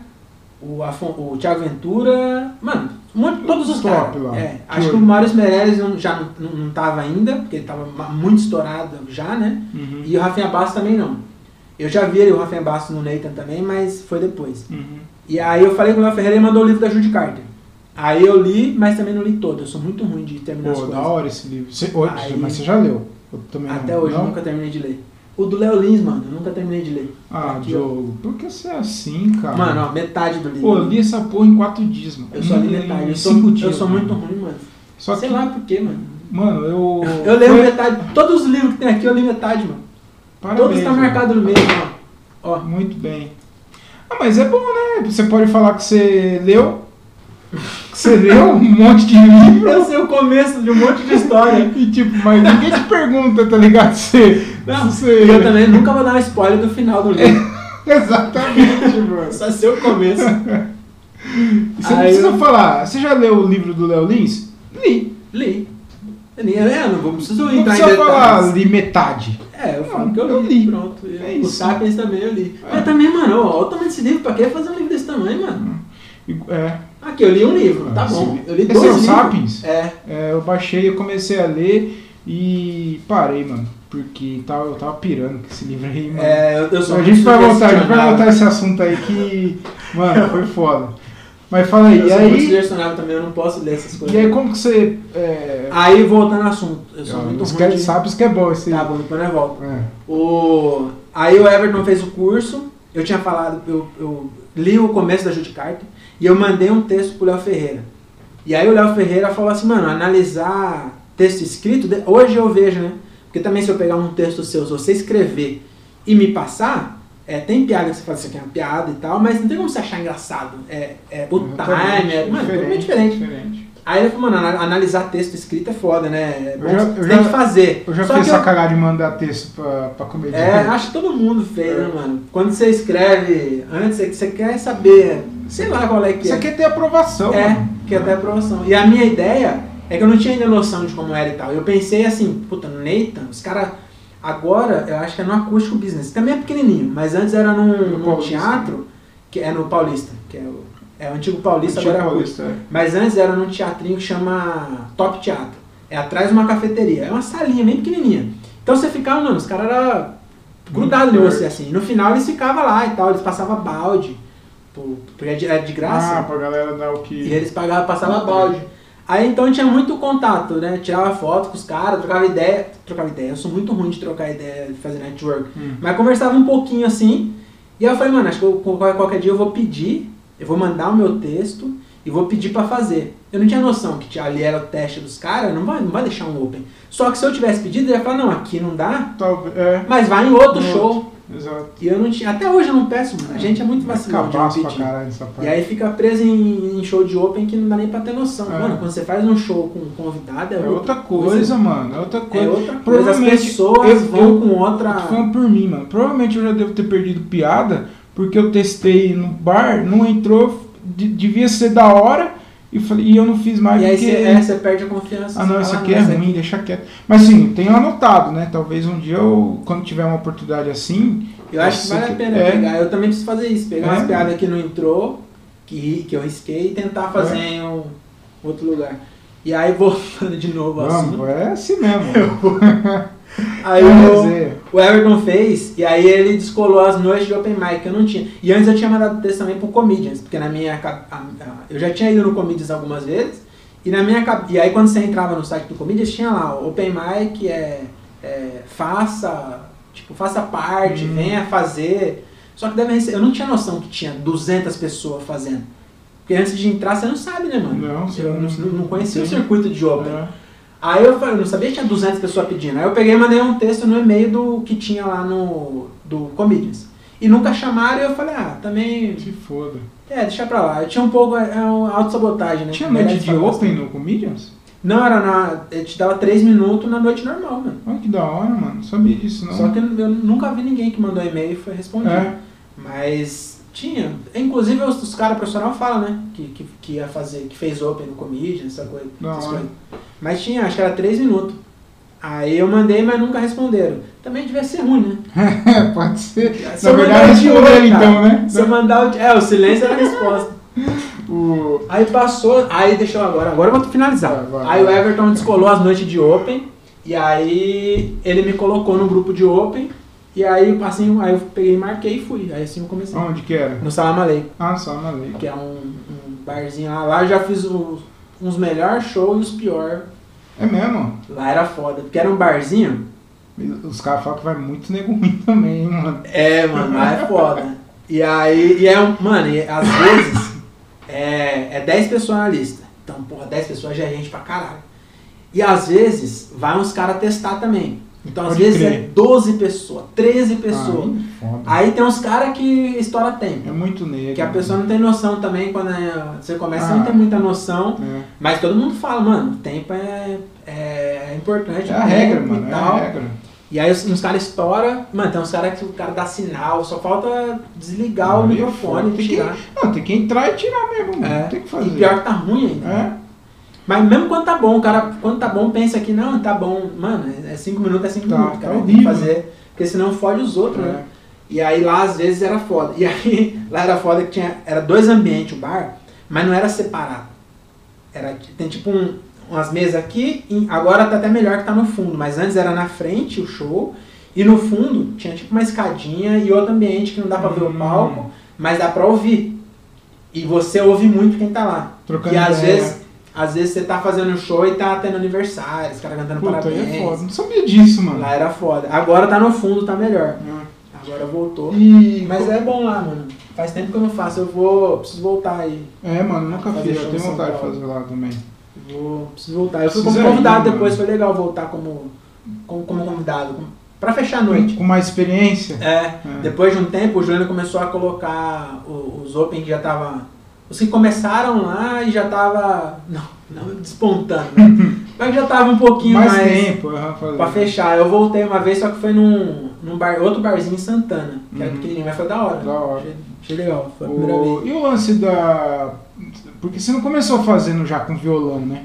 Speaker 2: o, Afon, o Thiago Ventura. Mano, um monte- todos os
Speaker 1: Top
Speaker 2: caras.
Speaker 1: lá.
Speaker 2: É,
Speaker 1: Que
Speaker 2: acho que o
Speaker 1: olho.
Speaker 2: Maurício Meirelles não, já não, não, não tava ainda, porque ele tava ma- muito estourado já, né?
Speaker 1: Uhum.
Speaker 2: E o Rafinha Bastos também não. Eu já vi ele, o Rafinha Bastos no Nathan também, mas foi depois.
Speaker 1: Uhum.
Speaker 2: E aí eu falei com o Léo Ferreira e mandou o livro da Judy Carter. Aí eu li, mas também não li todo. Eu sou muito ruim de
Speaker 1: Pô,
Speaker 2: terminar as
Speaker 1: da
Speaker 2: coisas.
Speaker 1: hora esse livro. Você, ô,
Speaker 2: Aí-
Speaker 1: Mas você já leu? Eu também
Speaker 2: Até
Speaker 1: não.
Speaker 2: hoje, eu
Speaker 1: não?
Speaker 2: nunca terminei de ler. O do Léo Lins, mano, eu nunca terminei de ler.
Speaker 1: Ah,
Speaker 2: Aqui, ó.
Speaker 1: Diogo, por que você é assim, cara?
Speaker 2: Mano, ó, metade do livro.
Speaker 1: Pô, eu li essa porra em quatro dias, mano.
Speaker 2: Eu só li metade.
Speaker 1: Em
Speaker 2: Eu sou,
Speaker 1: cinco
Speaker 2: eu
Speaker 1: dias.
Speaker 2: sou
Speaker 1: mano.
Speaker 2: muito ruim, mano.
Speaker 1: Só
Speaker 2: Sei
Speaker 1: que,
Speaker 2: lá por quê, mano.
Speaker 1: mano, eu.
Speaker 2: Eu leio
Speaker 1: Foi-
Speaker 2: metade. Todos os livros que tem aqui eu li metade, mano.
Speaker 1: Parabéns,
Speaker 2: todos tá estão
Speaker 1: mano.
Speaker 2: marcados no meio, ó. Ó.
Speaker 1: Muito bem. Ah, mas é bom, né? Você pode falar que você leu. Que você leu um *laughs* monte de livro.
Speaker 2: Eu sei o começo de um monte de história.
Speaker 1: *laughs* E tipo, mas ninguém te pergunta, tá ligado? Você.
Speaker 2: Não,
Speaker 1: você...
Speaker 2: e eu também nunca vou dar um spoiler do final do livro.
Speaker 1: *laughs* Exatamente, mano.
Speaker 2: Só ser o
Speaker 1: *laughs*
Speaker 2: começo.
Speaker 1: E Você não
Speaker 2: Aí
Speaker 1: precisa
Speaker 2: eu-
Speaker 1: falar. Você já leu o livro do Léo Lins? Li.
Speaker 2: Li. Eu, nem, eu não vou preciso
Speaker 1: Não
Speaker 2: entrar em
Speaker 1: precisa falar
Speaker 2: detalhes.
Speaker 1: li metade.
Speaker 2: É, eu falo
Speaker 1: Não,
Speaker 2: que eu,
Speaker 1: Ah, eu
Speaker 2: li.
Speaker 1: li.
Speaker 2: Pronto. Eu,
Speaker 1: É
Speaker 2: o
Speaker 1: isso.
Speaker 2: Sapiens também eu li.
Speaker 1: É.
Speaker 2: Mas também, mano, ó, olha o tamanho desse livro. Pra que fazer um livro desse tamanho, mano?
Speaker 1: E- É,
Speaker 2: Aqui, eu li um livro,
Speaker 1: Hum. Ah,
Speaker 2: tá bom.
Speaker 1: esse-
Speaker 2: Eu li
Speaker 1: esse
Speaker 2: dois
Speaker 1: é o
Speaker 2: livros.
Speaker 1: Sapiens?
Speaker 2: É.
Speaker 1: é, eu baixei, eu comecei a ler e parei, mano. Porque tava, eu tava pirando com esse livro aí, mano.
Speaker 2: É, eu, eu sou
Speaker 1: Hum. a
Speaker 2: muito
Speaker 1: gente vai voltar, a gente vai
Speaker 2: sugestionável.
Speaker 1: voltar esse assunto aí que. Mano, foi foda. Mas fala aí,
Speaker 2: Eu
Speaker 1: e
Speaker 2: sou muito
Speaker 1: aí,
Speaker 2: sugestionável também, eu não posso ler essas coisas.
Speaker 1: e aí como que você. É,
Speaker 2: Aí, voltando ao assunto, Ah, eu sou
Speaker 1: ah,
Speaker 2: muito
Speaker 1: os
Speaker 2: ruim
Speaker 1: caras
Speaker 2: de...
Speaker 1: sabem isso que é bom esse.
Speaker 2: Tá bom, depois nós volta.
Speaker 1: É.
Speaker 2: O... Aí o Everton fez o curso, eu tinha falado, eu, eu li o começo da Judy Carter e eu mandei um texto pro Léo Ferreira. E aí o Léo Ferreira falou assim, mano, analisar texto escrito, de- hoje eu vejo, né? Porque também se eu pegar um texto seu, se você escrever e me passar, é, tem piada que você fala, isso aqui é uma piada e tal, mas não tem como você achar engraçado. É, é o time, é, mano, é totalmente diferente. Aí ele falou, mano, ana- analisar texto escrito é foda, né? É bom,
Speaker 1: Eu já-
Speaker 2: você
Speaker 1: eu
Speaker 2: tem
Speaker 1: já-
Speaker 2: que fazer.
Speaker 1: Eu já
Speaker 2: Só
Speaker 1: fiz
Speaker 2: que eu-
Speaker 1: essa cagada de mandar texto pra, pra comédia.
Speaker 2: é, acho que todo mundo fez, né, mano? Quando você escreve antes, você- você quer saber, sei lá qual é que
Speaker 1: Isso
Speaker 2: é.
Speaker 1: aqui é ter aprovação.
Speaker 2: É,
Speaker 1: mano.
Speaker 2: que até aprovação. E a minha ideia é que eu não tinha ainda noção de como era e tal. Eu pensei assim, puta, Nathan, os caras. Agora, eu acho que é no Acústico Business. Também é pequenininho, mas antes era num,
Speaker 1: No
Speaker 2: num
Speaker 1: Paulista.
Speaker 2: teatro, que é no Paulista, que é o, é o antigo Paulista,
Speaker 1: Antigo
Speaker 2: agora é Acústico.
Speaker 1: Paulista, é.
Speaker 2: Mas antes era num teatrinho que chama Top Teatro. É atrás de uma cafeteria. É uma salinha bem pequenininha. Então você ficava, mano, os caras eram grudados em
Speaker 1: Muito
Speaker 2: você, assim. No final eles ficavam lá e tal, eles passavam balde, pô, porque era de- era de
Speaker 1: Ah,
Speaker 2: graça.
Speaker 1: pra galera dar o que.
Speaker 2: e eles pagavam, passavam balde. Aí então tinha muito contato, né? Tirava foto com os caras, trocava ideia. Trocava ideia, eu sou muito ruim de trocar ideia, de fazer network.
Speaker 1: Hum.
Speaker 2: Mas conversava um pouquinho assim. E aí eu falei, mano, acho que eu- qual- qualquer dia eu vou pedir, eu vou mandar o meu texto e vou pedir pra fazer. Eu não tinha noção que tinha- ali era o teste dos caras, não vai, não vai deixar um open. Só que se eu tivesse pedido, eu ia falar, não, aqui não dá,
Speaker 1: Talvez. É,
Speaker 2: mas vai em outro
Speaker 1: No
Speaker 2: show.
Speaker 1: exato.
Speaker 2: E eu não tinha. Até hoje eu não peço, mano. A gente é muito vacilão de não
Speaker 1: Cabaço pra
Speaker 2: pedir.
Speaker 1: caralho essa
Speaker 2: E
Speaker 1: parte.
Speaker 2: aí fica preso em, em show de open que não dá nem pra ter noção.
Speaker 1: É.
Speaker 2: Mano, quando você faz um show com um convidado, é,
Speaker 1: É outra coisa, mano. É outra
Speaker 2: É
Speaker 1: coisa.
Speaker 2: outra coisa. As
Speaker 1: Provavelmente,
Speaker 2: pessoas
Speaker 1: eu-
Speaker 2: vão
Speaker 1: eu- um
Speaker 2: com outra.
Speaker 1: Tô falando por mim, mano. Provavelmente eu já devo ter perdido piada, porque eu testei no bar, não entrou, de- devia ser da hora, e, falei- e eu não fiz mais
Speaker 2: E aí
Speaker 1: porque.
Speaker 2: você, é, você perde a confiança.
Speaker 1: Ah não,
Speaker 2: Você
Speaker 1: isso
Speaker 2: fala,
Speaker 1: aqui é
Speaker 2: "Nossa,
Speaker 1: ruim, deixa quieto. Mas sim, tenho anotado, né? Talvez um dia eu, quando tiver uma oportunidade assim.
Speaker 2: Eu acho que
Speaker 1: isso
Speaker 2: vale a
Speaker 1: aqui-
Speaker 2: pena
Speaker 1: é.
Speaker 2: pegar. Eu também preciso fazer isso. Pegar
Speaker 1: É.
Speaker 2: umas piadas que não entrou, que, que eu risquei, e tentar fazer
Speaker 1: É?
Speaker 2: em um, outro lugar. E aí, *laughs* voltando de novo ao assunto.
Speaker 1: Vamos, é assim mesmo.
Speaker 2: Aí
Speaker 1: É,
Speaker 2: eu,
Speaker 1: Zé.
Speaker 2: O Everton fez, e aí ele descolou as noites de open mic que eu não tinha. E antes eu tinha mandado texto também pro Comedians, porque na minha. ca- a- a- eu já tinha ido no Comedians algumas vezes, e na minha. ca- E aí quando você entrava no site do Comedians, tinha lá, o open mic é. é, faça. Tipo, faça parte,
Speaker 1: Hum.
Speaker 2: venha fazer. Só que deve receber. Eu não tinha noção que tinha 200 pessoas fazendo. Porque antes de entrar você não sabe, né, mano?
Speaker 1: Não, você
Speaker 2: eu não,
Speaker 1: não-
Speaker 2: não conhecia o
Speaker 1: Sim.
Speaker 2: circuito de open.
Speaker 1: É.
Speaker 2: Aí eu falei, eu não sabia que tinha 200 pessoas pedindo. Aí eu peguei e mandei um texto no e-mail do que tinha lá no do Comedians. E nunca chamaram e eu falei, ah, também.
Speaker 1: Se foda.
Speaker 2: É, deixa pra lá. Eu tinha um pouco. É uma autossabotagem, né?
Speaker 1: Tinha
Speaker 2: Melhor
Speaker 1: noite de
Speaker 2: falar.
Speaker 1: open no Comedians?
Speaker 2: Não, era na. Eu te dava 3 minutos na noite normal, mano.
Speaker 1: Olha que da hora, mano. Não sabia disso, não.
Speaker 2: Só que eu nunca vi ninguém que mandou e-mail e foi respondido.
Speaker 1: É.
Speaker 2: Mas tinha. Inclusive os, os caras profissionais falam, né? Que, que, que ia fazer, que fez open no comedian, essa coisa.
Speaker 1: Da
Speaker 2: essas
Speaker 1: hora.
Speaker 2: coisas. Mas tinha, acho que era 3 minutos. Aí eu mandei, mas nunca responderam. Também devia ser ruim, né?
Speaker 1: É, *laughs* pode ser.
Speaker 2: Se
Speaker 1: Na
Speaker 2: eu mandar
Speaker 1: verdade,
Speaker 2: o de
Speaker 1: responderam
Speaker 2: hoje, cara.
Speaker 1: então, né?
Speaker 2: Se eu mandar o. de- É, o silêncio era a
Speaker 1: *laughs*
Speaker 2: resposta.
Speaker 1: O...
Speaker 2: Aí passou, aí deixou agora, agora eu vou finalizar.
Speaker 1: Vai, vai,
Speaker 2: aí
Speaker 1: vai.
Speaker 2: o Everton descolou as noites de Open, e aí ele me colocou no grupo de Open, e aí assim, aí eu peguei, marquei e fui. Aí assim eu comecei.
Speaker 1: Onde que era?
Speaker 2: No Salamalei.
Speaker 1: Ah, só na lei.
Speaker 2: que é um, um barzinho lá. Lá eu já fiz os- uns melhores shows e os piores.
Speaker 1: É mesmo?
Speaker 2: Lá era foda, porque era um barzinho.
Speaker 1: Os caras falam que vai muito nego ruim *laughs* também, hein, mano.
Speaker 2: É, mano, lá é foda. E aí, e é um, mano, e às vezes é, é 10 pessoas na lista. Então, porra, 10 pessoas já é gente pra caralho. E às vezes vai uns caras testar também. Então, às
Speaker 1: Pode
Speaker 2: vezes
Speaker 1: crer.
Speaker 2: é 12 pessoas, 13 pessoas.
Speaker 1: Ah, foda.
Speaker 2: Aí tem uns caras que estoura tempo.
Speaker 1: É muito negro.
Speaker 2: Que a pessoa não tem noção também quando é- você começa,
Speaker 1: Ah.
Speaker 2: não tem muita noção.
Speaker 1: É,
Speaker 2: Mas todo mundo fala, mano, o tempo é, é importante.
Speaker 1: é
Speaker 2: o
Speaker 1: a regra,
Speaker 2: tempo
Speaker 1: mano.
Speaker 2: E,
Speaker 1: É
Speaker 2: tal.
Speaker 1: a regra.
Speaker 2: e aí os- uns caras estouram, mano, tem uns caras que o cara dá sinal, só falta desligar o
Speaker 1: Aí é
Speaker 2: microfone
Speaker 1: foda.
Speaker 2: e
Speaker 1: Tem que-
Speaker 2: tirar.
Speaker 1: Não, tem que entrar e tirar mesmo, mano.
Speaker 2: É.
Speaker 1: Tem que
Speaker 2: E
Speaker 1: fazer.
Speaker 2: pior que tá ruim ainda.
Speaker 1: É,
Speaker 2: Mas mesmo quando tá bom, o cara, quando tá bom, pensa que não, tá bom, mano, é 5 minutos, é 5
Speaker 1: Tá,
Speaker 2: minutos,
Speaker 1: tá
Speaker 2: cara. tem que
Speaker 1: horrível.
Speaker 2: fazer. Porque senão fode os outros, né?
Speaker 1: é.
Speaker 2: E aí lá às vezes era foda. E aí *laughs* lá era foda que tinha. Era dois ambientes o bar, mas não era separado. Era, tem tipo um- umas mesas aqui, e agora tá até melhor que tá no fundo, mas antes era na frente o show, e no fundo tinha tipo uma escadinha e outro ambiente que não dá pra ver o
Speaker 1: Hum.
Speaker 2: palco, mas dá pra ouvir. E você ouve muito quem tá lá.
Speaker 1: Trocando
Speaker 2: e às
Speaker 1: ideia.
Speaker 2: vezes, às vezes você tá fazendo show e tá tendo aniversário, os caras cantando
Speaker 1: Puta, aí
Speaker 2: parabéns.
Speaker 1: é foda. Não sabia disso, mano.
Speaker 2: Lá era foda. Agora tá no fundo, tá melhor.
Speaker 1: É.
Speaker 2: Agora voltou.
Speaker 1: E...
Speaker 2: Mas é bom lá, mano. Faz tempo que eu não faço. Eu vou. Preciso voltar aí.
Speaker 1: É, mano, nunca
Speaker 2: Fazer
Speaker 1: fiz.
Speaker 2: show
Speaker 1: Eu
Speaker 2: em
Speaker 1: tenho
Speaker 2: São
Speaker 1: vontade de
Speaker 2: Paulo.
Speaker 1: fazer lá também.
Speaker 2: Vou. Preciso voltar. Eu fui como
Speaker 1: Precisa ir,
Speaker 2: convidado
Speaker 1: mano.
Speaker 2: depois. Foi legal voltar como, como, como convidado. como- pra fechar a noite.
Speaker 1: Com mais experiência.
Speaker 2: É. Depois de um tempo, o Júnior começou a colocar o- os Open que já tava. Os que começaram lá e já tava. Não, não despontando.
Speaker 1: *laughs*
Speaker 2: né? Mas já tava um pouquinho
Speaker 1: mais,
Speaker 2: mais.
Speaker 1: tempo. aham, fazer.
Speaker 2: Pra fechar. Eu voltei uma vez, só que foi num, num bar, outro barzinho em Santana. Que era
Speaker 1: Uhum.
Speaker 2: pequenininho, mas foi da hora.
Speaker 1: Da hora.
Speaker 2: Achei, achei legal. Foi a primeira vez.
Speaker 1: O... E o lance da... Porque você não começou fazendo já com violão, né?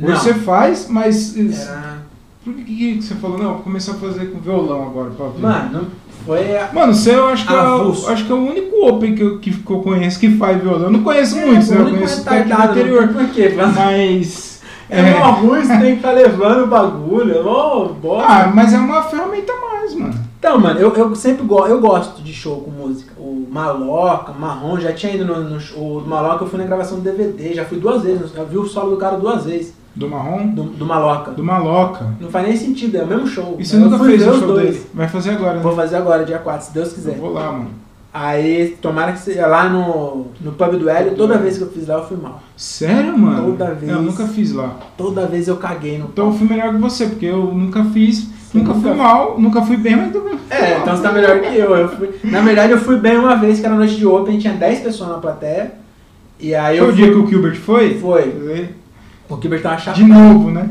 Speaker 1: Hoje
Speaker 2: Não.
Speaker 1: você faz, mas...
Speaker 2: Era...
Speaker 1: Por que, que você falou? Não, vou começar a fazer com violão agora. Pra ver.
Speaker 2: Mano, foi. a-
Speaker 1: Mano, você eu acho que, é,
Speaker 2: Avulso.
Speaker 1: o- acho que é o único Open que eu, que, que eu conheço que faz violão. Eu não conheço
Speaker 2: É,
Speaker 1: muitos, né?
Speaker 2: o
Speaker 1: Eu
Speaker 2: único
Speaker 1: conheço até aqui do
Speaker 2: retardado,
Speaker 1: interior.
Speaker 2: Por quê? Mas
Speaker 1: Mas.
Speaker 2: é, mó ruim, você tem que tá levando o bagulho. É mó bosta.
Speaker 1: Ah, mas é uma ferramenta a mais, mano.
Speaker 2: Então, mano, eu, eu sempre go eu gosto de show com música. O Maloca, o Marrom, já tinha ido no, no show do Maloca, eu fui na gravação do DVD, já fui duas vezes. Eu vi o solo do cara duas vezes,
Speaker 1: Do marrom?
Speaker 2: do, do Maloca.
Speaker 1: Do maloca.
Speaker 2: Não faz nem sentido, é o mesmo show.
Speaker 1: E
Speaker 2: Mas
Speaker 1: você
Speaker 2: eu
Speaker 1: nunca
Speaker 2: fui
Speaker 1: fez
Speaker 2: ver
Speaker 1: o
Speaker 2: os
Speaker 1: show dele? Vai fazer agora, né?
Speaker 2: Vou fazer agora, dia 4, se Deus
Speaker 1: Eu
Speaker 2: quiser.
Speaker 1: vou lá, mano.
Speaker 2: Aí, tomara que seja lá no, no pub do Hélio, toda vez que eu fiz lá eu fui mal.
Speaker 1: Sério, mano?
Speaker 2: Toda vez.
Speaker 1: Eu nunca fiz lá.
Speaker 2: Toda vez eu caguei no
Speaker 1: Então eu
Speaker 2: pau.
Speaker 1: fui melhor que você, porque eu nunca fiz, nunca,
Speaker 2: nunca-
Speaker 1: fui mal, nunca fui bem, mas nunca fui
Speaker 2: É,
Speaker 1: mal.
Speaker 2: então você tá melhor que eu. eu fui- Na verdade, eu fui bem uma vez, que era noite de Open, tinha 10 pessoas na plateia. E aí
Speaker 1: Foi
Speaker 2: eu
Speaker 1: o dia
Speaker 2: fui.
Speaker 1: que o Gilbert foi?
Speaker 2: Foi. O Gilbert tava
Speaker 1: De
Speaker 2: chapado.
Speaker 1: novo, né?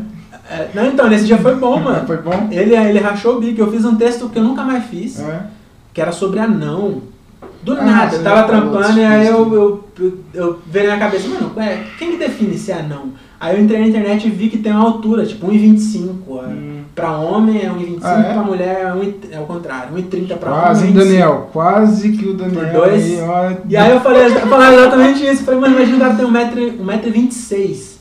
Speaker 2: É, Não, então, nesse dia
Speaker 1: *laughs*
Speaker 2: foi bom, mano.
Speaker 1: Foi bom?
Speaker 2: Ele, ele rachou o bico. Eu fiz um texto que eu nunca mais fiz,
Speaker 1: É.
Speaker 2: que era sobre anão. Do
Speaker 1: Ah,
Speaker 2: nada, eu
Speaker 1: você
Speaker 2: tava
Speaker 1: já falou
Speaker 2: trampando e aí
Speaker 1: disso.
Speaker 2: eu, eu, eu, eu veio na minha cabeça, mano, é, quem que define ser anão? Aí eu entrei na internet e vi que tem uma altura, tipo 1,25. ó.
Speaker 1: Hum.
Speaker 2: Pra homem é 1,25,
Speaker 1: Ah, é?
Speaker 2: pra mulher é, 1, é o contrário, 1,30 pra
Speaker 1: Quase,
Speaker 2: homem. é
Speaker 1: hein,
Speaker 2: 1,25.
Speaker 1: Daniel? Quase que o Daniel.
Speaker 2: Por dois.
Speaker 1: aí, olha-
Speaker 2: E aí eu falei, eu falei exatamente isso. Eu falei, mano, imagina o cara tem 1,26m. Um metro, e vinte e seis.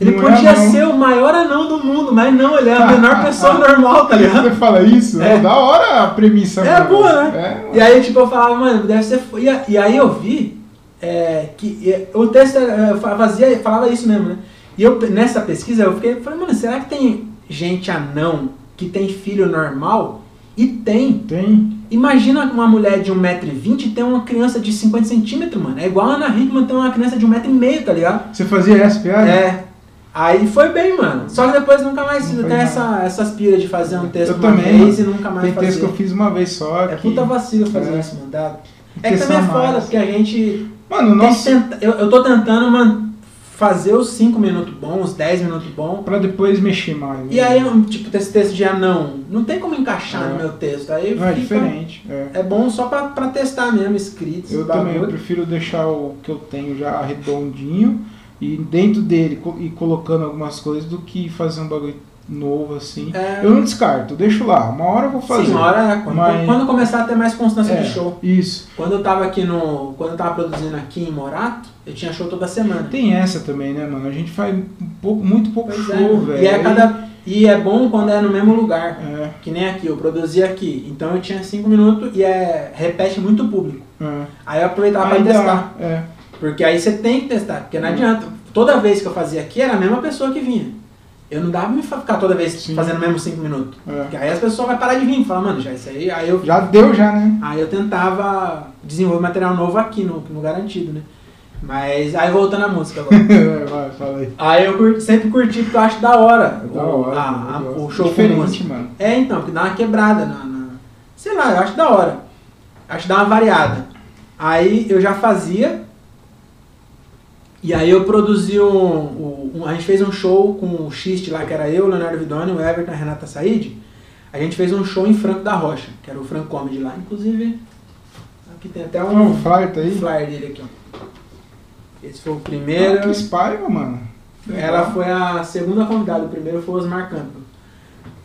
Speaker 2: ele
Speaker 1: Não é
Speaker 2: podia
Speaker 1: anão.
Speaker 2: ser o maior anão do mundo, mas não, ele é a
Speaker 1: *laughs*
Speaker 2: menor pessoa normal, tá ligado?
Speaker 1: Você fala isso?
Speaker 2: É.
Speaker 1: É. Da hora a premissa.
Speaker 2: É
Speaker 1: mano.
Speaker 2: boa,
Speaker 1: É.
Speaker 2: E aí, tipo, eu falava, mano, deve ser. fo- E, a- e aí eu vi é, que e- o texto é, eu fa- fazia, falava isso mesmo, né? E eu, pe- nessa pesquisa, eu fiquei, falei, mano, será que tem gente anão que tem filho normal? E tem.
Speaker 1: Tem.
Speaker 2: Imagina uma mulher de 1,20m ter uma criança de 50 centímetros, mano. É igual a Ana Hickman ter uma criança de 1,5m, tá ligado?
Speaker 1: Você fazia essa piada?
Speaker 2: É. Aí foi bem, mano. Só que depois nunca mais
Speaker 1: Não
Speaker 2: fiz.
Speaker 1: foi
Speaker 2: Até
Speaker 1: nada.
Speaker 2: essa, essas piras de fazer um texto
Speaker 1: Eu
Speaker 2: uma
Speaker 1: também.
Speaker 2: vez e nunca mais
Speaker 1: Tem
Speaker 2: fazer.
Speaker 1: texto que eu fiz uma vez só.
Speaker 2: É
Speaker 1: que-
Speaker 2: puta vacilo fazer
Speaker 1: É.
Speaker 2: isso, mano. Dá- É que
Speaker 1: Porque
Speaker 2: também é
Speaker 1: são
Speaker 2: foda,
Speaker 1: mais.
Speaker 2: porque a gente.
Speaker 1: Mano,
Speaker 2: tem que
Speaker 1: nossa.
Speaker 2: tenta- eu, eu tô tentando man- fazer os 5 minutos bons, os 10 minutos bons.
Speaker 1: Pra depois mexer mais. né?
Speaker 2: E aí, eu, tipo, esse texto de anão, não tem como encaixar
Speaker 1: É.
Speaker 2: no meu texto. Aí
Speaker 1: Não, é
Speaker 2: fica-
Speaker 1: diferente. É.
Speaker 2: é bom só pra, pra testar mesmo, escritos.
Speaker 1: Eu
Speaker 2: e
Speaker 1: também eu
Speaker 2: bagulho.
Speaker 1: prefiro deixar o que eu tenho já redondinho e dentro dele co- e colocando algumas coisas do que fazer um bagulho novo assim.
Speaker 2: É.
Speaker 1: Eu não descarto, eu deixo lá. Uma hora eu vou fazer.
Speaker 2: Sim, uma hora, né? quando,
Speaker 1: Mas-
Speaker 2: quando começar a ter mais constância
Speaker 1: É,
Speaker 2: de show.
Speaker 1: Isso.
Speaker 2: Quando eu tava aqui no. Quando eu tava produzindo aqui em Morato, eu tinha show toda semana.
Speaker 1: Tem essa também, né, mano? A gente faz um pouco- muito pouco
Speaker 2: Pois é,
Speaker 1: show, velho.
Speaker 2: e, é cada, e é bom quando é no mesmo lugar.
Speaker 1: É,
Speaker 2: Que nem aqui, eu produzi aqui. Então eu tinha 5 minutos e é, repete muito público.
Speaker 1: é.
Speaker 2: Aí eu aproveitava pra
Speaker 1: Aí dá,
Speaker 2: testar.
Speaker 1: é.
Speaker 2: Porque aí você tem que testar. Porque não
Speaker 1: Hum.
Speaker 2: adianta. Toda vez que eu fazia aqui era a mesma pessoa que vinha. Eu não dava pra me fa- ficar toda vez
Speaker 1: Sim.
Speaker 2: fazendo o mesmo 5 minutos.
Speaker 1: É.
Speaker 2: Porque aí as pessoas vão parar de vir e falar, mano, já isso aí. Aí eu,
Speaker 1: Já deu, já, né? *laughs*
Speaker 2: aí eu tentava desenvolver material novo aqui no, no garantido, né? Mas aí voltando à
Speaker 1: *laughs*
Speaker 2: música agora.
Speaker 1: É, Vai, fala aí.
Speaker 2: aí eu curti- sempre curti porque eu acho da hora.
Speaker 1: É da
Speaker 2: o,
Speaker 1: hora.
Speaker 2: a-
Speaker 1: eu
Speaker 2: a-
Speaker 1: gosto.
Speaker 2: o Ah, um show com música.
Speaker 1: Diferente, mano.
Speaker 2: É, então, porque dá uma quebrada na, na- Sei lá, eu acho da hora. Acho que dá uma variada. Aí eu já fazia. E aí eu produzi um, um- um- A gente fez um show com o Xiste lá, que era eu, o Leonardo Vidoni, o Everton, a Renata Said. A gente fez um show em Franco da Rocha, que era o Franco Comedy lá. Inclusive, aqui tem até
Speaker 1: Então,
Speaker 2: um
Speaker 1: flyer tá aí.
Speaker 2: flyer dele aqui, ó. Esse foi o
Speaker 1: Ah,
Speaker 2: primeiro.
Speaker 1: que Spyro, mano.
Speaker 2: Ela foi a segunda convidada, o primeiro foi o Osmar Campos.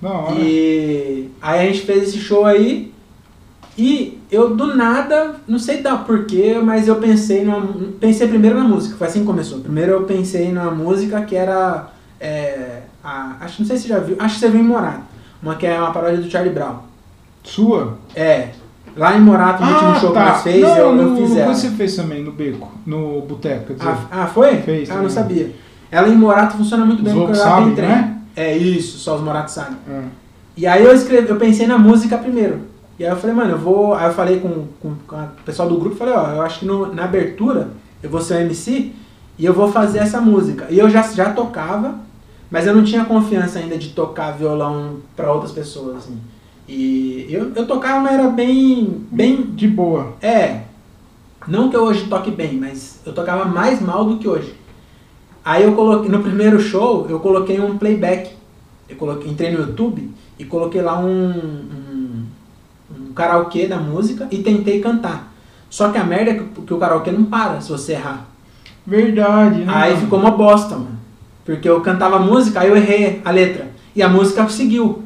Speaker 1: Da hora.
Speaker 2: E aí a gente fez esse show aí. E eu do nada, não sei dar porquê, mas eu pensei numa, pensei primeiro na música, foi assim que começou. Primeiro eu pensei numa música que era. é, a- acho não sei se você já viu, acho que você viu em Morato. Uma que é uma paródia do Charlie Brown.
Speaker 1: Sua?
Speaker 2: É. Lá em Morato, no último show que nós fez,
Speaker 1: Ah, tá. não,
Speaker 2: eu, eu
Speaker 1: no-
Speaker 2: fiz ela.
Speaker 1: Você fez também no beco, no boteco, quer dizer.
Speaker 2: Ah, ah, foi?
Speaker 1: Fez
Speaker 2: ah, não
Speaker 1: também.
Speaker 2: sabia. Ela em Morato funciona muito bem
Speaker 1: Os
Speaker 2: porque
Speaker 1: loucos
Speaker 2: ela tem
Speaker 1: sabem,
Speaker 2: trem.
Speaker 1: né?
Speaker 2: É isso, só os Moratos sabem.
Speaker 1: É.
Speaker 2: E aí eu escrevi, eu pensei na música primeiro. E aí eu falei, mano, eu vou. Aí eu falei com, com, com a- o pessoal do grupo, falei, ó, eu acho que no- na abertura eu vou ser o MC e eu vou fazer essa música. E eu já, já tocava, mas eu não tinha confiança ainda de tocar violão pra outras pessoas, assim. E eu, eu tocava, mas era bem. bem.
Speaker 1: De boa.
Speaker 2: É. Não que eu hoje toque bem, mas eu tocava mais mal do que hoje. Aí eu coloquei, no primeiro show, eu coloquei um playback. Eu coloquei, entrei no YouTube e coloquei lá um, um, um karaokê da música e tentei cantar. Só que a merda é que, que o karaokê não para se você errar.
Speaker 1: Verdade, né?
Speaker 2: Aí
Speaker 1: mano?
Speaker 2: ficou uma bosta, mano. Porque eu cantava a música, aí eu errei a letra. E a música seguiu.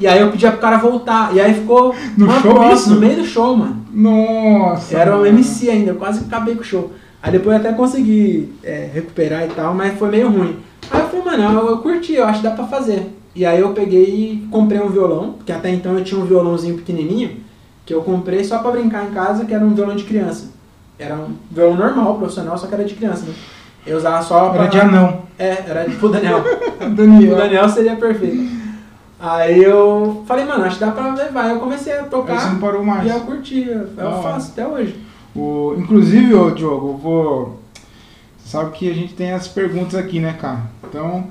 Speaker 2: E aí eu pedia pro cara voltar. E aí ficou
Speaker 1: No
Speaker 2: uma
Speaker 1: show
Speaker 2: bosta
Speaker 1: isso?
Speaker 2: no meio do show, mano.
Speaker 1: Nossa.
Speaker 2: Era um
Speaker 1: mano.
Speaker 2: MC ainda, eu quase acabei com o show. Aí depois eu até consegui é, recuperar e tal, mas foi meio ruim. Aí eu falei, mano, eu, eu curti, eu acho que dá pra fazer. E aí eu peguei e comprei um violão, porque até então eu tinha um violãozinho pequenininho, que eu comprei só pra brincar em casa, que era um violão de criança. Era um violão normal, profissional, só que era de criança, né? Eu usava só pra...
Speaker 1: Era de anão.
Speaker 2: *laughs* É, era tipo o Daniel.
Speaker 1: Daniel.
Speaker 2: O Daniel seria perfeito. Aí eu falei, mano, acho que dá pra levar. Aí eu comecei a
Speaker 1: Aí você
Speaker 2: tocar
Speaker 1: não parou
Speaker 2: e
Speaker 1: mais.
Speaker 2: eu curti. Eu
Speaker 1: Da hora.
Speaker 2: faço até hoje.
Speaker 1: O, inclusive, ô Diogo, eu vou. Sabe que a gente tem as perguntas aqui, né, cara? Então.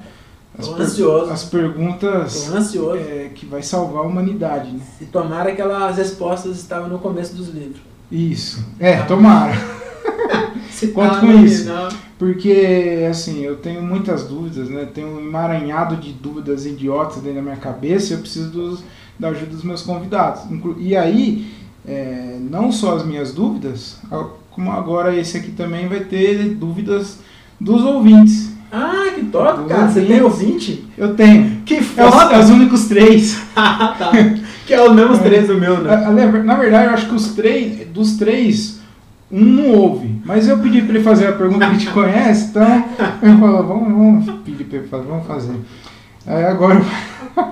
Speaker 1: As,
Speaker 2: Tô ansioso.
Speaker 1: as perguntas
Speaker 2: Tô ansioso.
Speaker 1: é, que vai salvar a humanidade, né?
Speaker 2: E tomara que aquelas respostas estavam no começo dos livros.
Speaker 1: Isso. É,
Speaker 2: Tá.
Speaker 1: tomara.
Speaker 2: Se
Speaker 1: Conto
Speaker 2: tá,
Speaker 1: com
Speaker 2: não,
Speaker 1: isso.
Speaker 2: não.
Speaker 1: Porque, assim, eu tenho muitas dúvidas, né? Tenho um emaranhado de dúvidas idiotas dentro da minha cabeça e eu preciso dos- da ajuda dos meus convidados. Inclu- E aí, é, não só as minhas dúvidas, a- como agora esse aqui também vai ter dúvidas dos ouvintes.
Speaker 2: Ah, que top,
Speaker 1: Os
Speaker 2: cara. Você tem ouvinte?
Speaker 1: Eu tenho.
Speaker 2: Que
Speaker 1: É os, é
Speaker 2: foda!
Speaker 1: os únicos três.
Speaker 2: Ah, tá. *laughs* Que é os mesmos três do meu, né?
Speaker 1: A- a- Na verdade, eu acho que os três, dos três, um não ouve. Mas eu pedi pra ele fazer a pergunta que a gente conhece, então ele falou, vamos, vamos pedir pra ele fazer, vamos fazer. Aí agora eu vou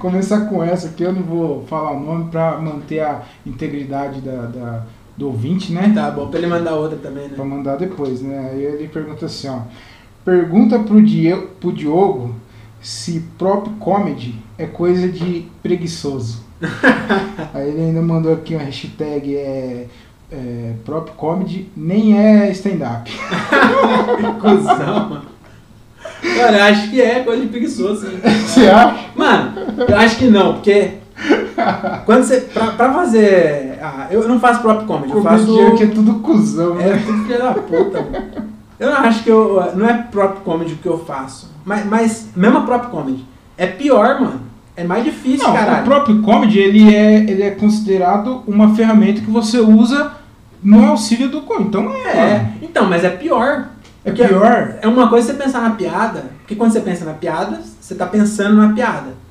Speaker 1: *laughs* começar com essa aqui, eu não vou falar o nome pra manter a integridade da, da- do ouvinte, né?
Speaker 2: Tá bom, pra ele mandar outra também, né?
Speaker 1: Pra mandar depois, né? Aí ele pergunta assim, ó. Pergunta pro, Diego, pro Diogo se prop comedy é coisa de preguiçoso.
Speaker 2: *laughs*
Speaker 1: Aí ele ainda mandou aqui uma hashtag é, é prop comedy nem é stand-up.
Speaker 2: Cusão, mano. Cara, eu acho que é coisa de preguiçoso. Né?
Speaker 1: *laughs* Você acha?
Speaker 2: Mano, eu acho que não, porque. Quando você. Pra, pra fazer. Ah, eu não faço próprio comedy, eu faço.
Speaker 1: Comediante é tudo cuzão, né?
Speaker 2: É tudo filha da puta, mano. Eu não acho que eu. Não é próprio comedy o que eu faço. Mas, mas mesmo a próprio comedy. É pior, mano. É mais difícil,
Speaker 1: Não,
Speaker 2: caralho.
Speaker 1: o próprio comedy ele é, ele é considerado uma ferramenta que você usa no auxílio do comedy. Então é.
Speaker 2: É, então, mas é pior.
Speaker 1: É
Speaker 2: Porque
Speaker 1: pior?
Speaker 2: É uma coisa você pensar na piada, porque quando você pensa na piada, você tá pensando na piada.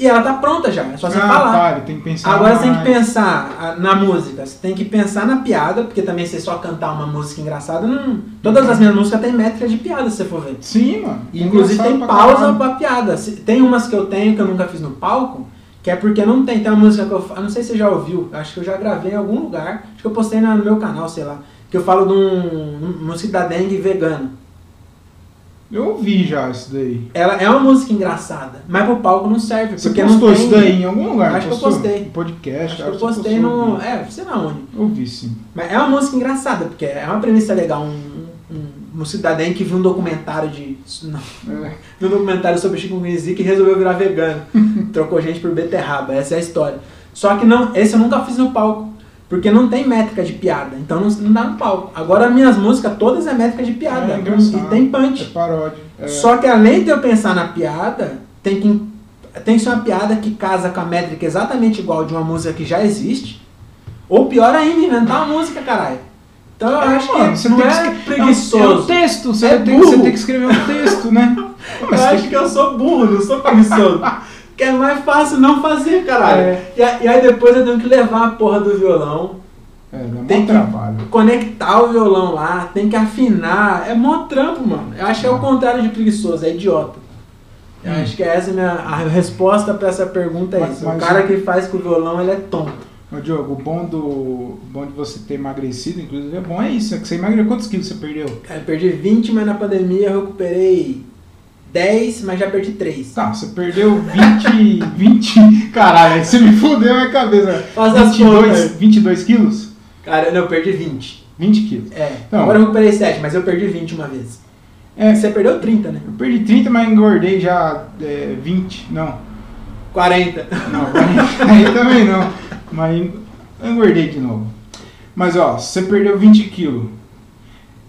Speaker 2: E ela tá pronta já, é só você
Speaker 1: ah,
Speaker 2: falar.
Speaker 1: tá, ele tem que pensar
Speaker 2: Agora você tem que
Speaker 1: mais.
Speaker 2: pensar ah, na música, você tem que pensar na piada, porque também você só cantar uma música engraçada, não.
Speaker 1: Uhum.
Speaker 2: Todas as minhas músicas têm métrica de piada, se você for ver.
Speaker 1: Sim, mano.
Speaker 2: E, inclusive
Speaker 1: Engraçado pra
Speaker 2: tem pausa
Speaker 1: caralho.
Speaker 2: pra piada. Se- Tem umas que eu tenho que eu nunca fiz no palco, que é porque não tem. Tem uma música que eu fa- eu não sei se você já ouviu, acho que eu já gravei em algum lugar, acho que eu postei na- no meu canal, sei lá, que eu falo de um, um- música da dengue vegana.
Speaker 1: Eu ouvi já isso daí.
Speaker 2: Ela é uma música engraçada, mas pro palco não serve.
Speaker 1: Você
Speaker 2: porque
Speaker 1: postou
Speaker 2: não tem,
Speaker 1: isso daí em algum lugar?
Speaker 2: Acho que eu
Speaker 1: Postou?
Speaker 2: postei.
Speaker 1: Em podcast?
Speaker 2: Acho que eu
Speaker 1: você
Speaker 2: postei
Speaker 1: postou,
Speaker 2: no.
Speaker 1: né?
Speaker 2: É, sei lá onde.
Speaker 1: Ouvi sim.
Speaker 2: Mas é uma música engraçada, porque é uma premissa legal. Um, um, um cidadão que viu um documentário de. Não,
Speaker 1: É.
Speaker 2: no documentário sobre chikungunya que resolveu virar vegano. Trocou gente por beterraba, essa é a história. Só que não, esse eu nunca fiz no palco, porque não tem métrica de piada, então não, não dá no palco. Agora minhas músicas todas é métrica de piada,
Speaker 1: É engraçado.
Speaker 2: e tem
Speaker 1: É
Speaker 2: punch.
Speaker 1: paródia. É.
Speaker 2: Só que além de eu pensar na piada, tem que, tem que ser uma piada que casa com a métrica exatamente igual de uma música que já existe, ou pior ainda, inventar uma música, caralho. Então eu
Speaker 1: É,
Speaker 2: acho
Speaker 1: mano,
Speaker 2: que não
Speaker 1: tem
Speaker 2: é
Speaker 1: escre-
Speaker 2: preguiçoso.
Speaker 1: É um texto, você,
Speaker 2: É
Speaker 1: tem, que- você
Speaker 2: burro.
Speaker 1: tem que escrever um texto, né? Não,
Speaker 2: *laughs* eu
Speaker 1: mas tem
Speaker 2: acho que eu sou burro, não sou preguiçoso. *laughs* que é mais fácil não fazer, caralho.
Speaker 1: É.
Speaker 2: E, a- e aí depois eu tenho que levar a porra do violão,
Speaker 1: É, dá
Speaker 2: Tem
Speaker 1: muito
Speaker 2: que-
Speaker 1: trabalho.
Speaker 2: conectar o violão lá, tem que afinar. É mó trampo, mano. Eu acho que é o contrário de preguiçoso, é idiota. Eu
Speaker 1: Hum.
Speaker 2: acho que essa é a minha a resposta pra essa pergunta é
Speaker 1: Mas-
Speaker 2: isso.
Speaker 1: mas-
Speaker 2: o cara que faz com o violão, ele é tonto.
Speaker 1: Ô, Diogo, o bom, do, o bom de você ter emagrecido, inclusive, é bom é isso. É que você emagreceu. Quantos quilos você perdeu?
Speaker 2: Cara, eu perdi 20, mas na pandemia eu recuperei 10, mas já perdi 3.
Speaker 1: Tá, você perdeu 20... 20... Caralho, aí você me fudeu a minha cabeça.
Speaker 2: Faz as
Speaker 1: 22,
Speaker 2: contas.
Speaker 1: 22 quilos?
Speaker 2: Cara, não, eu perdi 20.
Speaker 1: 20 quilos.
Speaker 2: É.
Speaker 1: Não.
Speaker 2: Agora eu recuperei 7, mas eu perdi 20 uma vez.
Speaker 1: É,
Speaker 2: Você perdeu 30, né?
Speaker 1: Eu perdi 30, mas engordei já é, 20. Não,
Speaker 2: 40.
Speaker 1: não, *laughs* 40 aí também não. Mas en- engordei de novo. Mas ó, se você perdeu 20 quilos.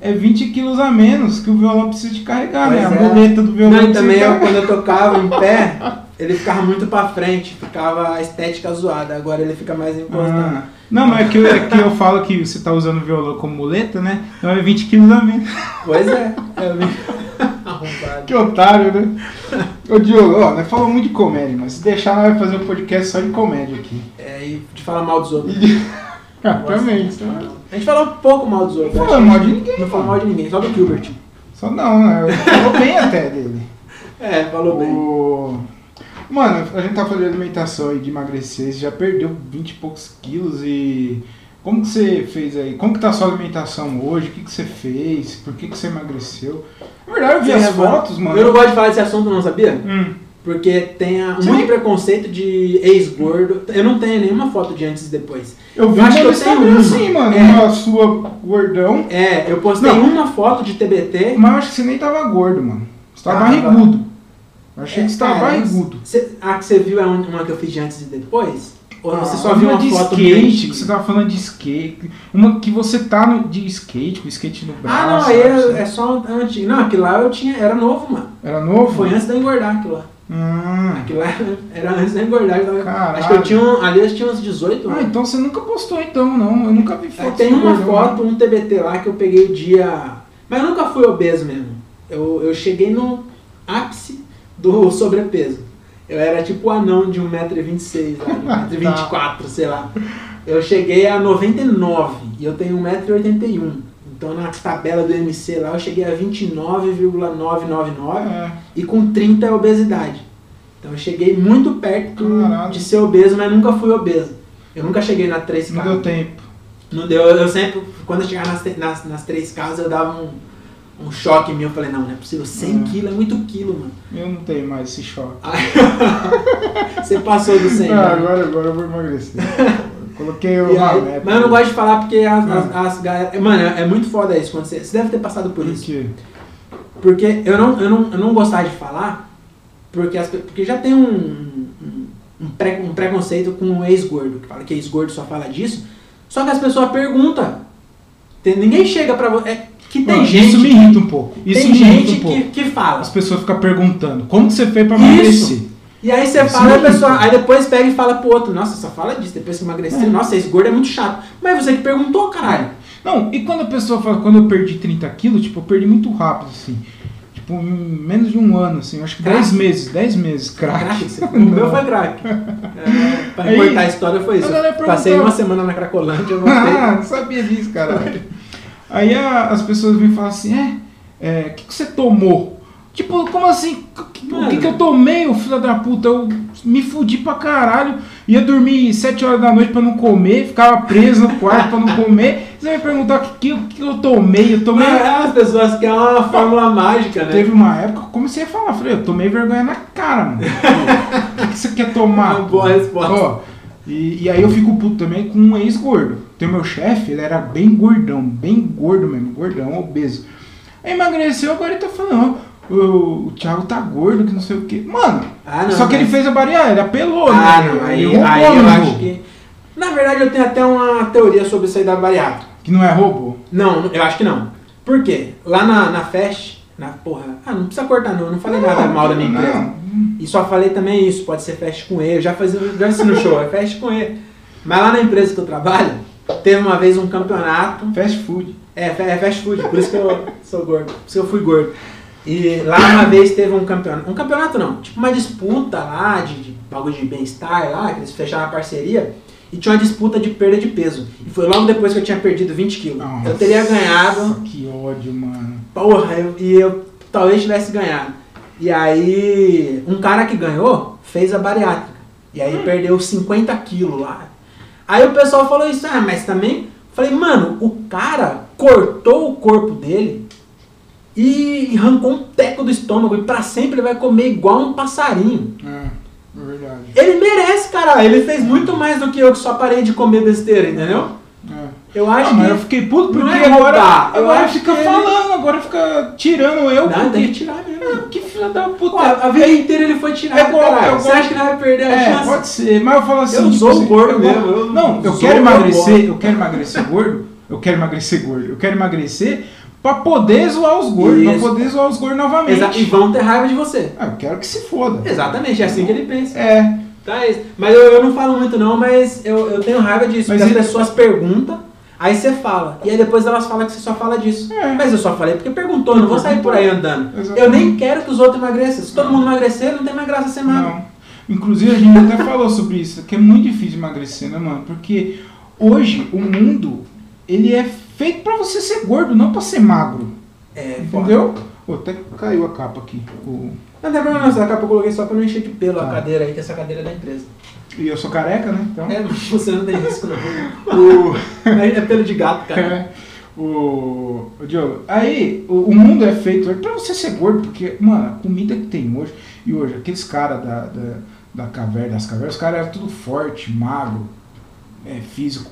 Speaker 1: É 20 quilos a menos que o violão precisa de carregar, né?
Speaker 2: Pois
Speaker 1: A
Speaker 2: é.
Speaker 1: muleta do violão
Speaker 2: Não, e
Speaker 1: precisa
Speaker 2: também é eu,
Speaker 1: carregar.
Speaker 2: quando eu tocava em pé, ele ficava muito pra frente, ficava a estética zoada. Agora ele fica mais encostado.
Speaker 1: Ah, não, mas é que, eu, é que eu falo que você tá usando o violão como muleta, né? Então é 20 quilos a menos.
Speaker 2: Pois é, eu vi. Arrombado.
Speaker 1: Que otário, né? Ô Diogo, ó, nós falamos muito de comédia, mas se deixar, nós vamos fazer um podcast só de comédia aqui.
Speaker 2: É, e de falar mal dos outros.
Speaker 1: Ah,
Speaker 2: Não gosto
Speaker 1: também.
Speaker 2: de falar mal. A gente falou um pouco mal dos outros.
Speaker 1: Não
Speaker 2: acho
Speaker 1: falou
Speaker 2: que
Speaker 1: mal de ninguém,
Speaker 2: Não falou
Speaker 1: mano.
Speaker 2: mal de ninguém, só do Gilbert.
Speaker 1: Só não, né? Eu falou bem até dele.
Speaker 2: É, falou bem.
Speaker 1: O- Mano, a gente tá falando de alimentação e de emagrecer, você já perdeu 20 e poucos quilos e. Como que você fez aí? Como que tá a sua alimentação hoje? O que, que você fez? Por que, que você emagreceu? Na verdade, eu vi
Speaker 2: Sim,
Speaker 1: as
Speaker 2: é, mano.
Speaker 1: fotos, mano.
Speaker 2: Eu não gosto de falar desse assunto, não, sabia?
Speaker 1: Hum,
Speaker 2: Porque tem a-
Speaker 1: Você
Speaker 2: muito
Speaker 1: nem-
Speaker 2: preconceito de ex-gordo. Eu não tenho nenhuma foto de antes e depois.
Speaker 1: Eu vi
Speaker 2: Eu
Speaker 1: uma
Speaker 2: acho que
Speaker 1: no
Speaker 2: eu tenho
Speaker 1: Instagram
Speaker 2: uma.
Speaker 1: assim, mano.
Speaker 2: É.
Speaker 1: Uma sua gordão.
Speaker 2: É, eu postei
Speaker 1: Não.
Speaker 2: uma foto de TBT.
Speaker 1: Mas eu acho que você nem tava gordo, mano. Você tava
Speaker 2: Tava.
Speaker 1: barrigudo. Eu achei que você tava
Speaker 2: Ah, É,
Speaker 1: barrigudo.
Speaker 2: cê- a que você viu é um- uma que eu fiz de antes e depois? Ou você só
Speaker 1: Ah,
Speaker 2: viu uma,
Speaker 1: de
Speaker 2: foto minha
Speaker 1: skate, que
Speaker 2: antiga?
Speaker 1: você tava falando de skate. Uma que você tá no, de skate, com skate no braço.
Speaker 2: Ah, não, aí
Speaker 1: sabe?
Speaker 2: eu- é só antigo. Não, aquilo lá eu tinha, era novo, mano.
Speaker 1: Era novo?
Speaker 2: Foi né? antes de eu engordar aquilo lá.
Speaker 1: Ah.
Speaker 2: Aquilo lá *laughs* era antes de eu engordar. eu tava-
Speaker 1: Caralho.
Speaker 2: Acho que eu tinha, um- ali eu tinha uns 18
Speaker 1: Ah,
Speaker 2: anos.
Speaker 1: então você nunca postou então, não. Eu nunca vi
Speaker 2: Aí
Speaker 1: foto.
Speaker 2: É, tem
Speaker 1: do
Speaker 2: uma
Speaker 1: gordão.
Speaker 2: foto, um TBT lá que eu peguei o dia. Mas eu nunca fui obeso mesmo. Eu, eu cheguei no ápice do *laughs* sobrepeso. Eu era tipo o anão de 1,26m,
Speaker 1: *laughs* Tá.
Speaker 2: 1,24m, sei lá. Eu cheguei a 99 e eu tenho 1,81m. Então na tabela do MC lá eu cheguei a 29,999
Speaker 1: É.
Speaker 2: e com 30 é obesidade. Então eu cheguei muito perto
Speaker 1: Caralho.
Speaker 2: de ser obeso, mas nunca fui obeso. Eu nunca cheguei na 3K.
Speaker 1: Não deu tempo.
Speaker 2: Não deu, eu sempre, quando eu chegava nas, te- nas, nas três casas, eu dava um, um choque em mim. Eu falei, não, não é possível, 100
Speaker 1: É.
Speaker 2: quilos é muito quilo, mano.
Speaker 1: Eu não tenho mais esse choque.
Speaker 2: Aí, você passou do 100,
Speaker 1: Ah,
Speaker 2: mano.
Speaker 1: agora, agora eu vou
Speaker 2: *laughs*
Speaker 1: emagrecer. Eu né? Coloquei
Speaker 2: né? E
Speaker 1: uma
Speaker 2: aí-
Speaker 1: meta.
Speaker 2: mas eu não gosto de falar porque as, as,
Speaker 1: É.
Speaker 2: as galera. Mano, é é muito foda isso. Quando você, você deve ter passado por
Speaker 1: Por
Speaker 2: isso.
Speaker 1: quê?
Speaker 2: Porque eu não, eu não, eu não gostava de falar, porque, as, pe- porque já tem um, um, um pré- um preconceito com o ex-gordo, que fala que ex-gordo só fala disso. Só que as pessoas perguntam. Tem- ninguém chega pra você. É, que tem
Speaker 1: Mano,
Speaker 2: gente.
Speaker 1: Isso me irrita um pouco. Isso
Speaker 2: tem
Speaker 1: me irrita
Speaker 2: gente
Speaker 1: um pouco.
Speaker 2: que, que
Speaker 1: As
Speaker 2: fala.
Speaker 1: pessoas ficam perguntando, como que você fez pra
Speaker 2: Isso.
Speaker 1: emagrecer?
Speaker 2: E aí você
Speaker 1: Isso
Speaker 2: fala, a
Speaker 1: mesmo.
Speaker 2: pessoa, aí depois pega e fala pro outro, nossa, só fala disso, depois que emagreceu, nossa, esse gordo é muito chato. Mas você que perguntou, caralho.
Speaker 1: Não, e quando a pessoa fala, quando eu perdi 30 quilos, tipo, eu perdi muito rápido, assim. Tipo, em menos de um ano, assim, eu acho que
Speaker 2: Crack.
Speaker 1: 10 meses, 10 meses, crack.
Speaker 2: Crack, você- o meu
Speaker 1: *laughs*
Speaker 2: foi crack. É, pra
Speaker 1: Aí,
Speaker 2: cortar a história foi
Speaker 1: a
Speaker 2: isso.
Speaker 1: galera
Speaker 2: Passei
Speaker 1: perguntou.
Speaker 2: uma semana na Cracolândia,
Speaker 1: *laughs*
Speaker 2: eu voltei.
Speaker 1: Ah, não sabia disso, cara. Aí a- as pessoas vêm falar assim, é, é, o que, que você tomou? Tipo, como assim? O que- O que,
Speaker 2: Mano.
Speaker 1: que eu tomei, ô filho da puta? Eu me fudi pra caralho, ia dormir 7 horas da noite pra não comer, ficava preso no quarto pra não comer. Você vai me perguntar o que, o que eu tomei? Eu tomei.
Speaker 2: Mas as pessoas querem uma fórmula mágica, né?
Speaker 1: Teve uma época que eu comecei a falar, falei, eu tomei vergonha na cara,
Speaker 2: *laughs*
Speaker 1: mano. O que que você quer tomar?
Speaker 2: Uma boa resposta.
Speaker 1: Ó, e, e aí eu fico puto também com um ex-gordo. Tem meu chefe, ele era bem gordão, bem gordo mesmo, gordão, obeso. Aí emagreceu, agora ele tá falando, ó, o, o Thiago tá gordo, que não sei o que. Mano,
Speaker 2: Ah, não,
Speaker 1: só que
Speaker 2: mas-
Speaker 1: ele fez a bariátrica, ele apelou,
Speaker 2: Ah,
Speaker 1: né?
Speaker 2: não,
Speaker 1: Ele
Speaker 2: aí,
Speaker 1: roubou,
Speaker 2: aí eu
Speaker 1: né,
Speaker 2: acho
Speaker 1: vô?
Speaker 2: que... Na verdade, eu tenho até uma teoria sobre isso aí da bariátrica.
Speaker 1: Que não é roubo?
Speaker 2: Não, eu acho que não. Por quê? Lá na, na Fest, na porra. Ah, não precisa cortar, não. Eu não falei nada mal da minha
Speaker 1: não.
Speaker 2: empresa. E só falei também isso. Pode ser Fest com E. Eu já fiz já fiz no show, é Fest com E. Mas lá na empresa que eu trabalho, teve uma vez um campeonato
Speaker 1: Fast food.
Speaker 2: é, fa- é fast food, por isso que eu sou gordo, por isso que eu fui gordo. E lá uma vez teve um campeonato, um campeonato não, tipo uma disputa lá de, de bagulho de bem-estar lá, que eles fecharam a parceria, e tinha uma disputa de perda de peso. E foi logo depois que eu tinha perdido 20 quilos. Eu teria ganhado,
Speaker 1: Nossa, Que ódio, mano.
Speaker 2: porra, eu- e eu talvez tivesse ganhado. E aí, um cara que ganhou fez a bariátrica. E
Speaker 1: Hum.
Speaker 2: aí perdeu 50 quilos lá. Aí o pessoal falou isso, ah, mas também. Falei, mano, o cara cortou o corpo dele e arrancou um teco do estômago e pra sempre ele vai comer igual um passarinho.
Speaker 1: É, é verdade.
Speaker 2: Ele merece, cara. Ele fez muito mais do que eu que só parei de comer besteira, entendeu?
Speaker 1: É.
Speaker 2: Eu acho
Speaker 1: Ah, mas
Speaker 2: que.
Speaker 1: eu fiquei puto porque
Speaker 2: Não é
Speaker 1: agora,
Speaker 2: roubar, eu
Speaker 1: agora
Speaker 2: acho
Speaker 1: fica
Speaker 2: que-
Speaker 1: falando, agora fica tirando eu.
Speaker 2: Não, tem que
Speaker 1: porque...
Speaker 2: tirar mesmo.
Speaker 1: Ah, *laughs* que filha da puta.
Speaker 2: Pô, a vida inteira ele foi tirado,
Speaker 1: É igual-
Speaker 2: caralho.
Speaker 1: é igual-
Speaker 2: Você acha que ele vai perder a
Speaker 1: é,
Speaker 2: chance?
Speaker 1: pode ser, mas eu falo assim.
Speaker 2: Eu sou
Speaker 1: assim,
Speaker 2: gordo
Speaker 1: eu-
Speaker 2: mesmo, eu
Speaker 1: não, eu
Speaker 2: sou
Speaker 1: quero
Speaker 2: gordo.
Speaker 1: emagrecer, eu quero emagrecer gordo, eu quero emagrecer gordo, eu quero emagrecer pra poder zoar os gordos,
Speaker 2: Isso.
Speaker 1: pra poder zoar os gordos
Speaker 2: Exa- E
Speaker 1: novamente.
Speaker 2: vão ter raiva de você.
Speaker 1: Ah, eu quero que se foda.
Speaker 2: Exatamente, é assim que ele pensa.
Speaker 1: É,
Speaker 2: Tá, é isso. mas eu, eu não falo muito não, mas eu, eu tenho raiva disso.
Speaker 1: Mas
Speaker 2: porque
Speaker 1: ele-
Speaker 2: as pessoas perguntam, aí você fala. E aí depois elas falam que você só fala disso.
Speaker 1: É.
Speaker 2: Mas eu só falei porque perguntou, eu não vou sair por aí andando.
Speaker 1: Exatamente.
Speaker 2: Eu nem quero que os outros emagreçam. Se todo mundo emagrecer, não tem mais graça ser magro.
Speaker 1: Não. Inclusive a gente até falou sobre isso, que é muito difícil emagrecer, né, mano? Porque hoje o mundo ele é feito pra você ser gordo, não pra ser magro.
Speaker 2: É, foda.
Speaker 1: Entendeu? Pô, até caiu a capa aqui. O-
Speaker 2: Não tem problema não, essa capa eu coloquei só pra não encher de pelo
Speaker 1: Tá.
Speaker 2: a cadeira aí, que essa cadeira é da empresa.
Speaker 1: E eu sou careca, né? Então.
Speaker 2: É, *laughs* mas você não tem risco não.
Speaker 1: O...
Speaker 2: É pelo de gato, cara.
Speaker 1: É. O, o Diogo, aí o, o mundo é feito hoje pra você ser gordo, porque, mano, a comida que tem hoje. E hoje, aqueles caras da, da, da caverna, das cavernas, os caras eram tudo forte, magro, é, físico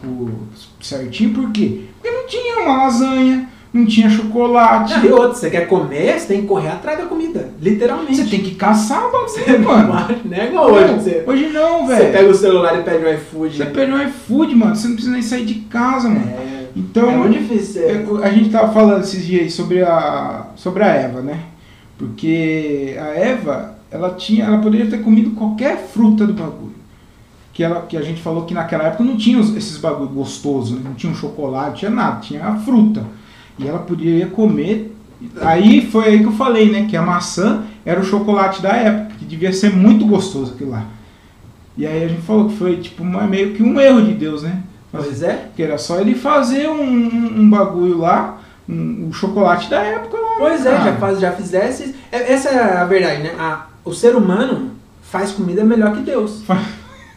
Speaker 1: certinho, por quê? Porque não tinha uma lasanha, não tinha chocolate.
Speaker 2: Não, e outro, você quer comer, você tem que correr atrás da comida. Literalmente.
Speaker 1: Você tem que caçar o bagulho, mano.
Speaker 2: *laughs* Não é igual hoje.
Speaker 1: Não,
Speaker 2: Você,
Speaker 1: Hoje não,
Speaker 2: você
Speaker 1: velho.
Speaker 2: pega o celular e pede um iFood.
Speaker 1: Você pede um iFood, mano, você não precisa nem sair de casa, mano.
Speaker 2: É,
Speaker 1: Então,
Speaker 2: é muito difícil. é.
Speaker 1: Eu- A gente tava falando esses dias aí sobre a sobre a Eva, né? Porque a Eva, ela tinha, ela poderia ter comido qualquer fruta do bagulho. Que ela que a gente falou que naquela época não tinha os- esses bagulho gostoso, né? não tinha um chocolate, tinha nada, tinha a fruta. E ela poderia comer. Aí foi aí que eu falei, né, que a maçã era o chocolate da época, que devia ser muito gostoso aquilo lá. E aí a gente falou que foi tipo uma- meio que um erro de Deus, né? Mas
Speaker 2: Pois é.
Speaker 1: que era só ele fazer um, um- um bagulho lá, um, o chocolate da época lá. *laughs*
Speaker 2: Pois é,
Speaker 1: cara.
Speaker 2: já, faz, já fizesse. é- Essa é a verdade, né? A- o ser humano faz comida melhor que Deus.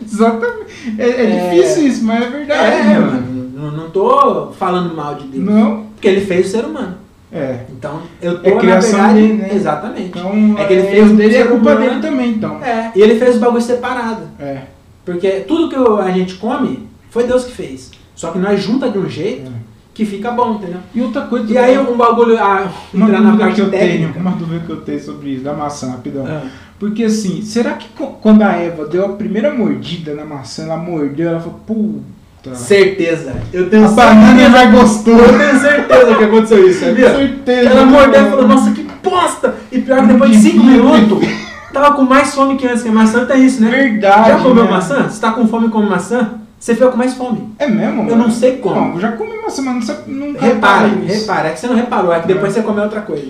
Speaker 1: Exatamente. É, é
Speaker 2: É.
Speaker 1: difícil isso, mas é verdade. né,
Speaker 2: Não, não tô falando mal de Deus.
Speaker 1: Não?
Speaker 2: Porque ele fez o ser humano.
Speaker 1: É.
Speaker 2: Então, eu tô,
Speaker 1: É
Speaker 2: na
Speaker 1: criação
Speaker 2: verdade,
Speaker 1: dele, né?
Speaker 2: exatamente.
Speaker 1: Então,
Speaker 2: É que ele
Speaker 1: é,
Speaker 2: fez
Speaker 1: o dele é
Speaker 2: ser
Speaker 1: culpa
Speaker 2: humano.
Speaker 1: dele também, então.
Speaker 2: É, e ele fez os bagulhos separados.
Speaker 1: É.
Speaker 2: Porque tudo que eu- a gente come foi Deus que fez. Só que nós junta de um jeito
Speaker 1: É.
Speaker 2: que fica bom, entendeu?
Speaker 1: E outra coisa.
Speaker 2: E aí um bagulho ah,
Speaker 1: uma
Speaker 2: entrar na
Speaker 1: dúvida
Speaker 2: parte
Speaker 1: que eu tenho,
Speaker 2: técnica.
Speaker 1: uma dúvida que eu tenho sobre isso, da maçã, rapidão.
Speaker 2: Ah,
Speaker 1: Porque assim, será que co- quando a Eva deu a primeira mordida na maçã, ela mordeu, ela falou, puta.
Speaker 2: certeza. Eu tenho
Speaker 1: A banana é
Speaker 2: certeza,
Speaker 1: mais
Speaker 2: *laughs* eu
Speaker 1: gostosa.
Speaker 2: tenho certeza que aconteceu isso, né?" sabia?
Speaker 1: Certeza.
Speaker 2: Ela mordeu e
Speaker 1: mano.
Speaker 2: falou, nossa, que bosta! E pior que depois de 5 minutos, tava com mais fome que antes, que a maçã tá isso, né?
Speaker 1: Verdade.
Speaker 2: Já comeu
Speaker 1: né?
Speaker 2: maçã? Você tá com fome e come maçã? Você fica com mais fome.
Speaker 1: É mesmo?
Speaker 2: Eu
Speaker 1: mano?
Speaker 2: não sei como.
Speaker 1: Não, eu já comi maçã, mas não sabe, nunca
Speaker 2: Repara,
Speaker 1: reparei nisso.
Speaker 2: repara. É que você não reparou, é que depois você come outra coisa.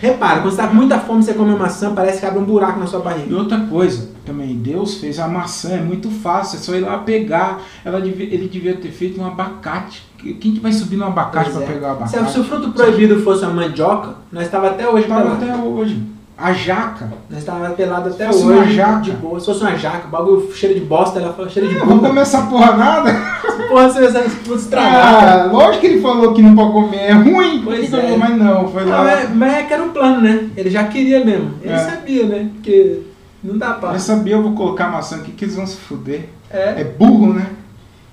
Speaker 2: Repara, quando você tá com muita fome, você come maçã, parece que abre um buraco na sua
Speaker 1: E
Speaker 2: barriga.
Speaker 1: outra coisa, também, Deus fez a maçã, é muito fácil, é só ir lá pegar. Ela devia- ele devia ter feito um abacate. Quem que vai subir no abacate
Speaker 2: Pois
Speaker 1: pra
Speaker 2: é.
Speaker 1: pegar o abacate?
Speaker 2: Se, se o fruto proibido fosse a mandioca, nós estava até hoje
Speaker 1: Eu tava
Speaker 2: pelado.
Speaker 1: até hoje. A jaca.
Speaker 2: Nós estava pelado até
Speaker 1: fosse
Speaker 2: hoje.
Speaker 1: uma jaca.
Speaker 2: De boa. Se fosse uma jaca, o bagulho cheiro de bosta, ela falou cheiro de
Speaker 1: Eu vou
Speaker 2: boca.
Speaker 1: comer essa porra nada?
Speaker 2: Porra, você vai ser estragado.
Speaker 1: Ah, lógico que ele falou que não pode comer, é ruim. Por
Speaker 2: Pois
Speaker 1: que que eu
Speaker 2: é.
Speaker 1: vou? Mas Ah, não, foi lá.
Speaker 2: Não, é, mas é que era um plano, né? Ele já queria mesmo. Ele
Speaker 1: É.
Speaker 2: sabia, né? Porque não dá pra.
Speaker 1: Eu sabia, eu vou colocar a maçã aqui que eles vão se fuder.
Speaker 2: É.
Speaker 1: É burro, né?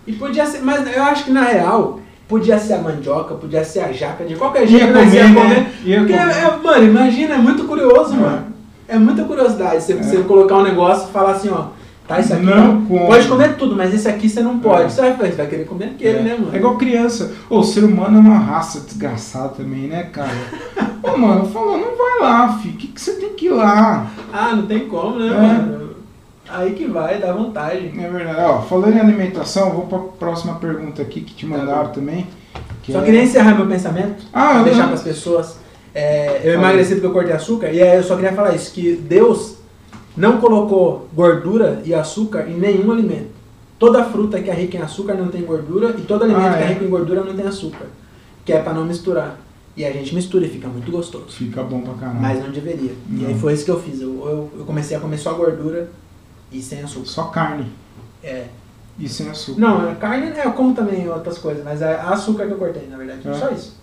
Speaker 2: E podia ser, mas eu acho que na real, podia ser a mandioca, podia ser a jaca, de qualquer
Speaker 1: Ia
Speaker 2: jeito nós ia
Speaker 1: comer,
Speaker 2: comer.
Speaker 1: né? Ia
Speaker 2: porque,
Speaker 1: comer.
Speaker 2: é, mano, imagina, é muito curioso,
Speaker 1: É.
Speaker 2: mano. É muita curiosidade você, você colocar um negócio e falar assim, ó, tá, isso aqui
Speaker 1: Não como.
Speaker 2: Pode comer tudo, mas esse aqui você não pode.
Speaker 1: É.
Speaker 2: Você, vai, você vai querer comer aquele,
Speaker 1: é.
Speaker 2: né, mano?
Speaker 1: É igual criança. Ô, o ser humano é uma raça desgraçada também, né, cara? Ô, mano, falou, não vai lá, filho. O que, que você tem que ir lá?
Speaker 2: Ah, não tem como, né,
Speaker 1: É.
Speaker 2: mano? Aí que vai, dá vantagem.
Speaker 1: É verdade. Ó, falando em alimentação, vou pra próxima pergunta aqui que te mandaram também. que
Speaker 2: Tá Só
Speaker 1: é-
Speaker 2: queria encerrar meu pensamento.
Speaker 1: Ah,
Speaker 2: pra
Speaker 1: eu
Speaker 2: deixar
Speaker 1: deixar
Speaker 2: para as pessoas. É, eu
Speaker 1: Fala.
Speaker 2: emagreci porque eu cortei açúcar e aí eu só queria falar isso, que Deus não colocou gordura e açúcar em nenhum alimento. Toda fruta que é rica em açúcar não tem gordura e todo alimento
Speaker 1: Ah,
Speaker 2: que é
Speaker 1: é.
Speaker 2: rico em gordura não tem açúcar, que é para não misturar. E a gente mistura e fica muito gostoso,
Speaker 1: Fica bom pra caramba.
Speaker 2: mas Ah. não deveria. E
Speaker 1: Não.
Speaker 2: aí foi isso que eu fiz. Eu, eu, eu comecei a comer só gordura e sem açúcar.
Speaker 1: Só carne
Speaker 2: É.
Speaker 1: e sem açúcar.
Speaker 2: Não, a carne né, eu como também outras coisas, mas é açúcar que eu cortei, na verdade.
Speaker 1: É.
Speaker 2: Só isso.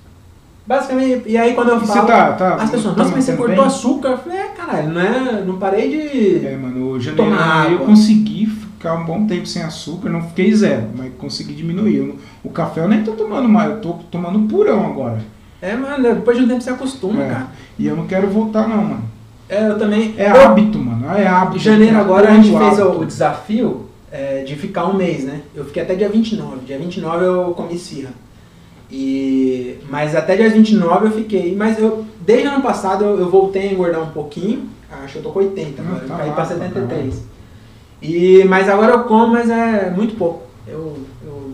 Speaker 2: Basicamente, e aí quando eu
Speaker 1: E
Speaker 2: falo.
Speaker 1: você tá, tá.
Speaker 2: As pessoas,
Speaker 1: tá
Speaker 2: nossa, mas você
Speaker 1: mantendo
Speaker 2: cortou
Speaker 1: bem?
Speaker 2: açúcar? Eu falei, é, caralho, não, é, não parei de.
Speaker 1: É, mano, o janeiro
Speaker 2: Tomar
Speaker 1: eu
Speaker 2: água.
Speaker 1: consegui ficar um bom tempo sem açúcar, não fiquei zero, mas consegui diminuir. Eu não- o café eu nem tô tomando mais, eu tô tomando purão agora.
Speaker 2: É, mano, depois de um tempo você acostuma,
Speaker 1: É.
Speaker 2: cara.
Speaker 1: E eu não quero voltar não, mano.
Speaker 2: É, eu também.
Speaker 1: É
Speaker 2: eu-
Speaker 1: hábito, mano. É hábito.
Speaker 2: Em janeiro
Speaker 1: É
Speaker 2: agora a
Speaker 1: todo
Speaker 2: gente fez o,
Speaker 1: hábito.
Speaker 2: o desafio é, de ficar um mês, né? Eu fiquei até dia 29. Dia 29 eu comi cirra. E, mas até dia 29 eu fiquei. Mas eu, desde ano passado eu, eu voltei a engordar um pouquinho. Acho que eu tô com 80
Speaker 1: Ah,
Speaker 2: agora.
Speaker 1: tá
Speaker 2: eu caí
Speaker 1: lá,
Speaker 2: pra
Speaker 1: tá
Speaker 2: 73. E, mas agora eu como, mas é muito pouco. Eu, eu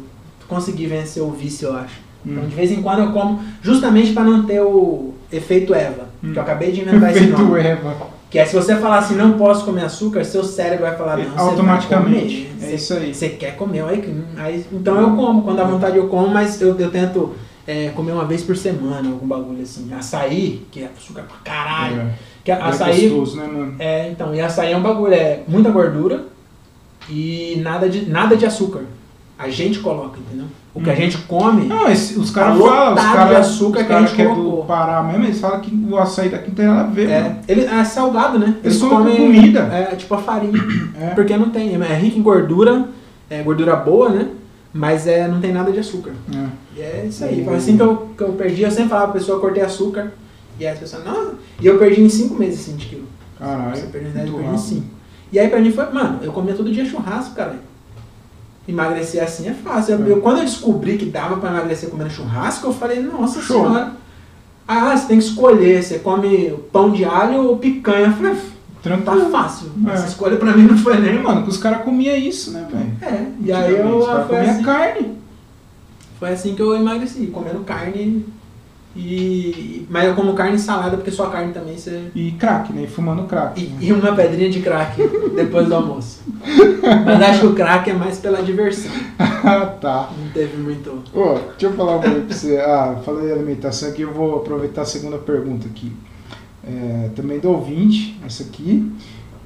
Speaker 2: consegui vencer o vício, eu acho. Então,
Speaker 1: Hum.
Speaker 2: de vez em quando eu como, justamente pra não ter o efeito Eva,
Speaker 1: Hum.
Speaker 2: que eu acabei de inventar
Speaker 1: *laughs*
Speaker 2: esse nome.
Speaker 1: Perfeito, Eva.
Speaker 2: Que é se você falar assim, não posso comer açúcar, seu cérebro vai falar, não, você vai
Speaker 1: Automaticamente.
Speaker 2: comer, né?
Speaker 1: É
Speaker 2: Você-
Speaker 1: isso aí.
Speaker 2: Você quer comer, aí, que- aí- então eu como, quando dá vontade eu como, mas eu, eu tento é, comer uma vez por semana, algum bagulho assim. Açaí, que é açúcar pra caralho.
Speaker 1: É.
Speaker 2: Que
Speaker 1: É
Speaker 2: açaí,
Speaker 1: gostoso, né, mano?
Speaker 2: é, então, e açaí é um bagulho, é muita gordura e nada de, nada de açúcar. A gente coloca, entendeu? O
Speaker 1: Hum.
Speaker 2: que a gente come.
Speaker 1: Não, esse- os caras
Speaker 2: Tá
Speaker 1: falam, os
Speaker 2: lotado
Speaker 1: caras.
Speaker 2: de açúcar
Speaker 1: os
Speaker 2: que a
Speaker 1: caras
Speaker 2: gente
Speaker 1: que é do
Speaker 2: colocou.
Speaker 1: Pará mesmo, eles falam que o açaí daqui não tem nada a ver, mano.
Speaker 2: É, ele, é salgado, né?
Speaker 1: Eles comem com comida.
Speaker 2: É, tipo a farinha.
Speaker 1: É.
Speaker 2: Porque não tem. É rico em gordura, é gordura boa, né? Mas é, não tem nada de açúcar.
Speaker 1: É.
Speaker 2: E é isso aí. Foi Assim que eu, que eu perdi, eu sempre falava pra pessoa, cortei açúcar. E aí as pessoas, nossa. E eu perdi em 5 meses assim, 5 quilos.
Speaker 1: Caralho,
Speaker 2: Você perdeu, né? Eu
Speaker 1: muito
Speaker 2: perdi em
Speaker 1: rápido.
Speaker 2: 5. E aí pra mim foi, mano, eu comia todo dia churrasco, cara. Emagrecer assim é fácil. Eu-
Speaker 1: É.
Speaker 2: eu- quando eu descobri que dava pra emagrecer comendo churrasco, eu falei, nossa
Speaker 1: Show.
Speaker 2: senhora. Ah, você tem que escolher, você come pão de alho ou picanha. Eu falei, tá
Speaker 1: Tranquilo.
Speaker 2: fácil.
Speaker 1: É.
Speaker 2: Essa escolha pra mim *laughs* não foi nem, mano.
Speaker 1: Mano, que os caras comiam isso, né, velho?
Speaker 2: É, e aí eu
Speaker 1: Antigamente, Os caras
Speaker 2: foi
Speaker 1: comiam
Speaker 2: assim,
Speaker 1: carne.
Speaker 2: foi assim que eu emagreci, comendo carne e. Mas eu como carne e salada, porque só carne também você.
Speaker 1: E crack, né? E fumando crack. né?
Speaker 2: E, e uma pedrinha de crack depois do almoço. Mas acho que o crack é mais pela diversão.
Speaker 1: *laughs* Ah, tá.
Speaker 2: Não teve muito.
Speaker 1: Ô, deixa eu falar uma coisa pra você. Ah, falei de alimentação aqui, eu vou aproveitar a segunda pergunta aqui. É, também do ouvinte, essa aqui.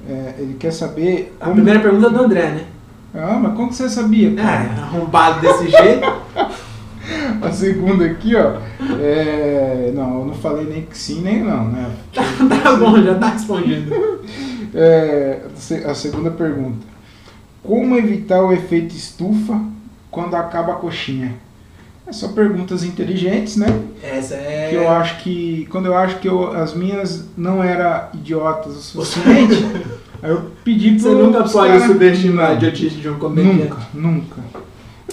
Speaker 1: É, ele quer saber.
Speaker 2: A primeira pergunta é do André, né?
Speaker 1: Ah, mas como que você sabia? cara?
Speaker 2: É, arrombado desse jeito. *laughs* Ah, é.
Speaker 1: A segunda aqui, ó. É... Não, eu não falei nem que sim, nem não, né?
Speaker 2: Tá, tá bom, já tá respondido.
Speaker 1: É, a se- A segunda pergunta. Como evitar o efeito estufa quando acaba a coxinha? É só perguntas inteligentes, né?
Speaker 2: Essa é.
Speaker 1: Que eu acho que. Quando eu acho que eu- as minhas não eram idiotas o suficiente, aí eu pedi pro.
Speaker 2: Você nunca
Speaker 1: pros
Speaker 2: pode
Speaker 1: caras-
Speaker 2: subestimar a
Speaker 1: Não,
Speaker 2: idiotice de um comediante.
Speaker 1: Nunca, nunca.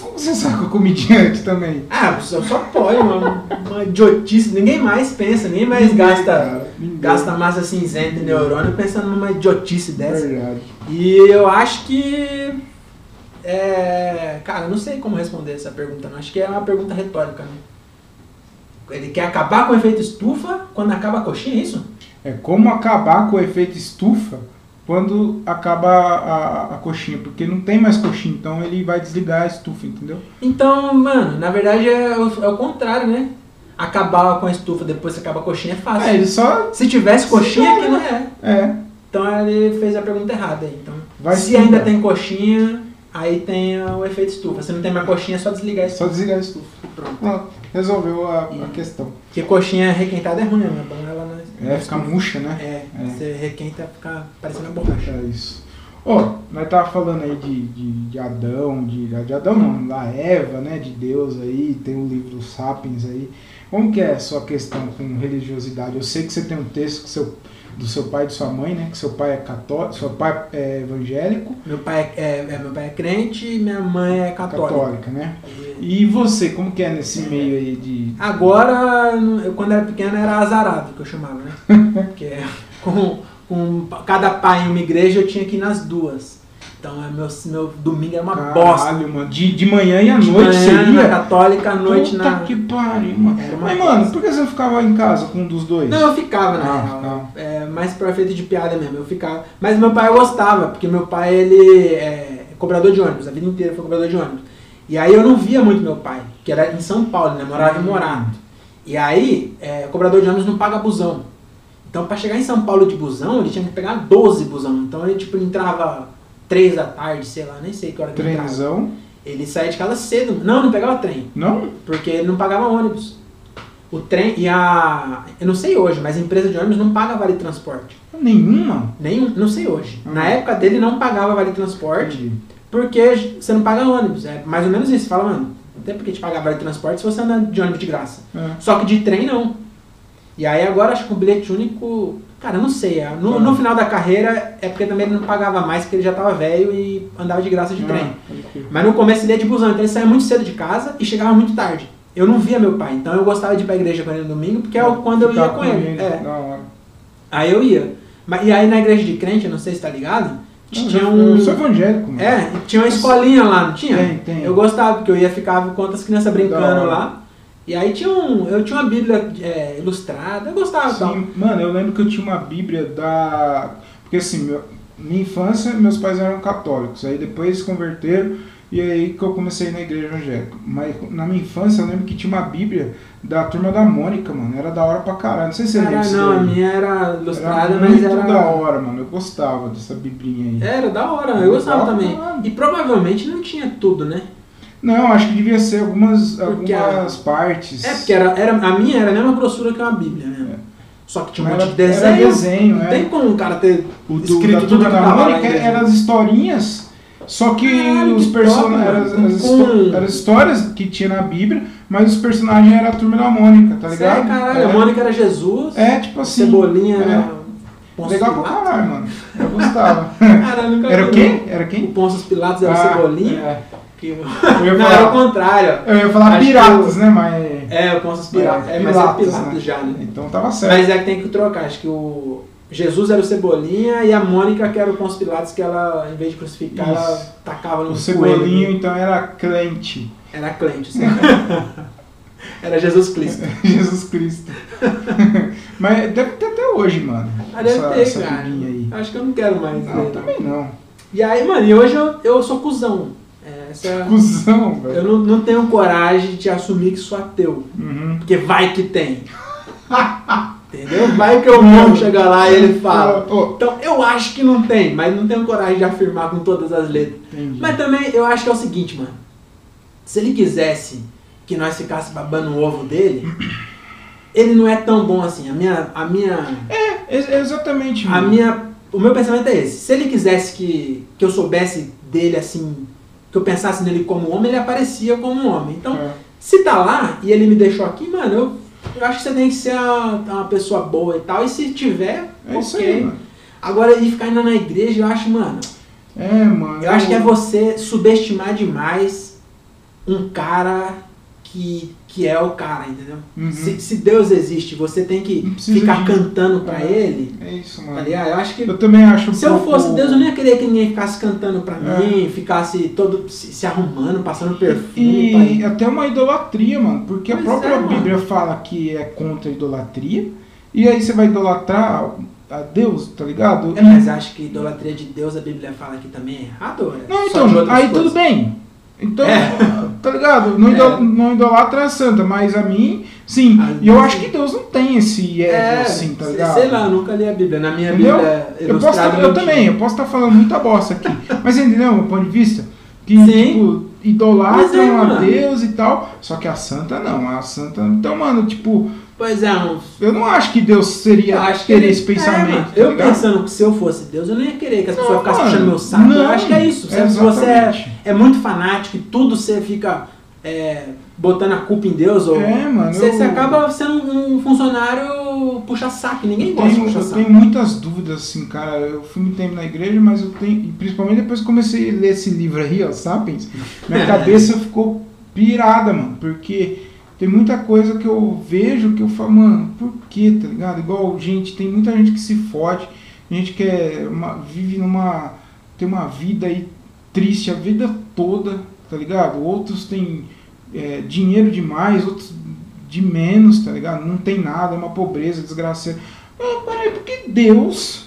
Speaker 1: Como você sabe que eu comediante também?
Speaker 2: Ah, só, só pode, uma, uma idiotice. Ninguém mais pensa, ninguém mais gasta,
Speaker 1: Cara, ninguém.
Speaker 2: gasta massa cinzenta e neurônio pensando numa idiotice dessa.
Speaker 1: É Verdade.
Speaker 2: E eu acho que. É, cara, eu não sei como responder essa pergunta, não. Acho que é uma pergunta retórica, né? Ele quer acabar com o efeito estufa quando acaba a coxinha, é isso?
Speaker 1: É como acabar com o efeito estufa quando acaba a, a coxinha, porque não tem mais coxinha, então ele vai desligar a estufa, entendeu?
Speaker 2: Então, mano, na verdade é o, é o contrário, né? Acabar com a estufa depois que acaba a coxinha é fácil.
Speaker 1: É, ele só
Speaker 2: Se tivesse coxinha,
Speaker 1: Sim,
Speaker 2: que não é.
Speaker 1: é,
Speaker 2: Então ele fez a pergunta errada aí. Então,
Speaker 1: Vai
Speaker 2: se
Speaker 1: estudar.
Speaker 2: ainda tem coxinha, aí tem o efeito estufa. Se não tem mais coxinha, é só desligar
Speaker 1: só
Speaker 2: isso.
Speaker 1: desligar a estufa.
Speaker 2: Pronto.
Speaker 1: Pronto, resolveu a, a questão.
Speaker 2: Porque coxinha requentada é ruim, né? Bom, ela não
Speaker 1: É, fica murcha, né?
Speaker 2: É,
Speaker 1: É.
Speaker 2: você requenta, fica parecendo uma borracha.
Speaker 1: É isso. Ó, nós tava falando aí de, de, de Adão, de, de Adão não, da Eva, né? De Deus aí, tem o livro dos Sapiens aí. Como que é a sua questão com religiosidade? Eu sei que você tem um texto que seu, do seu pai e de sua mãe, né? Que seu pai é católico, seu pai é evangélico,
Speaker 2: Meu pai é, é- meu pai é crente e minha mãe é católica.
Speaker 1: católica, né?
Speaker 2: E-
Speaker 1: E você, como que é nesse meio aí de.
Speaker 2: Agora, eu, quando era pequeno, era azarado que eu chamava,
Speaker 1: *laughs*
Speaker 2: né? Porque com, com cada pai em uma igreja eu tinha que ir nas duas. Então é meu, meu domingo era uma bosta.
Speaker 1: Caralho, mano. De, de manhã e à
Speaker 2: De
Speaker 1: noite
Speaker 2: manhã
Speaker 1: você
Speaker 2: na
Speaker 1: ia.
Speaker 2: católica, à noite
Speaker 1: Puta
Speaker 2: na.
Speaker 1: que pariu, mano.
Speaker 2: Era uma
Speaker 1: Mas, mano, por que você não ficava em casa com um dos dois?
Speaker 2: Não, eu ficava, na
Speaker 1: Ah,
Speaker 2: real.
Speaker 1: não.
Speaker 2: É, mais pra feito de piada mesmo, eu ficava. Mas meu pai gostava, porque meu pai, ele é cobrador de ônibus, a vida inteira foi cobrador de ônibus. E aí eu não via muito meu pai, que era em São Paulo, né? Morava em Morato. E aí, é, cobrador de ônibus não paga busão. Então, pra chegar em São Paulo de busão, ele tinha que pegar 12 busão. Então, ele, tipo, entrava 3 da tarde, sei lá, nem sei que hora que ele entrava.
Speaker 1: Trenzão?
Speaker 2: Ele saía de casa cedo. Não, não pegava trem.
Speaker 1: Não?
Speaker 2: Porque ele não pagava ônibus. O trem e a. Eu não sei hoje, mas a empresa de ônibus não paga vale transporte.
Speaker 1: Nenhuma?
Speaker 2: Nenhum, não sei hoje.
Speaker 1: Hum.
Speaker 2: Na época dele não pagava vale transporte,
Speaker 1: Entendi.
Speaker 2: porque você não paga ônibus. É mais ou menos isso. Você fala, mano, não tem porque te pagar vale transporte se você anda de ônibus de graça.
Speaker 1: É.
Speaker 2: Só que de trem não. E aí agora acho que o bilhete único. Cara, eu não sei. é, No,
Speaker 1: Ah.
Speaker 2: no final da carreira é porque também ele não pagava mais, porque ele já tava velho e andava de graça de trem.
Speaker 1: Ah, pode crer.
Speaker 2: Mas no começo ele ia de busão, então ele saía muito cedo de casa e chegava muito tarde. Eu não via meu pai, então eu gostava de ir pra igreja com ele no domingo, porque é o- quando eu ia
Speaker 1: Ficava né?
Speaker 2: com ele. É.
Speaker 1: Da hora.
Speaker 2: Aí eu ia. Mas- E aí na igreja de crente, eu não sei se tá ligado,
Speaker 1: Não,
Speaker 2: tinha
Speaker 1: eu-
Speaker 2: um.
Speaker 1: Eu sou evangélico, mano.
Speaker 2: É, tinha uma escolinha lá, não tinha?
Speaker 1: Tem, tem.
Speaker 2: Eu gostava, porque eu ia ficar com outras crianças
Speaker 1: Da
Speaker 2: brincando
Speaker 1: hora.
Speaker 2: lá. E aí tinha um. Eu tinha uma Bíblia é, ilustrada, eu gostava e tal.
Speaker 1: Sim, mano, eu lembro que eu tinha uma Bíblia da. Porque assim, meu- minha infância, meus pais eram católicos. Aí depois se converteram e aí que eu comecei na igreja evangélica. Mas na minha infância eu lembro que tinha uma Bíblia da turma da Mônica, mano. Era da hora pra caralho. Não sei se você
Speaker 2: Cara,
Speaker 1: lembra. disso
Speaker 2: não, a
Speaker 1: daí.
Speaker 2: minha era ilustrada,
Speaker 1: era
Speaker 2: mas
Speaker 1: muito
Speaker 2: era.
Speaker 1: da hora, mano. Eu gostava dessa biblinha aí.
Speaker 2: Era da hora, eu gostava
Speaker 1: Legal,
Speaker 2: também.
Speaker 1: mano.
Speaker 2: E provavelmente não tinha tudo, né?
Speaker 1: Não, acho que devia ser algumas,
Speaker 2: Porque
Speaker 1: algumas partes.
Speaker 2: É, porque era, era, a minha era a mesma grossura que uma bíblia mesmo. Só que tinha um
Speaker 1: Era-
Speaker 2: monte de desenho.
Speaker 1: É. Tipo, era desenho,
Speaker 2: não
Speaker 1: é.
Speaker 2: tem como o cara ter
Speaker 1: O do,
Speaker 2: escrito
Speaker 1: da
Speaker 2: tudo
Speaker 1: Turma
Speaker 2: que
Speaker 1: da
Speaker 2: tava lá
Speaker 1: Mônica
Speaker 2: em
Speaker 1: eram as historinhas, só que
Speaker 2: Caralho,
Speaker 1: os
Speaker 2: que top,
Speaker 1: personagens.
Speaker 2: mano.
Speaker 1: Eram as,
Speaker 2: Com-
Speaker 1: as histo- eram as histórias que tinha na Bíblia, mas os personagens eram a turma da Mônica, tá
Speaker 2: Sério,
Speaker 1: ligado?
Speaker 2: caralho, a
Speaker 1: é.
Speaker 2: Mônica era Jesus,
Speaker 1: é, tipo assim.
Speaker 2: Cebolinha né?
Speaker 1: é.
Speaker 2: era Pôncio
Speaker 1: Legal pra
Speaker 2: Pilatos.
Speaker 1: caralho, mano. Eu
Speaker 2: *laughs*
Speaker 1: gostava.
Speaker 2: Caralho, nunca
Speaker 1: Era
Speaker 2: vi,
Speaker 1: quem? Era
Speaker 2: não.
Speaker 1: quem?
Speaker 2: O Pôncio Pilatos era o
Speaker 1: Ah,
Speaker 2: Cebolinha.
Speaker 1: é.
Speaker 2: que-
Speaker 1: Eu ia
Speaker 2: *laughs* Não, era
Speaker 1: falar,
Speaker 2: o contrário.
Speaker 1: eu ia falar
Speaker 2: Acho que
Speaker 1: piratas, né? Mas.
Speaker 2: É, o Pôncio Pilatos. É, mas é
Speaker 1: Pilatos,
Speaker 2: Pilatos
Speaker 1: né?
Speaker 2: já, né?
Speaker 1: Então tava certo.
Speaker 2: Mas é que tem que trocar. Acho que o Jesus era o Cebolinha e a Mônica que era o Pôncio Pilatos que ela, em vez de crucificar,
Speaker 1: Isso.
Speaker 2: ela tacava no
Speaker 1: o
Speaker 2: coelho. né?
Speaker 1: Cebolinho, então, era crente.
Speaker 2: Era crente, assim. *laughs* Era Jesus Cristo.
Speaker 1: *laughs* Jesus Cristo. Mas deve ter até hoje, mano.
Speaker 2: Ah, deve
Speaker 1: essa,
Speaker 2: ter,
Speaker 1: essa
Speaker 2: cara.
Speaker 1: figurinha aí.
Speaker 2: Acho que eu não quero mais.
Speaker 1: Não, tá.
Speaker 2: né?
Speaker 1: também não.
Speaker 2: E aí, mano, e hoje eu, eu sou cuzão. É, essa-
Speaker 1: Cusão, velho.
Speaker 2: eu não, não tenho coragem de assumir que sou ateu.
Speaker 1: Uhum.
Speaker 2: Porque vai
Speaker 1: *laughs*
Speaker 2: que tem. Entendeu? Vai que eu vou chegar lá e ele fala.
Speaker 1: Ô, ô,
Speaker 2: Então, eu acho que não tem, mas não tenho coragem de afirmar com todas as letras.
Speaker 1: entendi.
Speaker 2: Mas também eu acho que é o seguinte, mano. Se ele quisesse que nós ficássemos babando o ovo dele, ele não é tão bom assim. A minha, a minha
Speaker 1: Ex- exatamente,
Speaker 2: a
Speaker 1: mano.
Speaker 2: minha, o meu pensamento é esse. Se ele quisesse que, que eu soubesse dele assim, que eu pensasse nele como homem, ele aparecia como homem. Então,
Speaker 1: É.
Speaker 2: se tá lá e ele me deixou aqui, mano, eu, eu acho que você tem que ser uma, uma pessoa boa e tal. E se tiver,
Speaker 1: É isso aí, mano.
Speaker 2: Agora, ele ficar indo na igreja, eu acho, mano,
Speaker 1: É, mano.
Speaker 2: eu acho que é você subestimar demais um cara que, que é o cara, entendeu?
Speaker 1: Uhum.
Speaker 2: Se, se Deus existe, você tem que
Speaker 1: Não precisa
Speaker 2: ficar
Speaker 1: de-
Speaker 2: cantando pra
Speaker 1: É.
Speaker 2: ele.
Speaker 1: É isso,
Speaker 2: Tá
Speaker 1: mano.
Speaker 2: ligado? Eu acho que
Speaker 1: Eu também acho um
Speaker 2: se eu
Speaker 1: pouco-
Speaker 2: fosse Deus, eu não ia querer que ninguém ficasse cantando pra
Speaker 1: É.
Speaker 2: mim, ficasse todo se, se arrumando, passando perfume.
Speaker 1: E até uma idolatria, mano. Porque
Speaker 2: Pois
Speaker 1: a própria
Speaker 2: é, mano.
Speaker 1: Bíblia fala que é contra a idolatria. E aí você vai idolatrar a Deus, tá ligado?
Speaker 2: pra- É, mas acho que idolatria de Deus, a Bíblia fala que também é errado. ou é
Speaker 1: Não,
Speaker 2: só de
Speaker 1: então,
Speaker 2: outras
Speaker 1: aí
Speaker 2: coisas?
Speaker 1: tudo bem. Então,
Speaker 2: É.
Speaker 1: *laughs* tá ligado? Não,
Speaker 2: É.
Speaker 1: idol, não idolatra a santa, mas a mim, sim.
Speaker 2: A
Speaker 1: E eu
Speaker 2: mim,
Speaker 1: acho
Speaker 2: sim.
Speaker 1: que Deus não tem esse ego,
Speaker 2: É,
Speaker 1: assim, tá
Speaker 2: sei-
Speaker 1: ligado?
Speaker 2: sei lá, eu nunca li a Bíblia. Na minha
Speaker 1: Entendeu?
Speaker 2: Bíblia é
Speaker 1: Eu, posso tá-
Speaker 2: ilustrada
Speaker 1: eu
Speaker 2: não tinha.
Speaker 1: também, eu posso estar falando muita bosta
Speaker 2: *laughs*
Speaker 1: aqui. Mas você entendeu meu ponto de vista? Que,
Speaker 2: Sim.
Speaker 1: tipo,
Speaker 2: Mas é,
Speaker 1: idolatram a
Speaker 2: mano.
Speaker 1: Deus e tal. Só que a santa não, a santa. Então, mano, tipo,
Speaker 2: Pois é, mano.
Speaker 1: eu não acho que Deus seria
Speaker 2: Eu acho que
Speaker 1: teria
Speaker 2: ele-
Speaker 1: esse
Speaker 2: É,
Speaker 1: pensamento.
Speaker 2: mano,
Speaker 1: tá
Speaker 2: eu
Speaker 1: ligado?
Speaker 2: pensando que se eu fosse Deus, eu não ia querer que as
Speaker 1: Não,
Speaker 2: pessoas ficassem
Speaker 1: mano,
Speaker 2: puxando meu saco. eu
Speaker 1: não,
Speaker 2: acho que é isso. Se você é,
Speaker 1: exatamente.
Speaker 2: é muito fanático e tudo você fica é, botando a culpa em Deus, ou
Speaker 1: É, mano,
Speaker 2: você,
Speaker 1: eu-
Speaker 2: você acaba sendo um um funcionário puxa-saco. Ninguém
Speaker 1: Eu
Speaker 2: gosta de
Speaker 1: tenho,
Speaker 2: puxar
Speaker 1: eu
Speaker 2: saco.
Speaker 1: tenho muitas dúvidas, assim, cara. Eu fui muito tempo na igreja, mas eu tenho. e Principalmente depois que comecei a ler esse livro aí, ó, Sapiens, minha cabeça ficou pirada, mano. Porque tem muita coisa que eu vejo que eu falo, mano, por quê, tá ligado? Igual, gente, tem muita gente que se fode, gente que é uma- vive numa. tem uma vida aí triste a vida toda, tá ligado? Outros têm é, dinheiro demais, outros de menos, tá ligado? Não tem nada, é uma pobreza desgraceira. Mas peraí, por que Deus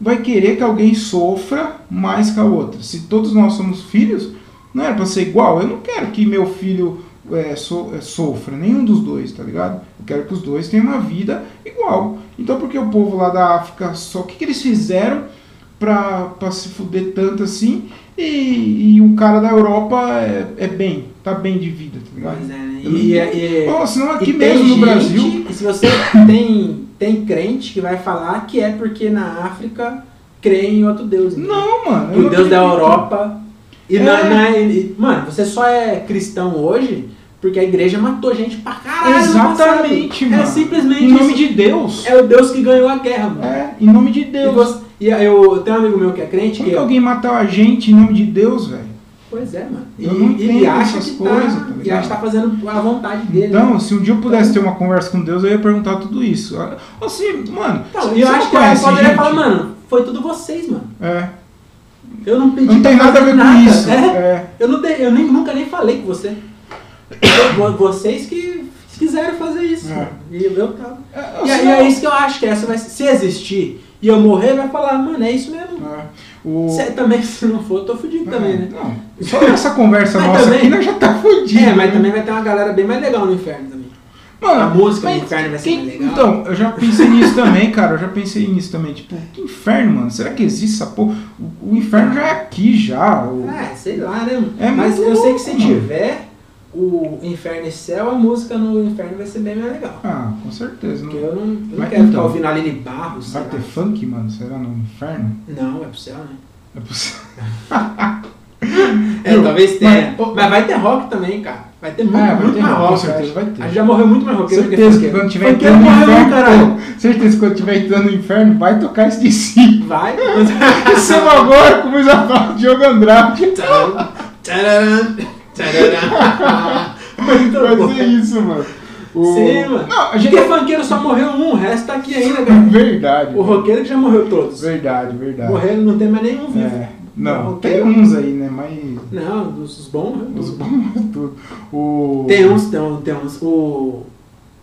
Speaker 1: vai querer que alguém sofra mais que a outra? Se todos nós somos filhos, não era pra ser igual? Eu não quero que meu filho é, so- é, sofra, nenhum dos dois, tá ligado? Eu quero que os dois tenham uma vida igual. Então por que o povo lá da África só. O que, que eles fizeram pra, pra se fuder tanto assim? E, e um cara da Europa é, é bem, tá bem de vida, tá ligado?
Speaker 2: Pois é, né?
Speaker 1: Eu
Speaker 2: e,
Speaker 1: não-
Speaker 2: e-
Speaker 1: Pô, senão
Speaker 2: e
Speaker 1: aqui
Speaker 2: tem
Speaker 1: mesmo no
Speaker 2: gente-
Speaker 1: Brasil.
Speaker 2: E se você *coughs* tem, tem crente que vai falar que é porque na África crê em outro Deus. entendeu?
Speaker 1: Não, mano. eu
Speaker 2: o
Speaker 1: não
Speaker 2: Deus da
Speaker 1: acredito.
Speaker 2: Europa. E
Speaker 1: É.
Speaker 2: na, na- e- e- mano, você só é cristão hoje porque a igreja matou gente pra caralho. no
Speaker 1: Exatamente,
Speaker 2: passado.
Speaker 1: mano.
Speaker 2: É simplesmente
Speaker 1: Em nome
Speaker 2: isso.
Speaker 1: de Deus.
Speaker 2: É o Deus que ganhou a guerra, mano.
Speaker 1: É, em nome de
Speaker 2: E,
Speaker 1: Deus. Então,
Speaker 2: você- e eu tenho um amigo meu que é crente
Speaker 1: Como
Speaker 2: que.
Speaker 1: que alguém matar a gente em nome de Deus, velho?
Speaker 2: Pois é, mano. E,
Speaker 1: Eu não
Speaker 2: e
Speaker 1: entendo
Speaker 2: acha
Speaker 1: essas
Speaker 2: que
Speaker 1: coisas,
Speaker 2: tá,
Speaker 1: tá
Speaker 2: E
Speaker 1: ligado?
Speaker 2: acha que tá fazendo a vontade dele. né?
Speaker 1: Então, se um dia eu pudesse ter uma conversa com Deus, eu ia perguntar tudo isso. Assim, mano.
Speaker 2: Então,
Speaker 1: você
Speaker 2: e eu
Speaker 1: não
Speaker 2: acho que a
Speaker 1: conhece
Speaker 2: poderia
Speaker 1: gente?
Speaker 2: falar, mano, foi tudo vocês, mano.
Speaker 1: É.
Speaker 2: Eu não pedi
Speaker 1: Não tem
Speaker 2: pra
Speaker 1: nada a
Speaker 2: fazer
Speaker 1: ver com
Speaker 2: nada.
Speaker 1: isso.
Speaker 2: É.
Speaker 1: É.
Speaker 2: Eu, não dei- eu nem, nunca nem falei com você. Eu- vo- Vocês que quiseram fazer isso.
Speaker 1: É.
Speaker 2: mano. E eu tava.
Speaker 1: É,
Speaker 2: E aí
Speaker 1: assim,
Speaker 2: é isso que eu acho que essa vai ser- se existir e eu morrer, vai falar, mano, é isso mesmo.
Speaker 1: é. O...
Speaker 2: Se- também, *laughs* se não for, eu tô fudido também, né?
Speaker 1: Não. Só essa conversa
Speaker 2: Mas
Speaker 1: nossa
Speaker 2: também-
Speaker 1: aqui nós já tá fudido.
Speaker 2: é, mas
Speaker 1: né?
Speaker 2: também vai ter uma galera bem mais legal no inferno também.
Speaker 1: Mano,
Speaker 2: a música
Speaker 1: mas
Speaker 2: do Carne vai ser
Speaker 1: quem-
Speaker 2: mais legal.
Speaker 1: Então, eu já pensei nisso também, cara. Eu já pensei nisso também.
Speaker 2: É.
Speaker 1: Tipo, que inferno, mano. Será que existe essa porra? O, o inferno já é aqui, já. O-
Speaker 2: É, sei lá, né?
Speaker 1: É
Speaker 2: Mas
Speaker 1: muito
Speaker 2: eu sei que se
Speaker 1: louco, mano.
Speaker 2: tiver o Inferno e Céu, a música no Inferno vai ser bem mais legal.
Speaker 1: Ah, com certeza.
Speaker 2: Porque
Speaker 1: Não...
Speaker 2: eu não, eu não
Speaker 1: Mas
Speaker 2: quero ficar
Speaker 1: então,
Speaker 2: ouvindo Aline Barros. sei
Speaker 1: Vai ter
Speaker 2: lá.
Speaker 1: funk, mano? Será no inferno?
Speaker 2: Não, é pro céu, né?
Speaker 1: É
Speaker 2: *laughs*
Speaker 1: possível.
Speaker 2: É,
Speaker 1: Eu-
Speaker 2: talvez tenha.
Speaker 1: mas-
Speaker 2: Mas, vai ter rock também, cara. Vai ter muito,
Speaker 1: Ah, vai
Speaker 2: muito
Speaker 1: ter
Speaker 2: mais
Speaker 1: rock,
Speaker 2: rock.
Speaker 1: com certeza
Speaker 2: eu
Speaker 1: vai
Speaker 2: acho.
Speaker 1: ter.
Speaker 2: A gente já morreu muito mais roqueiro
Speaker 1: Certeza que
Speaker 2: funkeiro.
Speaker 1: quando tiver
Speaker 2: Funkeiro
Speaker 1: entrando no
Speaker 2: morreu,
Speaker 1: inferno.
Speaker 2: né, caralho.
Speaker 1: *laughs* Certeza que quando tiver entrando no inferno, vai tocar esse de si. *laughs*
Speaker 2: Vai.
Speaker 1: Começamos agora com o Isabel Diogo Andrade.
Speaker 2: Tá Tcharam, tcharam, tcharam. Muito bom.
Speaker 1: Vai ser isso, mano. O-
Speaker 2: Sim, mano.
Speaker 1: Não, a gente. é
Speaker 2: Porque funkeiro só morreu um, o resto tá aqui ainda, cara.
Speaker 1: Verdade.
Speaker 2: O roqueiro que já morreu todos.
Speaker 1: Verdade, verdade.
Speaker 2: Morreram, não tem mais nenhum vivo.
Speaker 1: É. Não,
Speaker 2: Não,
Speaker 1: tem
Speaker 2: tem-
Speaker 1: uns aí, né? Mas.
Speaker 2: Não, dos os bons. né?
Speaker 1: Os bons de tudo. O.
Speaker 2: Tem uns, tem uns, tem uns. O,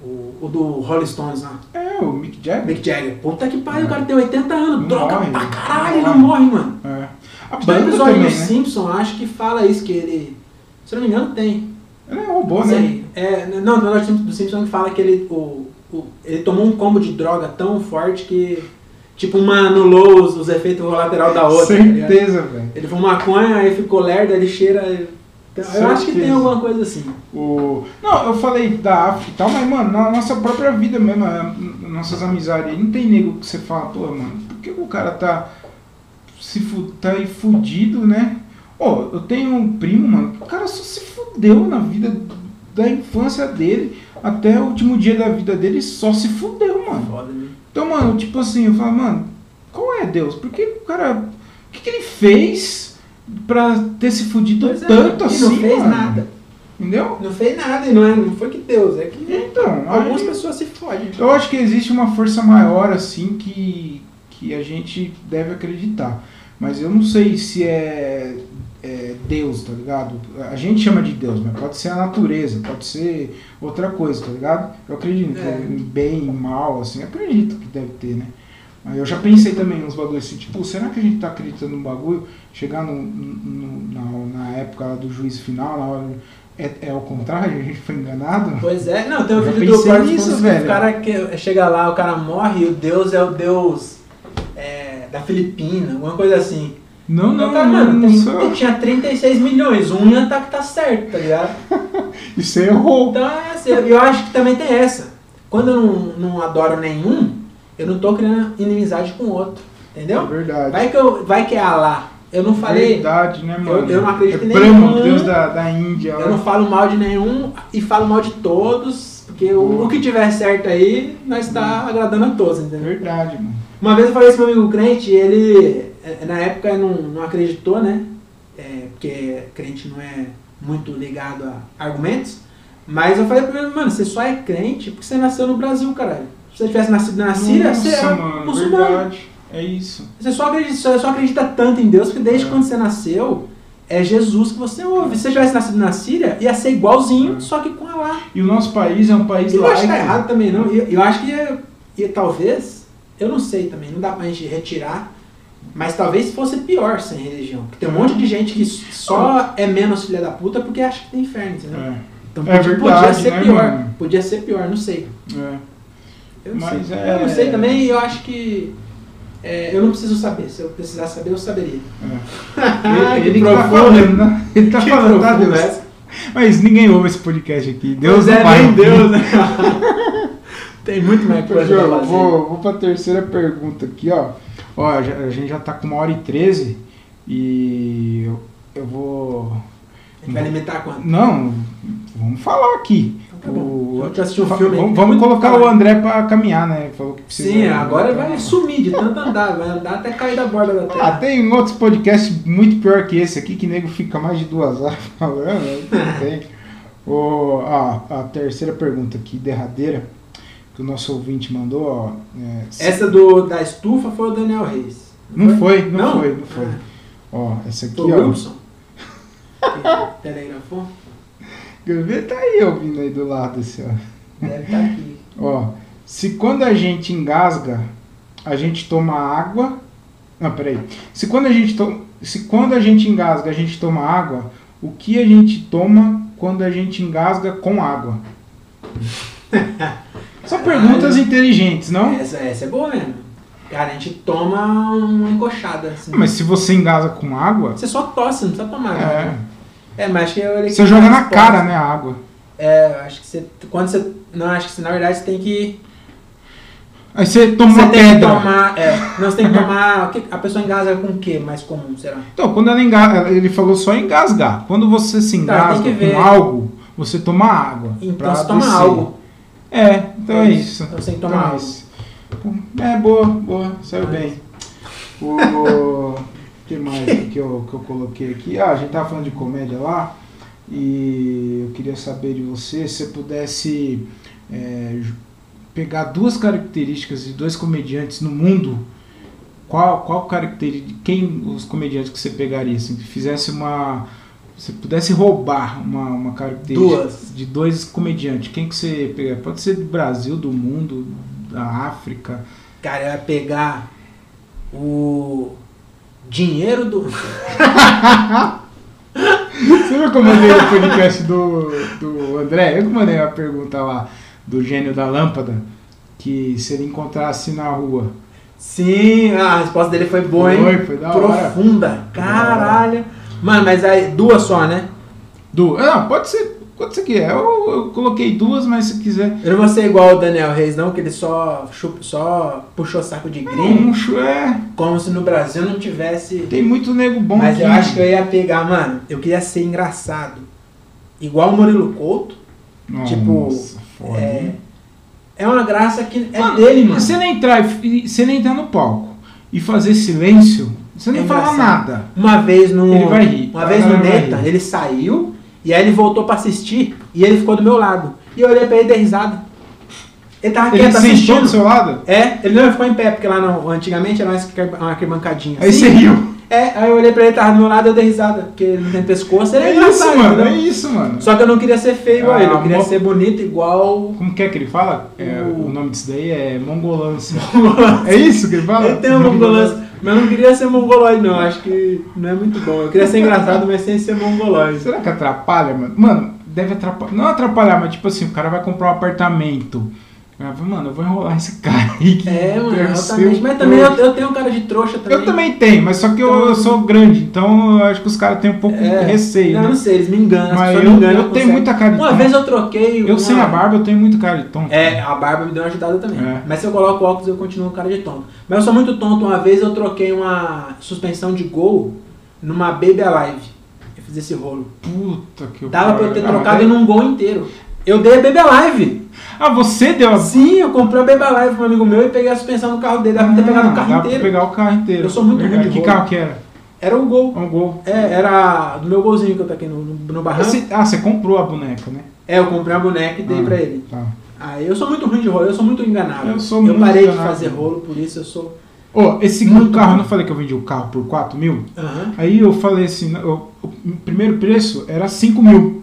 Speaker 2: o, o do Rolling Stones né? lá.
Speaker 1: É, o Mick Jagger.
Speaker 2: Mick Jagger. Puta que pariu, o cara tem 80 anos.
Speaker 1: Não
Speaker 2: droga
Speaker 1: morre.
Speaker 2: pra caralho, ele
Speaker 1: Não
Speaker 2: não morre, mano.
Speaker 1: É. A
Speaker 2: Tem um
Speaker 1: banda
Speaker 2: episódio
Speaker 1: também,
Speaker 2: do
Speaker 1: né?
Speaker 2: Simpson, acho que fala isso, que ele. Se eu não me engano, tem.
Speaker 1: Ela é um robô,
Speaker 2: Não
Speaker 1: né?
Speaker 2: sei. É, não, no episódio do Simpson que fala que ele. O, o- ele tomou um combo de droga tão forte que. Tipo, uma anulou os, os efeitos colateral da outra. tá ligado?
Speaker 1: Certeza, velho.
Speaker 2: ele fumou maconha, aí ficou lerdo, ele cheira. ele- Eu acho que
Speaker 1: Certeza.
Speaker 2: tem alguma coisa assim.
Speaker 1: O... Não, eu falei da África e tal, mas, mano, na nossa própria vida mesmo, é, n- nossas amizades, aí, não tem nego que você fala, pô, mano, por que o cara tá se fu- tá aí fudido, né? Ó, eu tenho um primo, mano, que o cara só se fudeu na vida da infância dele até o último dia da vida dele, só se fudeu, mano.
Speaker 2: Foda, né?
Speaker 1: Então, mano, tipo assim, eu falo, mano, qual é Deus? Por que o cara. O que, que ele fez pra ter se fudido
Speaker 2: Pois é,
Speaker 1: tanto
Speaker 2: e
Speaker 1: assim?
Speaker 2: Não fez
Speaker 1: mano?
Speaker 2: nada.
Speaker 1: Entendeu?
Speaker 2: Não fez nada, e não, é, não foi que Deus, é que
Speaker 1: Então,
Speaker 2: algumas
Speaker 1: aí,
Speaker 2: pessoas se fogem.
Speaker 1: eu acho que existe uma força maior, assim, que, que a gente deve acreditar. Mas eu não sei se é, é Deus, tá ligado? A gente chama de Deus, mas pode ser a natureza, pode ser outra coisa, tá ligado? Eu acredito
Speaker 2: É.
Speaker 1: em bem, em mal, assim, acredito que deve ter, né? Mas eu já pensei também nos bagulhos assim, tipo, será que a gente tá acreditando num bagulho? Chegar no, no- na, na época lá do juízo final, na hora, é, é ao contrário, a gente foi enganado?
Speaker 2: Pois é, não, tem um
Speaker 1: Já
Speaker 2: vídeo do
Speaker 1: pensei
Speaker 2: Quarto
Speaker 1: nisso,
Speaker 2: Fundo que
Speaker 1: velho.
Speaker 2: o cara que chega lá, o cara morre e o Deus é o Deus é, da Filipina, alguma coisa assim.
Speaker 1: Não, não,
Speaker 2: Então, cara,
Speaker 1: não,
Speaker 2: mano,
Speaker 1: não
Speaker 2: tem-
Speaker 1: sou eu.
Speaker 2: tinha 36 milhões, um ia tá que tá certo, tá ligado?
Speaker 1: Isso é errou.
Speaker 2: Então é assim, eu acho que também tem essa. Quando eu não, não adoro nenhum, eu não tô criando inimizade com o outro,
Speaker 1: É
Speaker 2: entendeu?
Speaker 1: verdade.
Speaker 2: Vai que, eu, vai que é Alá. Eu não falei,
Speaker 1: Verdade, né, mano?
Speaker 2: eu não acredito
Speaker 1: é
Speaker 2: em
Speaker 1: Brahma,
Speaker 2: nenhum.
Speaker 1: Deus da, da Índia.
Speaker 2: Eu não falo mal de nenhum e falo mal de todos, porque o,
Speaker 1: Boa.
Speaker 2: o que tiver certo aí, nós está agradando a todos,
Speaker 1: É
Speaker 2: entendeu?
Speaker 1: verdade, mano.
Speaker 2: Uma vez eu falei isso pro meu amigo crente, ele eh, na época não, não acreditou, né? É, porque crente não é muito ligado a argumentos. Mas eu falei pra ele, mano, você só é crente porque você nasceu no Brasil, caralho. Se você tivesse nascido na Síria,
Speaker 1: Nossa,
Speaker 2: você é
Speaker 1: mano,
Speaker 2: muçulmano.
Speaker 1: verdade. É isso.
Speaker 2: Você só acredita, você só acredita tanto em Deus que desde
Speaker 1: É.
Speaker 2: quando você nasceu, é Jesus que você ouve. Se você tivesse nascido na Síria, ia ser igualzinho,
Speaker 1: É.
Speaker 2: só que com Alá.
Speaker 1: E o nosso país é um país
Speaker 2: E eu acho que
Speaker 1: laico.
Speaker 2: tá errado também, não. Eu, eu acho que ia- ia- talvez, eu não sei também, não dá pra gente retirar, mas talvez fosse pior sem religião. Porque tem um monte de
Speaker 1: Uhum.
Speaker 2: gente que só é menos filha da puta porque acha que tem inferno, entendeu?
Speaker 1: É,
Speaker 2: Então
Speaker 1: É
Speaker 2: podia,
Speaker 1: verdade,
Speaker 2: podia ser
Speaker 1: né,
Speaker 2: pior.
Speaker 1: mano?
Speaker 2: Podia ser pior, não sei.
Speaker 1: é.
Speaker 2: Eu não,
Speaker 1: Mas
Speaker 2: sei.
Speaker 1: é-
Speaker 2: eu não sei também e eu acho que. é, eu não preciso saber. Se eu precisar saber, eu saberia. *laughs*
Speaker 1: Ele, ele
Speaker 2: Ah, Que
Speaker 1: tá
Speaker 2: profundo.
Speaker 1: falando,
Speaker 2: *laughs*
Speaker 1: né? Ele tá
Speaker 2: Que
Speaker 1: falando, tá,
Speaker 2: profundo é
Speaker 1: Deus?
Speaker 2: essa.
Speaker 1: Mas ninguém ouve esse podcast aqui. Deus
Speaker 2: né? Pois é,
Speaker 1: não vai.
Speaker 2: nem
Speaker 1: ouvir. *laughs*
Speaker 2: Deus, né? é, Tem muito mais
Speaker 1: Ô,
Speaker 2: coisa
Speaker 1: João,
Speaker 2: pra fazer.
Speaker 1: é, vou, vou pra terceira pergunta aqui, ó. Ó, já- a gente já tá com uma hora e treze e eu, eu vou.
Speaker 2: A gente vai alimentar quanto?
Speaker 1: Não, vamos falar aqui.
Speaker 2: Então tá bom.
Speaker 1: O-
Speaker 2: Vamos assistir um
Speaker 1: fa-
Speaker 2: filme aí.
Speaker 1: Vamos,
Speaker 2: Tem
Speaker 1: vamos
Speaker 2: muito
Speaker 1: colocar
Speaker 2: pra
Speaker 1: o
Speaker 2: falar.
Speaker 1: André pra caminhar, né? Falou que precisa. um
Speaker 2: Sim, agora vai sumir
Speaker 1: *laughs*
Speaker 2: de tanto andar, vai andar até cair da borda da
Speaker 1: Ah,
Speaker 2: terra.
Speaker 1: tem outros podcasts muito pior que esse aqui, que nego fica mais de duas horas *laughs* falando. né?
Speaker 2: *laughs*
Speaker 1: Não tem. Ô, ah, a terceira pergunta aqui, derradeira, que o nosso ouvinte mandou, ó. é, se-
Speaker 2: Essa do, da estufa foi o Daniel Reis.
Speaker 1: Não foi, não,
Speaker 2: Não?
Speaker 1: foi, não foi.
Speaker 2: Ah.
Speaker 1: Ó, essa aqui,
Speaker 2: Foi o
Speaker 1: ó. *laughs*
Speaker 2: Wilson? Que Telegrafou?
Speaker 1: Gaveta tá aí ouvindo aí do lado, assim, ó.
Speaker 2: Deve estar aqui.
Speaker 1: Ó, se quando a gente engasga, a gente toma água. Não, peraí. Se quando a gente, to... se quando a gente engasga, a gente toma
Speaker 2: *laughs*
Speaker 1: água, o que a gente toma quando a gente engasga com água? Só perguntas
Speaker 2: Ah, é.
Speaker 1: inteligentes, não?
Speaker 2: Essa, essa é boa mesmo. Cara, a gente toma uma encoxada. Assim.
Speaker 1: Mas se você engasa com água,
Speaker 2: Você só tosse, não precisa tomar.
Speaker 1: é,
Speaker 2: né? é mas acho que eu
Speaker 1: você joga na cara, né, a água.
Speaker 2: É, eu acho que você. Quando você. Não, acho que você, na verdade você tem que.
Speaker 1: Aí você toma
Speaker 2: você
Speaker 1: uma
Speaker 2: tem que
Speaker 1: pedra.
Speaker 2: tomar. É, não, você tem que tomar. o que- A pessoa engasa com o que mais comum, será?
Speaker 1: Então, quando ela engasga, ele falou só engasgar. Quando você se
Speaker 2: Tá, tem
Speaker 1: engasga
Speaker 2: que ver.
Speaker 1: com algo, você toma água.
Speaker 2: Então
Speaker 1: pra
Speaker 2: você toma
Speaker 1: descer.
Speaker 2: algo.
Speaker 1: É, então é isso.
Speaker 2: Então você tem que
Speaker 1: Então
Speaker 2: tomar
Speaker 1: é
Speaker 2: algo.
Speaker 1: isso. É, boa, boa, saiu bem. O que mais que eu, que eu coloquei aqui? Ah, a gente tava falando de comédia lá e eu queria saber de você se você pudesse é, ju- pegar duas características de dois comediantes no mundo. Qual, qual característica, quem os comediantes que você pegaria? Assim, que fizesse uma. Se pudesse roubar uma, uma característica
Speaker 2: Duas.
Speaker 1: de dois comediantes, quem que você pegaria? Pode ser do Brasil, do mundo, da África.
Speaker 2: Cara, eu ia pegar o dinheiro do.
Speaker 1: Você viu que eu mandei o podcast do, do André? Eu que mandei uma pergunta lá do gênio da lâmpada. Que se ele encontrasse na rua.
Speaker 2: Sim, a resposta dele foi boa, hein?
Speaker 1: Foi, foi da hora.
Speaker 2: Profunda. Caralho. Mano, mas aí, duas só, né?
Speaker 1: Du, ah, não, pode ser quanto você quiser. Eu, eu coloquei duas, mas se quiser.
Speaker 2: Eu não vou ser igual o Daniel Reis, não, que ele só, chupa, só puxou saco de gringo,
Speaker 1: Um chu- é.
Speaker 2: como se no Brasil não tivesse.
Speaker 1: Tem muito nego bom
Speaker 2: Mas
Speaker 1: aqui.
Speaker 2: eu acho que eu ia pegar, mano, eu queria ser engraçado. Igual o Murilo Couto.
Speaker 1: Nossa,
Speaker 2: tipo,
Speaker 1: foda,
Speaker 2: É,
Speaker 1: hein?
Speaker 2: é uma graça que é
Speaker 1: Mano,
Speaker 2: dele, mano.
Speaker 1: Você nem entrar, e- você nem entrar no palco e fazer silêncio, você não
Speaker 2: É
Speaker 1: fala
Speaker 2: engraçado.
Speaker 1: nada.
Speaker 2: Uma vez no.
Speaker 1: Ele vai rir.
Speaker 2: Uma vez no
Speaker 1: Vai rir.
Speaker 2: Neta, ele saiu e aí ele voltou pra assistir e ele ficou do meu lado. E eu olhei pra ele e dei risada. Ele tava
Speaker 1: Ele
Speaker 2: Tá quieto
Speaker 1: sentou do
Speaker 2: assistindo.
Speaker 1: seu lado?
Speaker 2: É, ele não ficou em pé, porque lá no- antigamente era uma arquiba- uma arquibancadinha.
Speaker 1: Aí
Speaker 2: assim.
Speaker 1: você riu.
Speaker 2: É, aí eu olhei pra ele, tava do meu lado, eu dei risada, porque ele não tem pescoço, ele é,
Speaker 1: É isso,
Speaker 2: engraçado,
Speaker 1: mano. É
Speaker 2: entendeu?
Speaker 1: isso, mano.
Speaker 2: Só que eu não queria ser feio igual
Speaker 1: Ah,
Speaker 2: ele, eu queria
Speaker 1: mo-
Speaker 2: ser bonito igual.
Speaker 1: Como que é que ele fala? É,
Speaker 2: O-
Speaker 1: o... nome disso daí é mongolância. é isso que ele fala?
Speaker 2: Ele tem um uma mongolância, mas eu não queria ser mongoloide, não, acho que não é muito bom. Eu queria ser engraçado, mas sem ser mongoloide.
Speaker 1: Será que atrapalha, mano? Mano, deve atrapalhar. Não atrapalhar, mas tipo assim, o cara vai comprar um apartamento. Aí fala, Mano, eu vou enrolar esse *laughs* cara aí. que
Speaker 2: É, mano,
Speaker 1: deve
Speaker 2: eu
Speaker 1: ser
Speaker 2: também.
Speaker 1: um
Speaker 2: Mas também eu,
Speaker 1: trouxa.
Speaker 2: eu tenho cara de trouxa também.
Speaker 1: Eu também tenho, mas só que eu, eu sou grande, então eu acho que os caras têm um pouco
Speaker 2: É.
Speaker 1: de receio.
Speaker 2: Não, eu
Speaker 1: né?
Speaker 2: não sei, eles me enganam.
Speaker 1: Mas
Speaker 2: as pessoas
Speaker 1: eu-
Speaker 2: me enganam,
Speaker 1: eu tenho
Speaker 2: conseguem.
Speaker 1: muita cara de
Speaker 2: Uma
Speaker 1: tonto.
Speaker 2: vez eu troquei.
Speaker 1: Eu
Speaker 2: uma-
Speaker 1: sem a barba, eu tenho muito cara de tonto.
Speaker 2: É, a barba me deu uma ajudada também.
Speaker 1: É.
Speaker 2: Mas se eu coloco óculos, eu continuo com cara de tonto. Mas eu sou muito tonto. Uma vez eu troquei uma suspensão de gol numa Baby Alive. Eu fiz esse rolo.
Speaker 1: Puta que eu
Speaker 2: Dava pra eu ter
Speaker 1: pariu. Ah,
Speaker 2: trocado
Speaker 1: mas-
Speaker 2: em num gol inteiro. Eu dei a Baby Alive.
Speaker 1: Ah, você deu a
Speaker 2: Sim, eu comprei a Baby Alive pra um amigo meu e peguei a suspensão do carro dele. Dava Ah, pra ter pegado o
Speaker 1: dá
Speaker 2: carro
Speaker 1: pra
Speaker 2: inteiro.
Speaker 1: pegar o carro inteiro.
Speaker 2: Eu sou muito ruim de
Speaker 1: Que
Speaker 2: gol.
Speaker 1: carro que era?
Speaker 2: Era um gol.
Speaker 1: É um gol.
Speaker 2: É, era do meu golzinho que eu taquei no, no, no barranco.
Speaker 1: Você- ah, você comprou a boneca, né?
Speaker 2: É, eu comprei uma boneca e dei
Speaker 1: ah,
Speaker 2: pra ele.
Speaker 1: Tá.
Speaker 2: Aí eu sou muito ruim de rolo, eu sou muito enganado.
Speaker 1: Eu sou muito
Speaker 2: parei de
Speaker 1: enganado.
Speaker 2: fazer rolo, por isso eu sou.
Speaker 1: Ô, esse
Speaker 2: Muito
Speaker 1: carro,
Speaker 2: bom.
Speaker 1: eu não falei que eu vendi o carro por 4 mil?
Speaker 2: Aham.
Speaker 1: Aí eu falei assim, eu- o primeiro preço era 5 mil.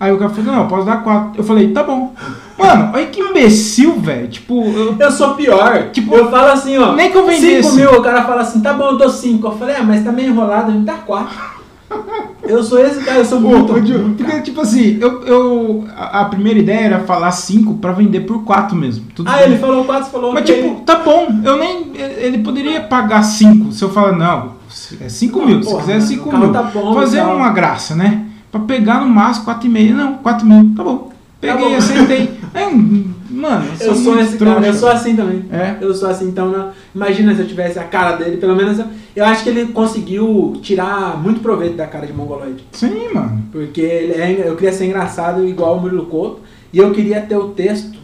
Speaker 1: Aí o cara falou, não, eu posso dar 4. Eu falei, tá bom. Mano, olha que imbecil, velho. Tipo, eu-
Speaker 2: Eu sou pior.
Speaker 1: Tipo,
Speaker 2: Tipo, eu falo assim, ó.
Speaker 1: nem que eu vendesse.
Speaker 2: 5 mil, o cara fala assim, tá bom, eu dou 5. Eu falei, é, mas tá meio enrolado, a gente dá 4. *laughs* eu sou esse cara, eu sou muito.
Speaker 1: Ô, ô, Diogo,
Speaker 2: ruim, cara.
Speaker 1: porque, tipo assim, eu, eu- a, a primeira ideia era falar 5 pra vender por 4 mesmo. Tudo
Speaker 2: Ah,
Speaker 1: bem.
Speaker 2: ele falou 4, falou
Speaker 1: Mas
Speaker 2: ok.
Speaker 1: tipo, tá bom, eu nem. Ele poderia pagar 5. Se eu falar, não, é 5 mil. Se
Speaker 2: Porra,
Speaker 1: quiser,
Speaker 2: mano,
Speaker 1: 5
Speaker 2: o carro
Speaker 1: mil.
Speaker 2: tá bom,
Speaker 1: Fazer
Speaker 2: tá.
Speaker 1: uma graça, né? Pra pegar no máximo 4,5. Não, 4 mil. Tá bom. Peguei,
Speaker 2: bom. *laughs*
Speaker 1: aceitei. É, mano,
Speaker 2: eu sou
Speaker 1: muito
Speaker 2: esse cara, eu
Speaker 1: trouxa.
Speaker 2: sou assim também.
Speaker 1: É.
Speaker 2: Eu sou assim, então não- imagina se eu tivesse a cara dele, pelo menos eu, eu acho que ele conseguiu tirar muito proveito da cara de mongoloide.
Speaker 1: Sim, mano.
Speaker 2: Porque ele é engra- eu queria ser engraçado igual o Murilo Couto. E eu queria ter o texto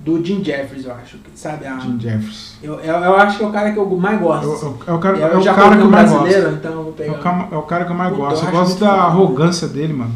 Speaker 2: do Jim Jeffries, eu acho. que- Sabe? a-
Speaker 1: Jim Jeffers.
Speaker 2: eu, eu, eu acho que é o cara que eu mais gosto.
Speaker 1: Eu- eu- É o cara
Speaker 2: E
Speaker 1: é
Speaker 2: eu
Speaker 1: o
Speaker 2: já
Speaker 1: cara que
Speaker 2: coloquei
Speaker 1: eu
Speaker 2: um
Speaker 1: mais
Speaker 2: brasileiro,
Speaker 1: gosto.
Speaker 2: então eu vou
Speaker 1: É
Speaker 2: pegar.
Speaker 1: o cama- é o cara que eu mais
Speaker 2: Puta, eu
Speaker 1: gosto. Eu
Speaker 2: acho
Speaker 1: gosto
Speaker 2: muito
Speaker 1: da
Speaker 2: foda.
Speaker 1: arrogância dele, mano.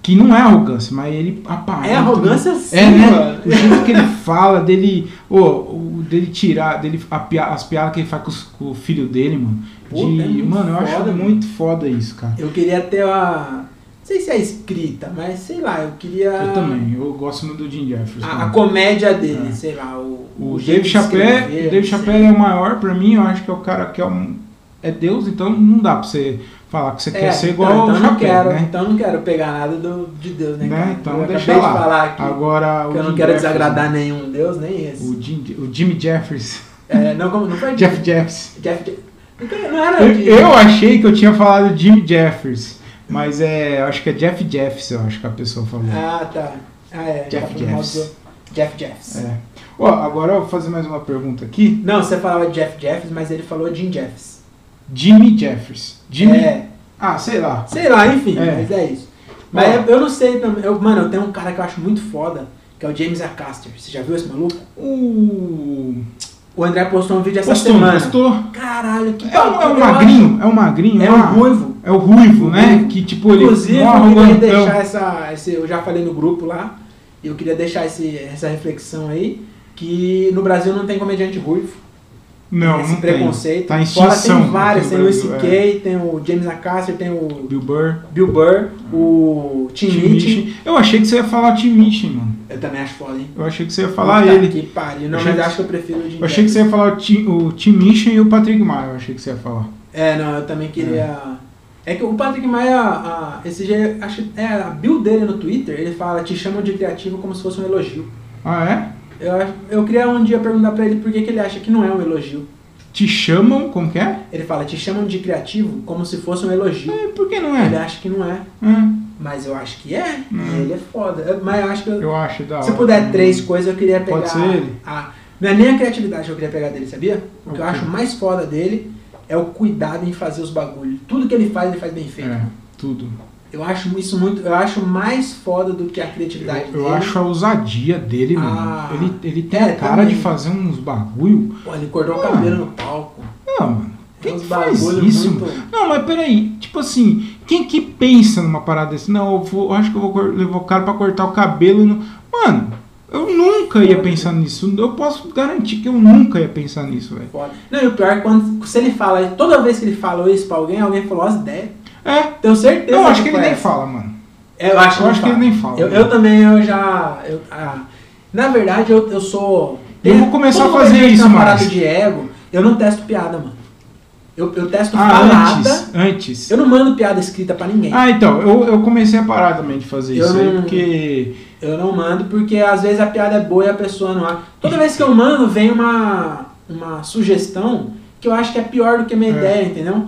Speaker 1: Que não é arrogância, mas ele aparenta.
Speaker 2: É arrogância sim,
Speaker 1: É, né?
Speaker 2: mano.
Speaker 1: O jeito que ele
Speaker 2: *laughs*
Speaker 1: fala, dele. ô, o dele tirar, dele, a pia- as piadas que ele faz com, os- com o filho dele, mano.
Speaker 2: Puta,
Speaker 1: De-
Speaker 2: é muito
Speaker 1: mano, eu acho
Speaker 2: foda,
Speaker 1: muito foda isso, cara.
Speaker 2: Eu queria ter a. Não sei se é escrita, mas sei lá, eu queria.
Speaker 1: Eu também, eu gosto muito do Jim Jeffers.
Speaker 2: A,
Speaker 1: cara.
Speaker 2: Ah. a comédia dele,
Speaker 1: É.
Speaker 2: sei lá. O,
Speaker 1: O, Dave
Speaker 2: jeito de
Speaker 1: Chappelle,
Speaker 2: escrever, assim.
Speaker 1: o Dave
Speaker 2: não sei.
Speaker 1: Chappelle é o maior pra mim, eu acho que é o cara que é um é Deus, então não dá pra você falar que você
Speaker 2: É,
Speaker 1: quer ser igual ao
Speaker 2: então eu não
Speaker 1: Chapéu,
Speaker 2: quero,
Speaker 1: né?
Speaker 2: Então eu não quero pegar nada do, de Deus, né? cara?
Speaker 1: Né? Então
Speaker 2: eu
Speaker 1: deixa
Speaker 2: acabei
Speaker 1: lá.
Speaker 2: de falar aqui
Speaker 1: Agora
Speaker 2: que eu não
Speaker 1: Jim
Speaker 2: quero
Speaker 1: Jefferson,
Speaker 2: desagradar nenhum Deus, nem esse.
Speaker 1: O, Jim, o Jimmy Jeffers. *laughs*
Speaker 2: É, não, como, não foi
Speaker 1: Jeff Jeffers.
Speaker 2: Jeff, Jeff- Não era
Speaker 1: Eu,
Speaker 2: de-
Speaker 1: eu achei que eu tinha falado Jimmy Jeffers, mas é, acho que é Jeff Jeffs, eu acho que a pessoa falou.
Speaker 2: Ah, tá. Ah, é.
Speaker 1: Jeff
Speaker 2: tá falando mal
Speaker 1: Jeffs.
Speaker 2: do- Jeff Jeffs.
Speaker 1: É. Ó, agora eu vou fazer mais uma pergunta aqui.
Speaker 2: Não, você falava Jeff Jeffs, mas ele falou Jim Jeffs.
Speaker 1: Jimmy Jeffers. Jimmy.
Speaker 2: É,
Speaker 1: Ah, sei lá.
Speaker 2: sei lá, enfim,
Speaker 1: É.
Speaker 2: mas é isso. Mas eu, eu não sei, também, eu, mano, eu tenho um cara que eu acho muito foda, que é o James Acaster. Você já viu esse maluco?
Speaker 1: O.
Speaker 2: O André postou um vídeo essa
Speaker 1: Postou,
Speaker 2: semana.
Speaker 1: postou.
Speaker 2: Caralho, que
Speaker 1: É um, é
Speaker 2: eu
Speaker 1: um
Speaker 2: acho-
Speaker 1: magrinho, é um magrinho,
Speaker 2: É
Speaker 1: uma-
Speaker 2: um ruivo.
Speaker 1: É o ruivo, né?
Speaker 2: Ruivo.
Speaker 1: Que tipo, ele.
Speaker 2: Inclusive,
Speaker 1: mó
Speaker 2: eu queria
Speaker 1: arrogantão.
Speaker 2: deixar essa, esse- Eu já falei no grupo lá, e eu queria deixar esse- essa reflexão aí, que no Brasil não tem comediante ruivo.
Speaker 1: Não,
Speaker 2: esse
Speaker 1: não
Speaker 2: preconceito.
Speaker 1: Tem. Tá em
Speaker 2: Fora
Speaker 1: extinção. é.
Speaker 2: tem vários,
Speaker 1: no
Speaker 2: tem o
Speaker 1: Brasil,
Speaker 2: C.K., tem o James Acaster, tem
Speaker 1: é.
Speaker 2: o
Speaker 1: Bill Burr.
Speaker 2: Bill Burr, o Tim
Speaker 1: Tim
Speaker 2: Mitchell.
Speaker 1: Minchin. Eu achei que você ia falar Tim Minchin, mano.
Speaker 2: Eu também acho foda, hein?
Speaker 1: Eu achei que você ia falar
Speaker 2: Puta
Speaker 1: ele.
Speaker 2: Tá, Que pariu. Não,
Speaker 1: Achei
Speaker 2: mas
Speaker 1: que-
Speaker 2: acho que eu prefiro o Jim
Speaker 1: Eu achei que você ia falar o Tim, o Tim Minchin e o Patrick Maia. Eu achei que você ia falar.
Speaker 2: É, não, eu também queria... É, que o Patrick Maia, a- esse dia, acho que é a build dele no Twitter, ele fala, te chamam de criativo como se fosse um elogio.
Speaker 1: Ah, é?
Speaker 2: Eu, acho- eu queria um dia perguntar pra ele por que, que ele acha que não é um elogio.
Speaker 1: Te chamam? Como que é?
Speaker 2: Ele fala, te chamam de criativo como se fosse um elogio.
Speaker 1: É, Por que não
Speaker 2: Ele
Speaker 1: é?
Speaker 2: acha que não é,
Speaker 1: É,
Speaker 2: mas eu acho que é.
Speaker 1: Hum.
Speaker 2: Ele é foda. Eu- Mas eu acho que eu-
Speaker 1: eu acho da
Speaker 2: se
Speaker 1: hora. É,
Speaker 2: puder três coisas, eu queria pegar.
Speaker 1: Pode ser ele?
Speaker 2: A, não é nem a criatividade que eu queria pegar dele, sabia? O que eu
Speaker 1: Ok.
Speaker 2: acho mais foda dele é o cuidado em fazer os bagulhos. Tudo que ele faz, ele faz bem feito.
Speaker 1: É, tudo.
Speaker 2: Eu acho isso muito. Eu acho mais foda do que a
Speaker 1: Eu,
Speaker 2: criatividade
Speaker 1: eu
Speaker 2: dele.
Speaker 1: acho a ousadia dele,
Speaker 2: Ah.
Speaker 1: mano. Ele, ele tem
Speaker 2: É,
Speaker 1: a cara
Speaker 2: também.
Speaker 1: de fazer uns bagulho.
Speaker 2: Pô, ele cortou o
Speaker 1: Ah.
Speaker 2: cabelo no palco.
Speaker 1: Não, mano.
Speaker 2: É
Speaker 1: Quem
Speaker 2: uns
Speaker 1: que faz
Speaker 2: bagulho
Speaker 1: isso?
Speaker 2: muito.
Speaker 1: Não, mas peraí, tipo assim, quem que pensa numa parada assim? Não, eu, vou- eu acho que eu vou cor- levar o cara pra cortar o cabelo. no- Mano, eu nunca ia pensar nisso. Eu posso garantir que eu nunca ia pensar nisso, velho.
Speaker 2: Foda. Não, e o pior é quando se ele fala, toda vez que ele falou isso pra alguém, alguém falou as ideias.
Speaker 1: É,
Speaker 2: Tenho certeza.
Speaker 1: eu acho que ele
Speaker 2: foi
Speaker 1: nem
Speaker 2: essa.
Speaker 1: fala, mano.
Speaker 2: Eu acho,
Speaker 1: Eu acho que ele nem fala.
Speaker 2: Eu, eu também, eu já. eu- ah, na verdade, eu, eu sou.
Speaker 1: Eu vou começar
Speaker 2: todo
Speaker 1: a fazer
Speaker 2: comediante
Speaker 1: isso
Speaker 2: na parada
Speaker 1: mais.
Speaker 2: de ego, eu não testo piada, mano. Eu, eu testo
Speaker 1: Ah,
Speaker 2: falada.
Speaker 1: antes, antes.
Speaker 2: Eu não mando piada escrita pra ninguém.
Speaker 1: Ah, então, eu, eu comecei a parar também de fazer
Speaker 2: Eu
Speaker 1: isso aí,
Speaker 2: não-
Speaker 1: porque.
Speaker 2: Eu não mando porque às vezes a piada é boa e a pessoa não acha. Toda vez que eu mando, vem uma, uma sugestão que eu acho que é pior do que a minha
Speaker 1: É.
Speaker 2: ideia, entendeu?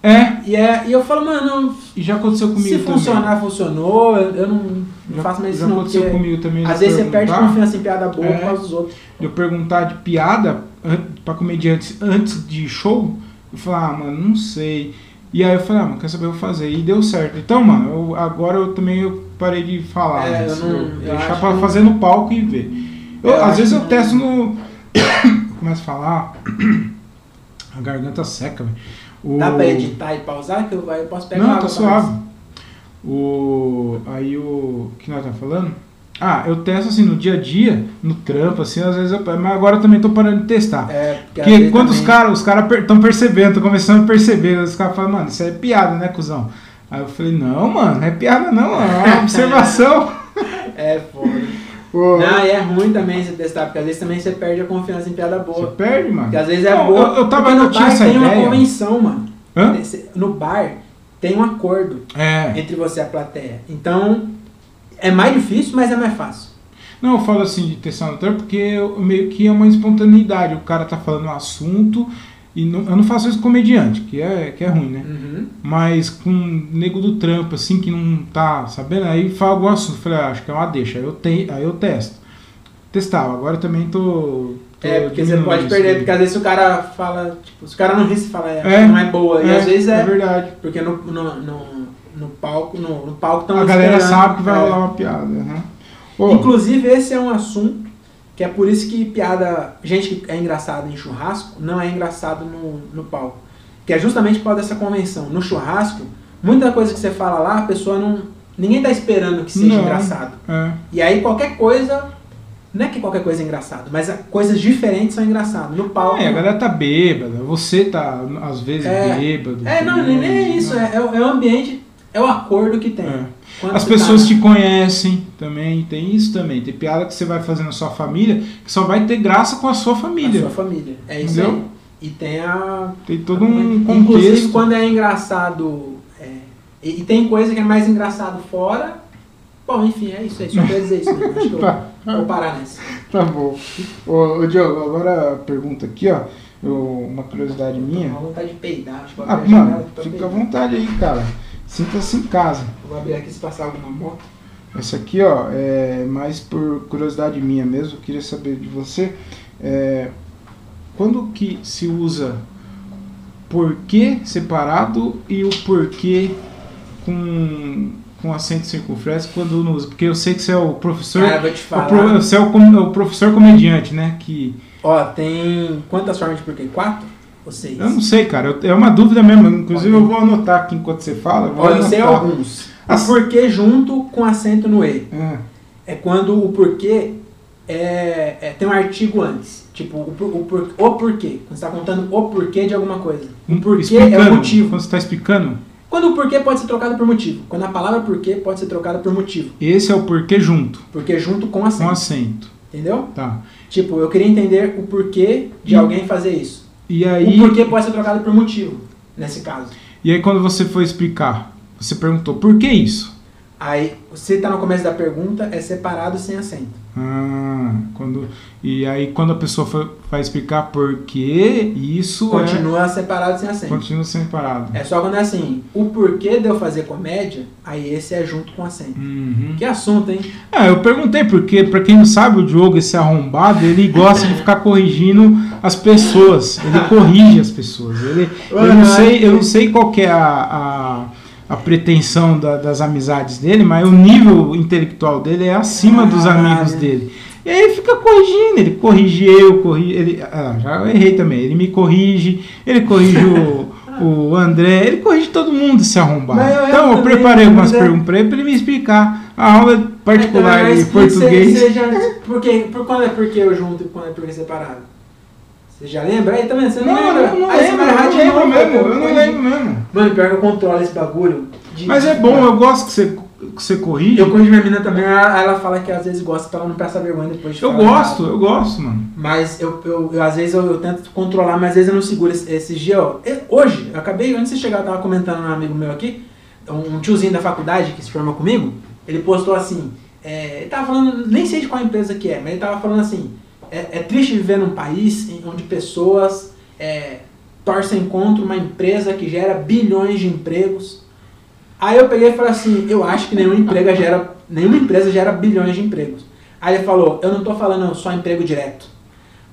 Speaker 1: É,
Speaker 2: E, é, e eu falo, mano,
Speaker 1: e já aconteceu comigo
Speaker 2: se
Speaker 1: também.
Speaker 2: funcionar, funcionou. Eu, eu não, não
Speaker 1: já,
Speaker 2: faço mais
Speaker 1: já
Speaker 2: isso, não.
Speaker 1: aconteceu
Speaker 2: porque-
Speaker 1: comigo também.
Speaker 2: Às
Speaker 1: de
Speaker 2: vezes você perde
Speaker 1: perguntar.
Speaker 2: confiança em piada boa
Speaker 1: É.
Speaker 2: por causa dos outros.
Speaker 1: eu perguntar de piada an- pra comediantes antes de show, eu falar, ah, mano, não sei. E aí eu falei, ah, mano, quer saber, eu vou fazer. E deu certo. Então, mano, eu- agora eu também eu parei de falar.
Speaker 2: É, eu
Speaker 1: antes.
Speaker 2: não-
Speaker 1: Eu
Speaker 2: eu
Speaker 1: deixar
Speaker 2: acho
Speaker 1: pra
Speaker 2: que-
Speaker 1: fazer no palco e ver. Eu,
Speaker 2: Eu
Speaker 1: às
Speaker 2: acho
Speaker 1: vezes eu
Speaker 2: que não-
Speaker 1: testo no. *coughs* Começo a falar. *coughs* A garganta seca, velho. O-
Speaker 2: Dá pra editar e pausar que eu, eu posso pegar
Speaker 1: não,
Speaker 2: água
Speaker 1: tá
Speaker 2: pra
Speaker 1: suave. O, aí o que nós tá falando? Ah, eu testo assim no dia a dia, no trampo, assim, às vezes eu. Mas agora eu também tô parando de testar.
Speaker 2: nós. É, porque às
Speaker 1: Porque
Speaker 2: vezes
Speaker 1: quando os
Speaker 2: também-
Speaker 1: caras, os caras estão percebendo, estão começando a perceber, os caras falam, mano, isso é piada, né, cuzão? Aí eu falei, não, mano, não é piada não, mano, é
Speaker 2: *laughs*
Speaker 1: uma observação.
Speaker 2: É foda.
Speaker 1: Pô,
Speaker 2: Não, e é ruim também você testar, porque às vezes também você perde a confiança em piada
Speaker 1: você
Speaker 2: boa.
Speaker 1: perde, mano.
Speaker 2: Porque às vezes é
Speaker 1: Não,
Speaker 2: boa.
Speaker 1: eu- eu tava-
Speaker 2: porque no
Speaker 1: eu tinha
Speaker 2: bar
Speaker 1: essa
Speaker 2: tem uma
Speaker 1: ideia.
Speaker 2: convenção, mano.
Speaker 1: Hã?
Speaker 2: Esse- No bar tem um acordo
Speaker 1: É.
Speaker 2: entre você e a plateia. Então, é mais difícil, mas é mais fácil.
Speaker 1: Não, eu falo assim de testar no trampo porque eu- meio que é uma espontaneidade. O cara tá falando um assunto e não- eu não faço isso com comediante, que é, que é ruim, né?
Speaker 2: Uhum.
Speaker 1: Mas com um nego do trampo, assim, que não tá sabendo, aí fala algum assunto. Falei, ah, acho que é uma deixa, aí eu, te, aí eu testo. Testava, agora também tô. tô
Speaker 2: É, porque você
Speaker 1: diminuindo
Speaker 2: pode
Speaker 1: isso
Speaker 2: perder,
Speaker 1: aí.
Speaker 2: porque às vezes o cara fala, tipo, se o cara não ri, você fala, é,
Speaker 1: É,
Speaker 2: não é boa. e às vezes é,
Speaker 1: verdade.
Speaker 2: Porque no, no, no, no palco, no, no palco tão
Speaker 1: a galera
Speaker 2: esperando,
Speaker 1: sabe que vai
Speaker 2: é.
Speaker 1: rolar uma piada. né? Ô,
Speaker 2: Inclusive, esse é um assunto que é por isso que piada. Gente que é engraçada em churrasco não é engraçado no, no palco. Que é justamente por causa dessa convenção. No churrasco, muita coisa que você fala lá, a pessoa não. Ninguém tá esperando que seja
Speaker 1: Não.
Speaker 2: engraçado.
Speaker 1: é,
Speaker 2: E aí qualquer coisa. Não é que qualquer coisa é engraçado, mas a- coisas diferentes são engraçadas. No palco.
Speaker 1: É, a galera tá bêbada, você tá, às vezes,
Speaker 2: É.
Speaker 1: bêbado.
Speaker 2: É, não, nem, nem é isso. É, é o é o ambiente, é o acordo que tem.
Speaker 1: É.
Speaker 2: Quando
Speaker 1: As
Speaker 2: você
Speaker 1: pessoas
Speaker 2: tá-
Speaker 1: te conhecem também, tem isso também. Tem piada que você vai fazer na sua família que só vai ter graça com a sua
Speaker 2: A
Speaker 1: família.
Speaker 2: sua família. É isso
Speaker 1: Entendeu?
Speaker 2: aí. E tem a.
Speaker 1: Tem todo um
Speaker 2: Inclusive,
Speaker 1: contexto.
Speaker 2: quando é engraçado. é, e, e tem coisa que é mais engraçado fora. Bom, enfim, é isso aí. Só quer dizer isso mesmo. Acho que eu
Speaker 1: *laughs* Tá.
Speaker 2: vou parar nessa.
Speaker 1: Tá bom. Ô, ô, Diogo, agora a pergunta aqui, ó. Eu- uma curiosidade
Speaker 2: Tô
Speaker 1: minha.
Speaker 2: com vontade de peidar. Acho que vou
Speaker 1: Ah,
Speaker 2: abrir a janela
Speaker 1: mano,
Speaker 2: aqui pra
Speaker 1: fica à
Speaker 2: peidar.
Speaker 1: vontade aí, cara. Sinta-se em casa.
Speaker 2: Vou abrir aqui se passar alguma moto.
Speaker 1: Essa aqui, ó, é mais por curiosidade minha mesmo. Eu queria saber de você. é, quando que se usa porquê separado e o porquê com, com acento circunflexo quando não usa? Porque eu sei que você é o professor.
Speaker 2: Cara, vou te
Speaker 1: o pro-
Speaker 2: falar.
Speaker 1: você é o, com- o professor comediante, né? Que
Speaker 2: Ó, tem quantas formas de porquê? Quatro ou seis?
Speaker 1: Eu não sei, cara. Eu- É uma dúvida mesmo. Inclusive, eu vou anotar aqui enquanto você fala. vou
Speaker 2: Olha, é eu sei
Speaker 1: anotar.
Speaker 2: alguns.
Speaker 1: tá. As-
Speaker 2: O porquê junto com acento no E.
Speaker 1: Ah,
Speaker 2: É quando o porquê é, é- tem um artigo antes. Tipo, o, por- o, por- o porquê. Quando você está contando o porquê de alguma coisa. O porquê é
Speaker 1: um explicando.
Speaker 2: o motivo.
Speaker 1: Quando você tá explicando,
Speaker 2: Quando o porquê pode ser trocado por motivo. Quando a palavra porquê pode ser trocada por motivo.
Speaker 1: esse é o porquê junto,
Speaker 2: Porque junto com
Speaker 1: com
Speaker 2: acento.
Speaker 1: acento.
Speaker 2: Entendeu?
Speaker 1: Tá.
Speaker 2: Tipo, eu queria entender o porquê de
Speaker 1: E-
Speaker 2: alguém fazer isso.
Speaker 1: E
Speaker 2: O
Speaker 1: aí,
Speaker 2: porquê pode ser trocado por motivo, nesse caso.
Speaker 1: e aí, quando você foi explicar, você perguntou por que isso?
Speaker 2: Aí, se tá no começo da pergunta, é separado sem acento.
Speaker 1: Ah, quando, e aí, quando a pessoa foi, vai explicar por que isso
Speaker 2: Continua separado sem
Speaker 1: é,
Speaker 2: acento.
Speaker 1: continua sem parado.
Speaker 2: É só quando é assim, o porquê de eu fazer comédia, aí esse é junto com acento.
Speaker 1: Uhum.
Speaker 2: Que assunto, hein?
Speaker 1: Ah, eu perguntei porque, pra quem não sabe, o Diogo, esse arrombado, ele gosta de ficar corrigindo as pessoas. Ele corrige as pessoas. Ele, eu, não sei, eu não sei qual que é a, a, a pretensão da- das amizades dele, mas o nível intelectual dele é acima dos
Speaker 2: Caralho.
Speaker 1: amigos dele. E aí ele fica corrigindo, ele corrige eu, corri, ele, ah, já errei também, ele me corrige, ele corrige
Speaker 2: *laughs*
Speaker 1: o, o André, ele corrige todo mundo se arrombar.
Speaker 2: Mas eu erro
Speaker 1: então eu
Speaker 2: também,
Speaker 1: preparei algumas
Speaker 2: mas é-
Speaker 1: perguntas pra ele, pra ele me explicar a aula particular
Speaker 2: Então, é
Speaker 1: de
Speaker 2: isso que você-
Speaker 1: português.
Speaker 2: você já- por, quê? por quando é porquê eu junto e quando é porquê separado? Você já lembra? Aí também, você não,
Speaker 1: Não, eu
Speaker 2: lembra?
Speaker 1: não, não
Speaker 2: aí você
Speaker 1: lembro,
Speaker 2: vai errar
Speaker 1: eu
Speaker 2: de
Speaker 1: não lembro
Speaker 2: novo,
Speaker 1: mesmo,
Speaker 2: vai
Speaker 1: eu não
Speaker 2: corrigir.
Speaker 1: lembro mesmo.
Speaker 2: Mano, pior que eu controlo esse bagulho. de-
Speaker 1: Mas é bom, eu gosto que você, que você corrige.
Speaker 2: Eu corrijo minha menina também, ela, ela fala que às vezes gosta pra ela não passar vergonha depois de
Speaker 1: eu
Speaker 2: falar
Speaker 1: gosto,
Speaker 2: errado.
Speaker 1: eu gosto, mano.
Speaker 2: Mas eu, eu, eu, às vezes eu, eu tento controlar, mas às vezes eu não seguro esse, esse dia, ó. Eu- hoje, eu acabei, antes de você chegar, eu tava comentando com um amigo meu aqui, um tiozinho da faculdade que se forma comigo, ele postou assim, é, ele tava falando, nem sei de qual empresa que é, mas ele tava falando assim, é, é triste viver num país em- onde pessoas é, torcem contra uma empresa que gera bilhões de empregos. Aí eu peguei e falei assim, eu acho que nenhuma, emprega gera, nenhuma empresa gera bilhões de empregos. Aí ele falou, eu não tô falando só emprego direto.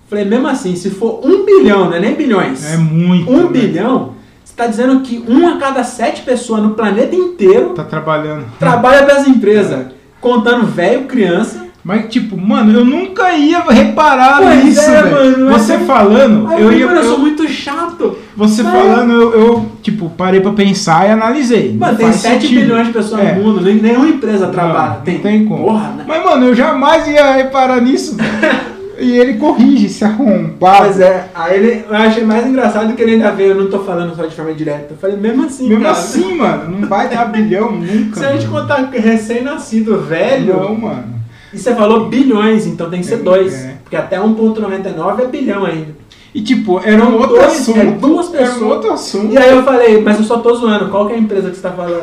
Speaker 2: Falei, mesmo assim, se for um bilhão, não é nem bilhões.
Speaker 1: É muito.
Speaker 2: um
Speaker 1: né?
Speaker 2: bilhão, você tá dizendo que uma a cada sete pessoas no planeta inteiro
Speaker 1: Tá trabalhando.
Speaker 2: trabalha para as empresas. Contando velho, criança.
Speaker 1: Mas, tipo, mano, eu nunca ia reparar
Speaker 2: Pois
Speaker 1: nisso,
Speaker 2: é,
Speaker 1: velho.
Speaker 2: mano, mas
Speaker 1: Você
Speaker 2: eu-
Speaker 1: falando,
Speaker 2: Aí
Speaker 1: eu
Speaker 2: falei,
Speaker 1: ia.
Speaker 2: mano, eu sou
Speaker 1: eu-
Speaker 2: muito chato.
Speaker 1: você
Speaker 2: Mas-
Speaker 1: falando, eu, eu, tipo, parei pra pensar e analisei.
Speaker 2: Mano,
Speaker 1: Não
Speaker 2: tem
Speaker 1: faz
Speaker 2: 7
Speaker 1: sentido.
Speaker 2: bilhões de pessoas
Speaker 1: É.
Speaker 2: no mundo, nem- nenhuma empresa
Speaker 1: Não,
Speaker 2: trabalha.
Speaker 1: não tem como.
Speaker 2: Porra, né?
Speaker 1: Mas, mano, eu jamais ia reparar nisso, velho. E ele corrige, se arrombado.
Speaker 2: Mas é, aí ele, eu achei mais engraçado que ele ainda veio, eu não tô falando só de forma direta. Eu falei, mesmo assim,
Speaker 1: Mesmo
Speaker 2: cara,
Speaker 1: assim, mano, não vai dar bilhão nunca.
Speaker 2: *laughs* Se a gente
Speaker 1: mano.
Speaker 2: contar recém-nascido velho,
Speaker 1: Não, mano.
Speaker 2: e você falou bilhões, então tem que ser
Speaker 1: É,
Speaker 2: dois.
Speaker 1: é.
Speaker 2: Porque até 1.99 é bilhão ainda.
Speaker 1: E, tipo, era um
Speaker 2: São
Speaker 1: outro
Speaker 2: dois,
Speaker 1: assunto.
Speaker 2: é duas
Speaker 1: Era um
Speaker 2: pessoas.
Speaker 1: outro assunto.
Speaker 2: E aí eu falei, mas eu só tô zoando, qual que é a empresa que você tá
Speaker 1: *laughs*
Speaker 2: falando?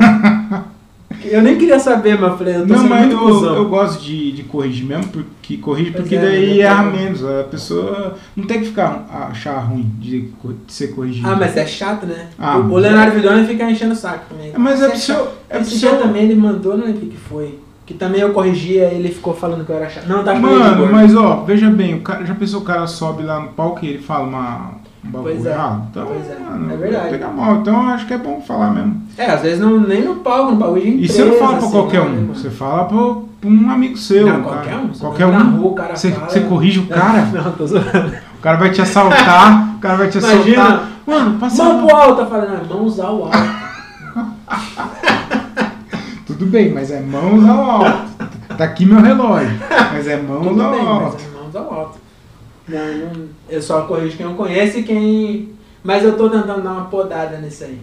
Speaker 2: eu nem queria saber, mas eu falei, eu tô
Speaker 1: Não,
Speaker 2: sendo
Speaker 1: mas
Speaker 2: é muito
Speaker 1: eu,
Speaker 2: cuzão.
Speaker 1: eu gosto de, de corrigir mesmo, porque corrige,
Speaker 2: Pois
Speaker 1: porque
Speaker 2: é,
Speaker 1: daí
Speaker 2: eu
Speaker 1: erra
Speaker 2: também.
Speaker 1: menos. A pessoa não tem que ficar achar ruim de, co- de ser corrigido.
Speaker 2: Ah, mas é chato, né?
Speaker 1: Ah,
Speaker 2: o o Leonardo Vidoni fica enchendo o saco também.
Speaker 1: É, mas
Speaker 2: Você
Speaker 1: é pro
Speaker 2: chato.
Speaker 1: seu. É pro
Speaker 2: Esse dia
Speaker 1: seu...
Speaker 2: também ele mandou, não lembro o que que foi. Que também eu corrigia, ele ficou falando que eu era chato. Não, tá
Speaker 1: Mano, mas ó, veja bem, o cara, já pensou o cara sobe lá no palco e ele fala uma, um bagulho
Speaker 2: Pois é,
Speaker 1: errado? Então,
Speaker 2: pois é,
Speaker 1: mano,
Speaker 2: é verdade.
Speaker 1: Pega mal, então eu acho que é bom falar mesmo.
Speaker 2: É, às vezes não, nem no palco, no bagulho de
Speaker 1: E
Speaker 2: empresa.
Speaker 1: você não fala pra
Speaker 2: assim,
Speaker 1: qualquer
Speaker 2: né,
Speaker 1: um,
Speaker 2: mano?
Speaker 1: você fala pro, pra um amigo seu.
Speaker 2: Não,
Speaker 1: cara.
Speaker 2: qualquer um.
Speaker 1: Qualquer
Speaker 2: Na
Speaker 1: um.
Speaker 2: rua, o cara
Speaker 1: Você,
Speaker 2: fala. É.
Speaker 1: você corrige o cara,
Speaker 2: *laughs* Não, tô zoando.
Speaker 1: o cara vai te assaltar, o cara vai te
Speaker 2: Imagina.
Speaker 1: assaltar. Mano, passa
Speaker 2: Mão pro alto, eu falei, não, mãos ao alto.
Speaker 1: Tudo bem, mas é mãos ao alto. Tá aqui meu relógio, mas é mãos
Speaker 2: Tudo
Speaker 1: ao
Speaker 2: bem,
Speaker 1: alto.
Speaker 2: mas é mãos ao alto. Não, não, eu só corrijo quem eu conheço e quem... Mas eu tô tentando dar uma podada nisso aí.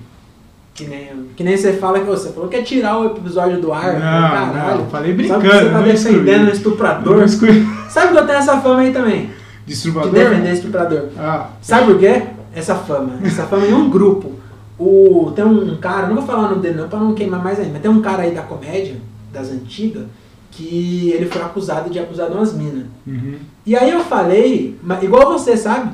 Speaker 2: Que nem, que nem você fala que você falou que é tirar o episódio do ar.
Speaker 1: Não,
Speaker 2: né, caralho.
Speaker 1: não, falei
Speaker 2: Sabe
Speaker 1: brincando.
Speaker 2: que você tá
Speaker 1: não
Speaker 2: defendendo um
Speaker 1: excluí.
Speaker 2: estuprador?
Speaker 1: Não
Speaker 2: *laughs*
Speaker 1: excluí.
Speaker 2: Sabe que eu tenho essa fama aí também? De
Speaker 1: Disturbador?
Speaker 2: defender estuprador.
Speaker 1: Ah,
Speaker 2: Sabe por quê? essa fama. Essa fama em um grupo. O, tem um cara, não vou falar o nome dele não pra não queimar mais ainda, mas tem um cara aí da comédia, das antigas, que ele foi acusado de abusar de umas minas.
Speaker 1: Uhum.
Speaker 2: E aí eu falei, mas igual você, sabe?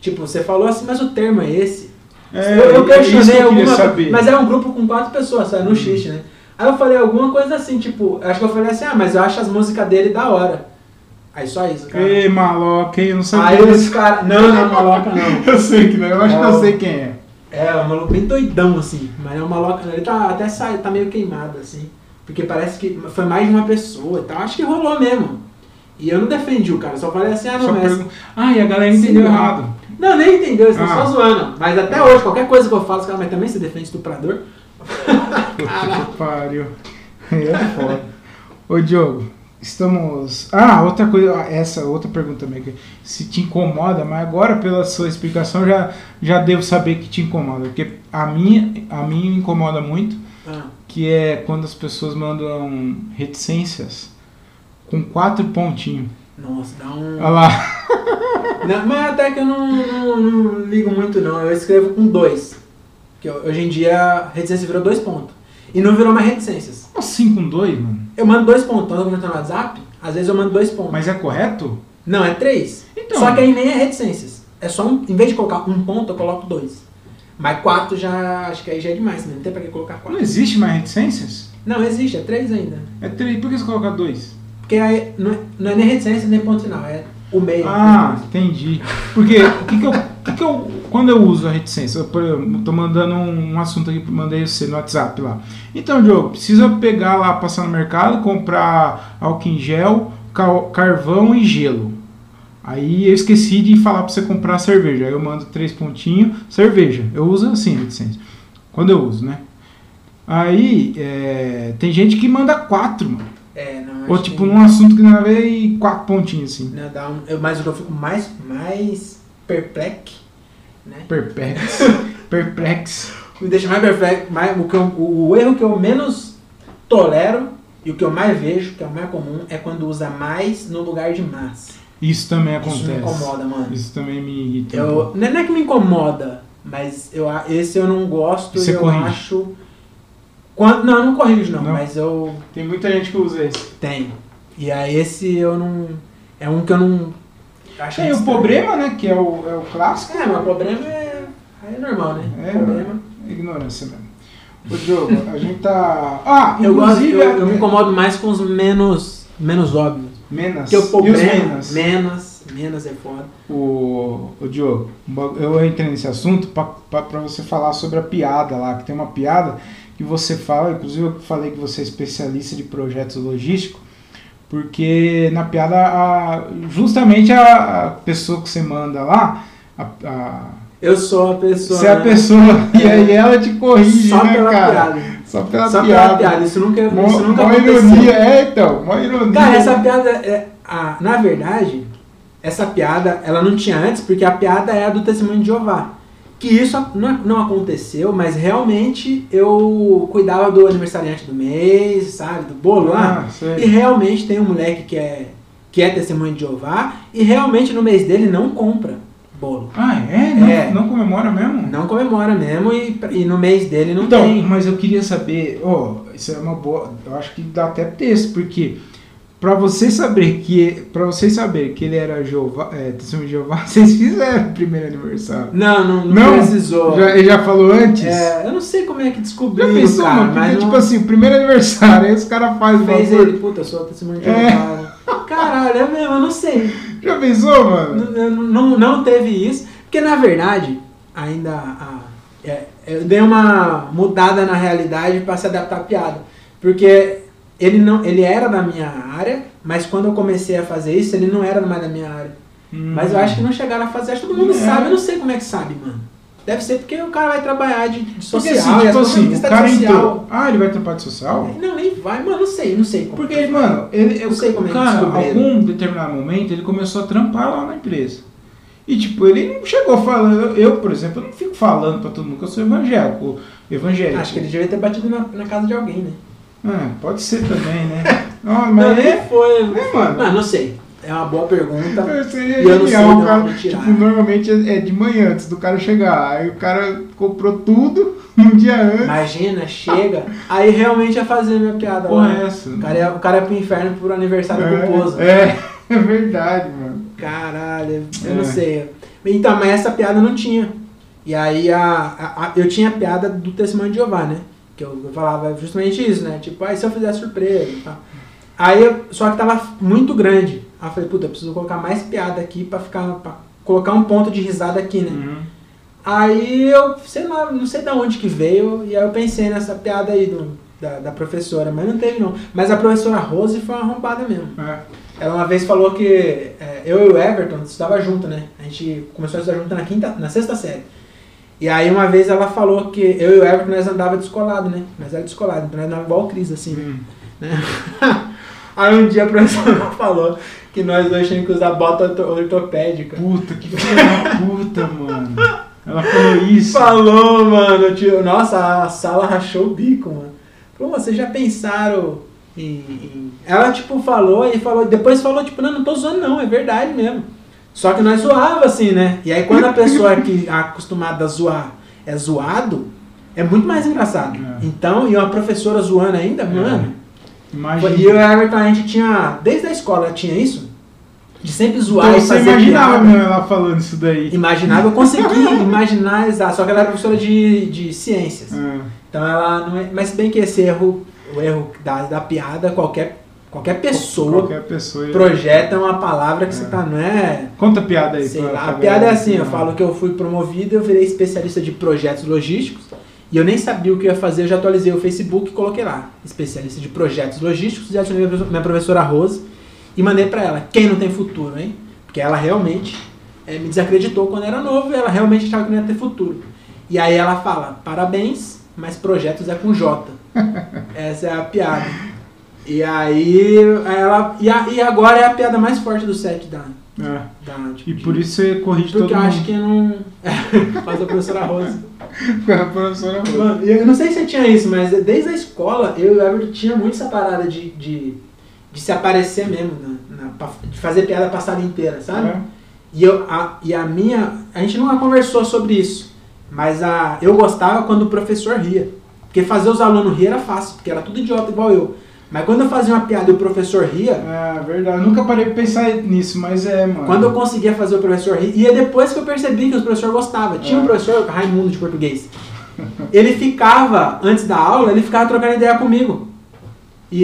Speaker 2: Tipo, você falou assim, mas o termo é esse.
Speaker 1: É,
Speaker 2: eu, eu
Speaker 1: é isso que
Speaker 2: questionei
Speaker 1: eu queria
Speaker 2: alguma
Speaker 1: saber. Uhum.
Speaker 2: Mas era um grupo com quatro pessoas, sabe? No xiste, né? Aí eu falei alguma coisa assim, tipo, acho que eu falei assim, ah, mas eu acho as músicas dele da hora. Aí só isso, cara.
Speaker 1: Ei, maloca, hein? Eu não
Speaker 2: Aí
Speaker 1: sabia
Speaker 2: os
Speaker 1: desse
Speaker 2: caras. Não, não, maloca não.
Speaker 1: Eu sei que não, é, eu acho que eu
Speaker 2: Não.
Speaker 1: sei quem é.
Speaker 2: É, um maluco bem doidão, assim. Mas é um maloca. Ele tá até sai, tá meio queimado, assim. Porque parece que foi mais de uma pessoa e tal. Acho que rolou mesmo. E eu não defendi o cara, só falei assim, ah, não,
Speaker 1: Só
Speaker 2: mas.
Speaker 1: pergun- Ah, e a galera entendeu
Speaker 2: Sim, né?
Speaker 1: errado.
Speaker 2: Não, nem entendeu, eles estão
Speaker 1: Ah.
Speaker 2: só zoando. Mas até hoje, qualquer coisa que eu falo, os caras, mas também se defende estuprador. Ah,
Speaker 1: Puta que pariu. *laughs* Aí é foda. Ô Diogo, estamos. Ah, outra coisa, ah, essa outra pergunta também que se te incomoda, mas agora pela sua explicação já, já devo saber que te incomoda. Porque a minha, a minha incomoda muito,
Speaker 2: Ah,
Speaker 1: que é quando as pessoas mandam reticências com quatro pontinhos.
Speaker 2: nossa, dá um.
Speaker 1: Olha lá.
Speaker 2: Não, mas até que eu não, não- não ligo muito, não. Eu escrevo com dois. Porque hoje em dia a reticência virou dois pontos. E não virou mais reticências.
Speaker 1: Como assim com dois, mano?
Speaker 2: Eu mando dois pontos. Quando eu tô conversando no WhatsApp, às vezes eu mando dois pontos.
Speaker 1: Mas é correto?
Speaker 2: Não, é três.
Speaker 1: Então.
Speaker 2: Só que aí nem é reticências. É só um. Em vez de colocar um ponto, eu coloco dois. Mas quatro já. Acho que aí já é demais, né? Não tem pra que colocar
Speaker 1: Não
Speaker 2: quatro.
Speaker 1: existe mais reticências?
Speaker 2: Não, existe, é três ainda.
Speaker 1: É três. Por que você coloca dois?
Speaker 2: Porque aí não é, não é nem reticência nem ponto final, é o meio.
Speaker 1: Ah, entendi. Porque o que, que eu. o que que eu- quando eu uso a reticência, eu, por exemplo, tô mandando um, um assunto aqui, mandei você no WhatsApp lá. Então, Diogo, precisa pegar lá, passar no mercado, comprar álcool em gel, cal- carvão e gelo. Aí eu esqueci de falar pra você comprar cerveja. Aí eu mando três pontinhos, cerveja. Eu uso assim, a reticência. Quando eu uso, né? Aí é, tem gente que manda quatro, mano.
Speaker 2: É, não, acho
Speaker 1: Ou tipo,
Speaker 2: que-
Speaker 1: num assunto que não tem nada a ver e quatro pontinhos assim.
Speaker 2: Né, dá um, eu, mas o que eu fico mais, mais perplexo, né? *laughs*
Speaker 1: Perplexo. Perplexo.
Speaker 2: Me deixa mais perplexo, mais, o, que eu- o, o erro que eu menos tolero e o que eu mais vejo, que é o mais comum, é quando usa mais no lugar de mais.
Speaker 1: Isso também
Speaker 2: Isso
Speaker 1: acontece.
Speaker 2: me incomoda, mano.
Speaker 1: Isso também me irrita. um pouco.
Speaker 2: Eu, não é não é que me incomoda, mas eu, a- esse eu não gosto
Speaker 1: Você
Speaker 2: e eu
Speaker 1: corrige.
Speaker 2: acho. Quando, não, eu não corrijo não,
Speaker 1: é Não?
Speaker 2: mas eu
Speaker 1: Tem muita gente que usa isso.
Speaker 2: tenho. E aí esse eu não. É um que eu não. Acho
Speaker 1: Tem
Speaker 2: muito
Speaker 1: o
Speaker 2: estranho.
Speaker 1: problema, né? Que é o, é o clássico.
Speaker 2: É, mas o problema é. Aí é normal, né?
Speaker 1: É,
Speaker 2: problema.
Speaker 1: Ignorância mesmo. Ô, Diogo, a gente tá. Ah,
Speaker 2: Eu, gosto,
Speaker 1: inclusive.
Speaker 2: eu, eu me incomodo mais com os menos, menos óbvios.
Speaker 1: Menas.
Speaker 2: Porque o
Speaker 1: e os
Speaker 2: problema.
Speaker 1: Menas.
Speaker 2: Menos, menos é foda.
Speaker 1: O, o Diogo, um bagu- eu entrei nesse assunto para você falar sobre a piada lá, que tem uma piada que você fala, inclusive eu falei que você é especialista de projetos logísticos, porque na piada a- justamente a, a pessoa que você manda lá, a- a-
Speaker 2: Eu sou a pessoa. né?
Speaker 1: você é a pessoa *laughs* e aí ela te corrige,
Speaker 2: Só
Speaker 1: né,
Speaker 2: pela
Speaker 1: cara?
Speaker 2: piada.
Speaker 1: Só pela
Speaker 2: Só pela
Speaker 1: piada.
Speaker 2: piada. Isso nunca,
Speaker 1: Mó,
Speaker 2: isso nunca
Speaker 1: mó
Speaker 2: aconteceu.
Speaker 1: ironia, é então, uma ironia.
Speaker 2: Cara, essa piada é. a- na verdade, essa piada ela não tinha antes, porque a piada é a do testemunho de Jeová. Que isso não, não aconteceu, mas realmente eu cuidava do aniversariante do mês, sabe? Do bolo lá.
Speaker 1: Ah, sei.
Speaker 2: é? E realmente tem um moleque que é, que é testemunho de Jeová e realmente no mês dele não compra bolo.
Speaker 1: Ah, é? Não,
Speaker 2: É.
Speaker 1: não comemora mesmo?
Speaker 2: Não comemora mesmo e, e no mês dele não
Speaker 1: então,
Speaker 2: tem.
Speaker 1: mas eu queria saber, ó, isso é uma boa, eu acho que dá até texto, porque pra você saber que, para você saber que ele era Jeová, é, testemunho de Jeová, *laughs* vocês fizeram o primeiro aniversário.
Speaker 2: Não, não, não,
Speaker 1: Não?
Speaker 2: precisou.
Speaker 1: Já, ele já falou antes.
Speaker 2: É, eu não sei como é que descobriu,
Speaker 1: já pensou,
Speaker 2: cara,
Speaker 1: mano?
Speaker 2: mas
Speaker 1: Porque,
Speaker 2: não-
Speaker 1: tipo assim, o primeiro aniversário, aí os caras fazem
Speaker 2: fez
Speaker 1: uma
Speaker 2: ele, puta, eu sou testemunho de
Speaker 1: É.
Speaker 2: Jeová. Caralho, é mesmo, eu não sei.
Speaker 1: Já pensou, mano?
Speaker 2: Não, não, não teve isso. Porque, na verdade, ainda. a- é, eu dei uma mudada na realidade para se adaptar à piada. Porque ele, não, ele era da minha área, mas quando eu comecei a fazer isso, ele não era mais da minha área. Mas eu acho que não chegaram a fazer. Acho que todo mundo
Speaker 1: Uhum. É.
Speaker 2: sabe, eu não sei como é que sabe, mano. Deve ser porque o cara vai trabalhar de, de
Speaker 1: Porque
Speaker 2: é social.
Speaker 1: assim,
Speaker 2: e as
Speaker 1: tipo assim, o
Speaker 2: coisas
Speaker 1: cara
Speaker 2: social.
Speaker 1: entrou. Ah, ele vai trampar de social?
Speaker 2: Não, nem vai, mano, não sei, não sei como. é
Speaker 1: Porque, mano, ele,
Speaker 2: Não sei como
Speaker 1: o
Speaker 2: eles
Speaker 1: cara,
Speaker 2: descobriram.
Speaker 1: algum determinado momento, ele começou a trampar lá na empresa. E, tipo, ele não chegou falando. Eu, por exemplo, eu não fico falando pra todo mundo que eu sou evangélico. Evangélico.
Speaker 2: Acho que ele devia ter batido na, na casa de alguém, né? *laughs*
Speaker 1: Ah, pode ser também, né? não, mas
Speaker 2: nem
Speaker 1: é.
Speaker 2: foi. né?
Speaker 1: É, mano.
Speaker 2: Mano, não sei. É uma boa pergunta.
Speaker 1: Seria
Speaker 2: E eu não sei
Speaker 1: genial,
Speaker 2: de
Speaker 1: o cara-
Speaker 2: onde tirar.
Speaker 1: tipo, normalmente é é de manhã, antes do cara chegar. Aí o cara comprou tudo *laughs* um dia antes.
Speaker 2: Imagina, chega. Aí realmente ia fazer minha piada.
Speaker 1: Porra,
Speaker 2: lá.
Speaker 1: é essa?
Speaker 2: O cara, ia, o cara ia pro inferno por aniversário culposo.
Speaker 1: é, *laughs* é, é verdade, mano.
Speaker 2: Caralho, eu não
Speaker 1: É.
Speaker 2: sei. Então, mas essa piada não tinha. E aí a, a- a- eu tinha a piada do testemunho de Jeová, né? Que eu, eu falava justamente isso, né? Tipo, aí se eu fizer surpresa e tal. Aí eu, só que tava muito grande. Aí eu falei, puta, eu preciso colocar mais piada aqui pra ficar. Pra colocar um ponto de risada aqui, né?
Speaker 1: Uhum.
Speaker 2: Aí eu, sei lá, não sei da onde que veio, e aí eu pensei nessa piada aí do, da, da professora, mas não teve não. Mas a professora Rose foi uma arrombada mesmo.
Speaker 1: É.
Speaker 2: Ela uma vez falou que é, eu e o Everton estudava junto, né? A gente começou a estudar junto na quinta, na sexta série. E aí uma vez ela falou que eu e o Everton nós andava descolado, né? Nós era descolado, então nós andava igual o Cris, assim,
Speaker 1: Hum.
Speaker 2: né? *laughs* aí um dia a professora *laughs* falou que nós dois tínhamos que usar bota orto- ortopédica.
Speaker 1: Puta, que filha da puta, mano. Ela falou isso.
Speaker 2: Falou, mano. Tio. Nossa, a sala rachou o bico, mano. Falou, "Mano, vocês já pensaram em, em-" Ela, tipo, falou e falou. Depois falou, tipo, não, não tô zoando, não, é verdade mesmo. Só que nós zoava, assim, né? E aí quando a pessoa que é acostumada a zoar é zoado, é muito mais engraçado.
Speaker 1: É.
Speaker 2: Então, e uma professora zoando ainda, mano.
Speaker 1: Imagina.
Speaker 2: E o Everton, a gente tinha. Desde a escola tinha isso? De sempre zoar
Speaker 1: Então
Speaker 2: e
Speaker 1: você
Speaker 2: fazer
Speaker 1: imaginava
Speaker 2: piada.
Speaker 1: mesmo ela falando isso daí.
Speaker 2: Imaginava,
Speaker 1: *laughs*
Speaker 2: eu consegui imaginar exato, só que ela era professora de, de ciências.
Speaker 1: Ah,
Speaker 2: Então ela não é. Mas se bem que esse erro, o erro da, da piada, qualquer, qualquer pessoa
Speaker 1: Qualquer pessoa. ia-
Speaker 2: projeta uma palavra que você
Speaker 1: É.
Speaker 2: tá, não é.
Speaker 1: Conta a piada aí. né?
Speaker 2: Sei
Speaker 1: pra-
Speaker 2: lá, a
Speaker 1: pra
Speaker 2: piada é
Speaker 1: galera.
Speaker 2: assim, eu falo que eu fui promovido, eu virei especialista de projetos logísticos. E eu nem sabia o que eu ia fazer, eu já atualizei o Facebook e coloquei lá. Especialista de projetos logísticos, já acionei minha professora Rose e mandei pra ela, quem não tem futuro, hein? Porque ela realmente eh, me desacreditou quando era novo e ela realmente achava que não ia ter futuro. E aí ela fala, parabéns, mas projetos é
Speaker 1: *laughs*
Speaker 2: com J. Essa é a piada. E aí ela. E, a- e agora é a piada mais forte do set da.
Speaker 1: É.
Speaker 2: da tipo,
Speaker 1: E
Speaker 2: de-
Speaker 1: por isso você corrige todo
Speaker 2: porque eu
Speaker 1: mundo.
Speaker 2: acho que não. *laughs* Faz a professora Rosa.
Speaker 1: *laughs* a professora falou.
Speaker 2: Mano, eu não sei se você tinha isso, mas desde a escola eu e o Everton tinha muito essa parada de, de, de se aparecer mesmo, né? Na- pra- de fazer piada passada inteira, sabe?
Speaker 1: É.
Speaker 2: E, eu, a, e a minha. A gente nunca conversou sobre isso, mas a, eu gostava quando o professor ria. Porque fazer os alunos rir era fácil, porque era tudo idiota igual eu. Mas quando eu fazia uma piada e o professor ria,
Speaker 1: É, verdade. Eu nunca parei pra pensar nisso, mas é, mano.
Speaker 2: quando eu conseguia fazer o professor rir, e é depois que eu percebi que o professor gostava. Tinha um
Speaker 1: É.
Speaker 2: professor, Raimundo de português, ele ficava, antes da aula, ele ficava trocando ideia comigo. E.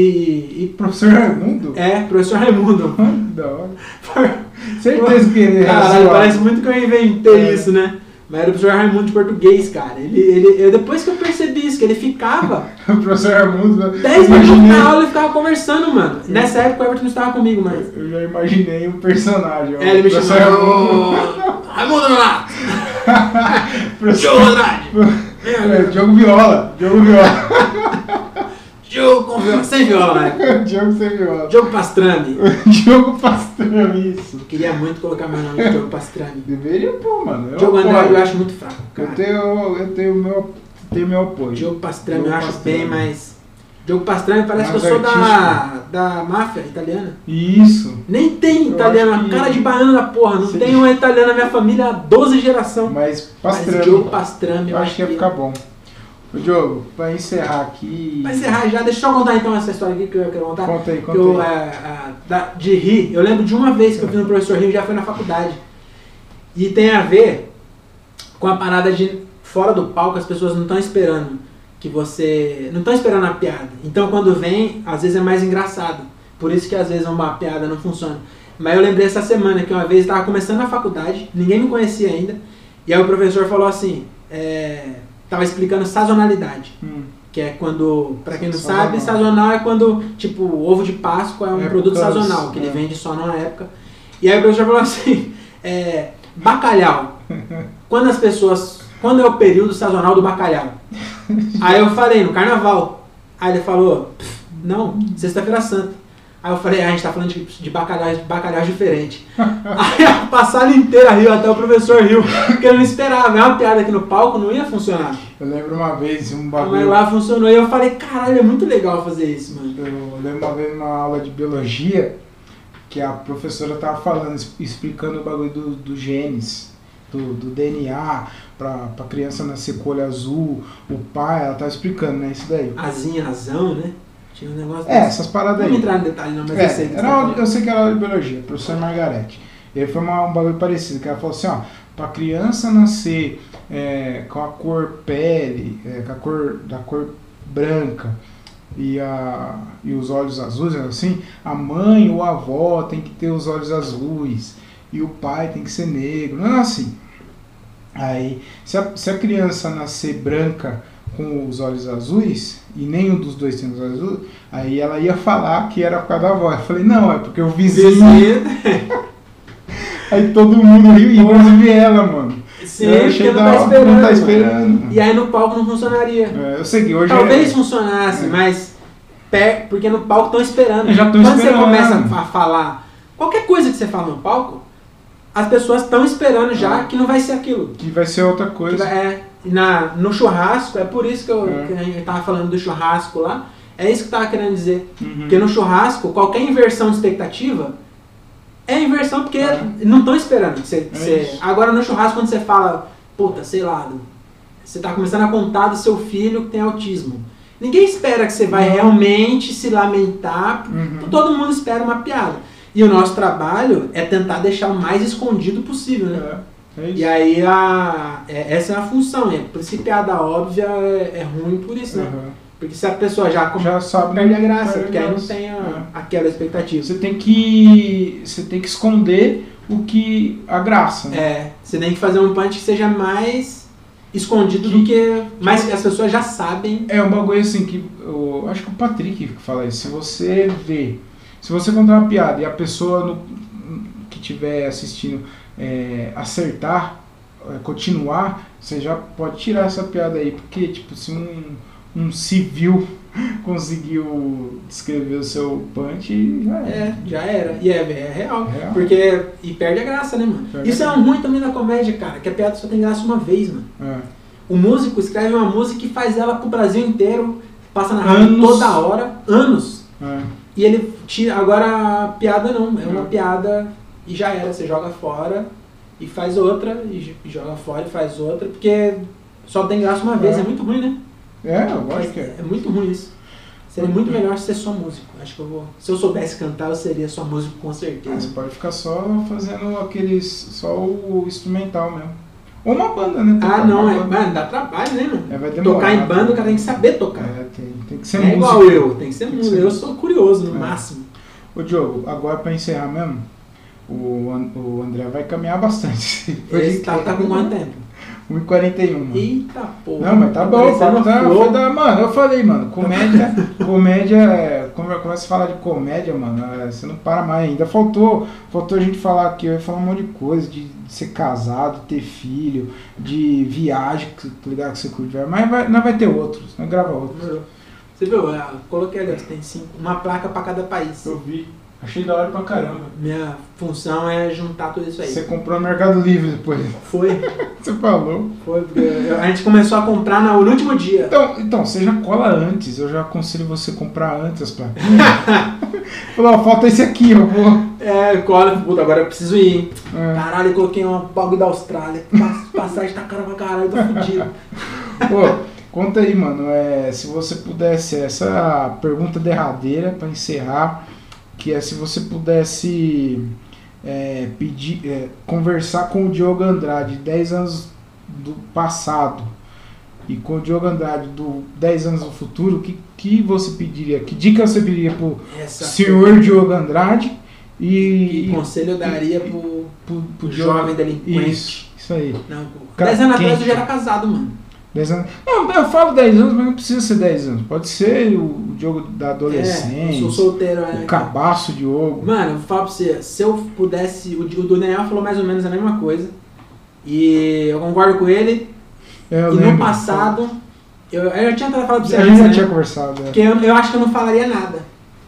Speaker 2: e-
Speaker 1: Professor Raimundo?
Speaker 2: é, professor Raimundo.
Speaker 1: Mano, da hora. Certeza que ele *laughs* é
Speaker 2: Caralho,
Speaker 1: zoado.
Speaker 2: parece muito que eu inventei
Speaker 1: É.
Speaker 2: isso, né? Mas era o professor Raimundo de português, cara. Ele, ele, eu, depois que eu percebi isso, que
Speaker 1: *laughs*
Speaker 2: ele ficava
Speaker 1: *laughs* O professor Raimundo. né?
Speaker 2: 10
Speaker 1: eu
Speaker 2: minutos
Speaker 1: imaginei-
Speaker 2: na aula ele ficava conversando,
Speaker 1: É.
Speaker 2: mano. Nessa época o Everton não estava comigo, mas.
Speaker 1: Eu já imaginei o personagem. ó.
Speaker 2: É, ele me
Speaker 1: Professor
Speaker 2: chamou. "Ô, *laughs* Raimundo Nonato! Gil
Speaker 1: Professor... *laughs*
Speaker 2: Andrade!
Speaker 1: É, Diogo Viola. Diogo Viola. *laughs*
Speaker 2: Diogo com viola, sem viola, né?
Speaker 1: Diogo sem viola.
Speaker 2: Diogo Pastrani.
Speaker 1: Diogo Pastrana, isso.
Speaker 2: Queria muito colocar meu nome de Diogo Pastrani.
Speaker 1: Deveria pôr, mano. Eu
Speaker 2: Diogo Andrade
Speaker 1: apoio.
Speaker 2: eu acho muito fraco,
Speaker 1: Eu
Speaker 2: cara.
Speaker 1: tenho, eu tenho meu, tenho meu apoio.
Speaker 2: Diogo Pastrani eu
Speaker 1: Diogo
Speaker 2: acho
Speaker 1: Pastrani.
Speaker 2: bem, mas... Diogo Pastrani parece
Speaker 1: Mais
Speaker 2: que eu sou da,
Speaker 1: artístico.
Speaker 2: da máfia italiana.
Speaker 1: Isso.
Speaker 2: Nem tem
Speaker 1: Eu
Speaker 2: italiano,
Speaker 1: acho que-
Speaker 2: cara de baiano da porra. Não
Speaker 1: Sim.
Speaker 2: tem uma italiana na minha família há 12 geração.
Speaker 1: Mas
Speaker 2: Mas
Speaker 1: Pastrana.
Speaker 2: Diogo Pastrani
Speaker 1: Eu acho que ia ficar bom. Ô, Diogo, pra encerrar aqui.
Speaker 2: Vai encerrar já, deixa eu só contar então essa história aqui que eu quero contar.
Speaker 1: Conta aí,
Speaker 2: que eu,
Speaker 1: conta aí.
Speaker 2: é, é, da- de rir, eu lembro de uma vez que eu fiz no professor Rio, já foi na faculdade. E tem a ver com a parada de fora do palco, as pessoas não estão esperando que você. não estão esperando a piada. Então quando vem, às vezes é mais engraçado. Por isso que às vezes uma piada não funciona. Mas eu lembrei essa semana que uma vez estava começando na faculdade, ninguém me conhecia ainda, e aí o professor falou assim, é, tava explicando sazonalidade.
Speaker 1: Hum,
Speaker 2: Que é quando, pra quem não
Speaker 1: Sazonal.
Speaker 2: sabe, sazonal é quando, tipo, o ovo de Páscoa é um
Speaker 1: É
Speaker 2: produto
Speaker 1: por causa-
Speaker 2: sazonal, que ele
Speaker 1: é.
Speaker 2: vende só numa época. E aí o professor falou assim, *laughs* é, bacalhau. Quando as pessoas. Quando é o período sazonal
Speaker 1: *laughs*
Speaker 2: do bacalhau? Aí eu falei, no carnaval. Aí ele falou, "Pff, não, sexta-feira santa. Aí eu falei, ah, a gente tá falando de, de bacalhau, de bacalhau
Speaker 1: *laughs*
Speaker 2: diferente. Aí a passada inteira riu, até o professor riu, porque eu não esperava. É uma piada aqui no palco, não ia funcionar.
Speaker 1: eu lembro uma vez um
Speaker 2: Mas
Speaker 1: bagulho.
Speaker 2: lá funcionou e eu falei, caralho, é muito legal fazer isso, mano.
Speaker 1: Eu lembro uma vez numa aula de biologia que a professora tava falando, es- explicando o bagulho do- dos genes, do, do DNA, pra, pra criança nascer com olho azul, o pai, ela tava explicando, né? Isso daí.
Speaker 2: Azinha, razão, né? Tinha um negócio
Speaker 1: É,
Speaker 2: desse.
Speaker 1: essas paradas
Speaker 2: Vamos
Speaker 1: aí.
Speaker 2: entrar no detalhe não, mas
Speaker 1: É,
Speaker 2: eu sei. que você
Speaker 1: era
Speaker 2: tá
Speaker 1: aula-
Speaker 2: falando.
Speaker 1: eu sei que era aula de biologia, professor Margarete. Ele foi uma- um bagulho parecido, que ela falou assim, ó, pra criança nascer é, com a cor pele, é, com a cor da cor branca e, a, e os olhos azuis, assim, a mãe ou a avó tem que ter os olhos azuis e o pai tem que ser negro, não é assim. Aí, se a, se a criança nascer branca com os olhos azuis, e nenhum dos dois tem os olhos azuis, aí ela ia falar que era por causa da avó. Eu falei, não, é porque o vizinho.
Speaker 2: Vizinho.
Speaker 1: *laughs* Aí todo mundo riu, inclusive ela, mano.
Speaker 2: Sim,
Speaker 1: eu
Speaker 2: porque
Speaker 1: achei
Speaker 2: não
Speaker 1: da
Speaker 2: tá
Speaker 1: hora,
Speaker 2: esperando.
Speaker 1: não tá
Speaker 2: mano.
Speaker 1: esperando.
Speaker 2: E aí no palco não funcionaria.
Speaker 1: É, eu sei que hoje.
Speaker 2: Talvez
Speaker 1: é-
Speaker 2: funcionasse,
Speaker 1: É.
Speaker 2: mas per... porque no palco estão esperando.
Speaker 1: Já tão
Speaker 2: Quando
Speaker 1: esperando.
Speaker 2: você começa a falar qualquer coisa que você fala no palco, as pessoas estão esperando já
Speaker 1: É.
Speaker 2: que não vai ser aquilo.
Speaker 1: Que vai ser outra
Speaker 2: Que
Speaker 1: coisa.
Speaker 2: vai- É, na, no churrasco, é por isso que, eu,
Speaker 1: É.
Speaker 2: que a gente tava falando do churrasco lá. É isso que eu tava querendo dizer.
Speaker 1: Uhum.
Speaker 2: Porque no churrasco, qualquer inversão de expectativa é inversão porque
Speaker 1: É.
Speaker 2: não estão esperando. que Você,
Speaker 1: É
Speaker 2: você-
Speaker 1: isso.
Speaker 2: Agora no churrasco, quando você fala, puta, sei lá, você tá começando a contar do seu filho que tem autismo. Ninguém espera que você vai
Speaker 1: Não.
Speaker 2: realmente se lamentar.
Speaker 1: Uhum.
Speaker 2: Todo mundo espera uma piada. E o nosso trabalho é tentar deixar o mais escondido possível, né?
Speaker 1: É, é isso.
Speaker 2: E aí a, é- essa é a função, é, por isso que piada óbvia é, é ruim por isso, né?
Speaker 1: Uhum.
Speaker 2: Porque se a pessoa já come,
Speaker 1: Já sabe.
Speaker 2: perde a graça,
Speaker 1: perde a
Speaker 2: porque aí não
Speaker 1: graça.
Speaker 2: tem
Speaker 1: É.
Speaker 2: a, aquela expectativa.
Speaker 1: Você tem que. Você tem que esconder o que. a graça, né?
Speaker 2: É, você tem que fazer um punch que seja mais escondido
Speaker 1: Que-
Speaker 2: do que. Mas que as pessoas já sabem.
Speaker 1: É um bagulho assim que. Eu acho que o Patrick que fala isso. Se você vê. Se você contar uma piada e a pessoa no- que estiver assistindo é, acertar, é, continuar, você já pode tirar essa piada aí. Porque, tipo, se um, um civil *laughs* conseguiu descrever o seu punch, já é.
Speaker 2: É, já era. E é, é real.
Speaker 1: Real.
Speaker 2: Porque. E perde a graça, né, mano?
Speaker 1: Perde a
Speaker 2: Isso é um ruim também da comédia, cara, que a piada só tem graça uma vez, mano.
Speaker 1: É.
Speaker 2: O músico escreve uma música e faz ela pro Brasil inteiro, passa na rádio
Speaker 1: Anos.
Speaker 2: toda hora, anos.
Speaker 1: é.
Speaker 2: E ele tira. Agora a piada não, é uma
Speaker 1: Hum.
Speaker 2: piada e já era. Você joga fora e faz outra, e j- joga fora e faz outra, porque só tem graça uma vez,
Speaker 1: É.
Speaker 2: é, muito ruim, né?
Speaker 1: É, eu acho que é. Uhum.
Speaker 2: É muito ruim isso. Seria muito melhor ser só músico. Acho que eu vou. Se eu soubesse cantar, eu seria só músico com
Speaker 1: Ah, Você
Speaker 2: certeza.
Speaker 1: pode ficar só fazendo aqueles. só o instrumental mesmo. Ou uma banda, né?
Speaker 2: Ah,
Speaker 1: Tocar
Speaker 2: não,
Speaker 1: uma
Speaker 2: é,
Speaker 1: banda.
Speaker 2: mano, dá trabalho, né, mano?
Speaker 1: É, vai demorar.
Speaker 2: Tocar em banda, o cara tem que saber tocar.
Speaker 1: É, tem, tem que ser
Speaker 2: Não é
Speaker 1: músico.
Speaker 2: igual eu, tem que ser
Speaker 1: Tem que
Speaker 2: músico.
Speaker 1: ser
Speaker 2: Eu sou curioso, no
Speaker 1: É.
Speaker 2: máximo.
Speaker 1: Ô Diogo, agora pra encerrar mesmo, o, An- o André vai caminhar bastante.
Speaker 2: Esse tá,
Speaker 1: *laughs*
Speaker 2: tá com quanto tempo?
Speaker 1: 1,41, mano.
Speaker 2: Eita porra.
Speaker 1: Hum. Não, mas tá bom, tá,
Speaker 2: parecendo
Speaker 1: tá,
Speaker 2: flor.
Speaker 1: foi da- mano, eu falei, mano, comédia, *laughs* comédia, é, como eu começo a falar de comédia, mano, é, você não para mais ainda. Faltou, faltou a gente falar aqui, eu ia falar um monte de coisa, de, de ser casado, ter filho, de viagem, que, tá ligado, que você curte, vai, mas vai, não vai ter outros, não grava outros.
Speaker 2: Você viu? Eu coloquei ali, ó, tem cinco, uma placa pra cada país.
Speaker 1: Eu vi, achei da hora pra caramba.
Speaker 2: Minha função é juntar tudo isso aí.
Speaker 1: Você comprou no Mercado Livre depois, *laughs*
Speaker 2: Foi,
Speaker 1: você falou.
Speaker 2: foi, porque eu- a gente começou a comprar no último dia.
Speaker 1: Então, então, você já cola antes, eu já aconselho você comprar antes as plaquinhas.
Speaker 2: *laughs*
Speaker 1: Falou, ó, falta esse aqui, eu vou.
Speaker 2: É, cola, puta, agora eu preciso ir. hein?
Speaker 1: É.
Speaker 2: Caralho, eu coloquei uma bagulho da Austrália. Pas- Passagem tá cara pra caralho, tô fudido.
Speaker 1: Ô, conta aí, mano, é, se você pudesse, essa pergunta derradeira pra encerrar, que é se você pudesse é, pedir, é, conversar com o Diogo Andrade 10 anos do passado e com o Diogo Andrade do 10 anos do futuro, o que, que você pediria? Que dica você pediria pro
Speaker 2: Essa
Speaker 1: senhor Diogo Andrade e,
Speaker 2: Que
Speaker 1: e
Speaker 2: conselho eu daria pro,
Speaker 1: pro,
Speaker 2: pro
Speaker 1: pro
Speaker 2: jovem delinquente?
Speaker 1: Isso, isso aí.
Speaker 2: Não, pô.
Speaker 1: Cara,
Speaker 2: Dez anos atrás
Speaker 1: quem-
Speaker 2: eu já era casado, mano.
Speaker 1: 10 anos. Não, eu falo 10 anos, mas não precisa ser 10 anos. Pode ser o, o Diogo da
Speaker 2: É,
Speaker 1: adolescência,
Speaker 2: sou solteiro, é.
Speaker 1: o cabaço Diogo.
Speaker 2: Mano, eu vou falar pra você, se eu pudesse. O o Daniel falou mais ou menos a mesma coisa. E eu concordo com ele.
Speaker 1: É, eu
Speaker 2: e
Speaker 1: lembro.
Speaker 2: no passado. Eu, eu tinha tentado falar pra você
Speaker 1: a gente já
Speaker 2: antes,
Speaker 1: tinha
Speaker 2: né?
Speaker 1: conversado. é.
Speaker 2: Porque eu, eu acho que eu não falaria nada.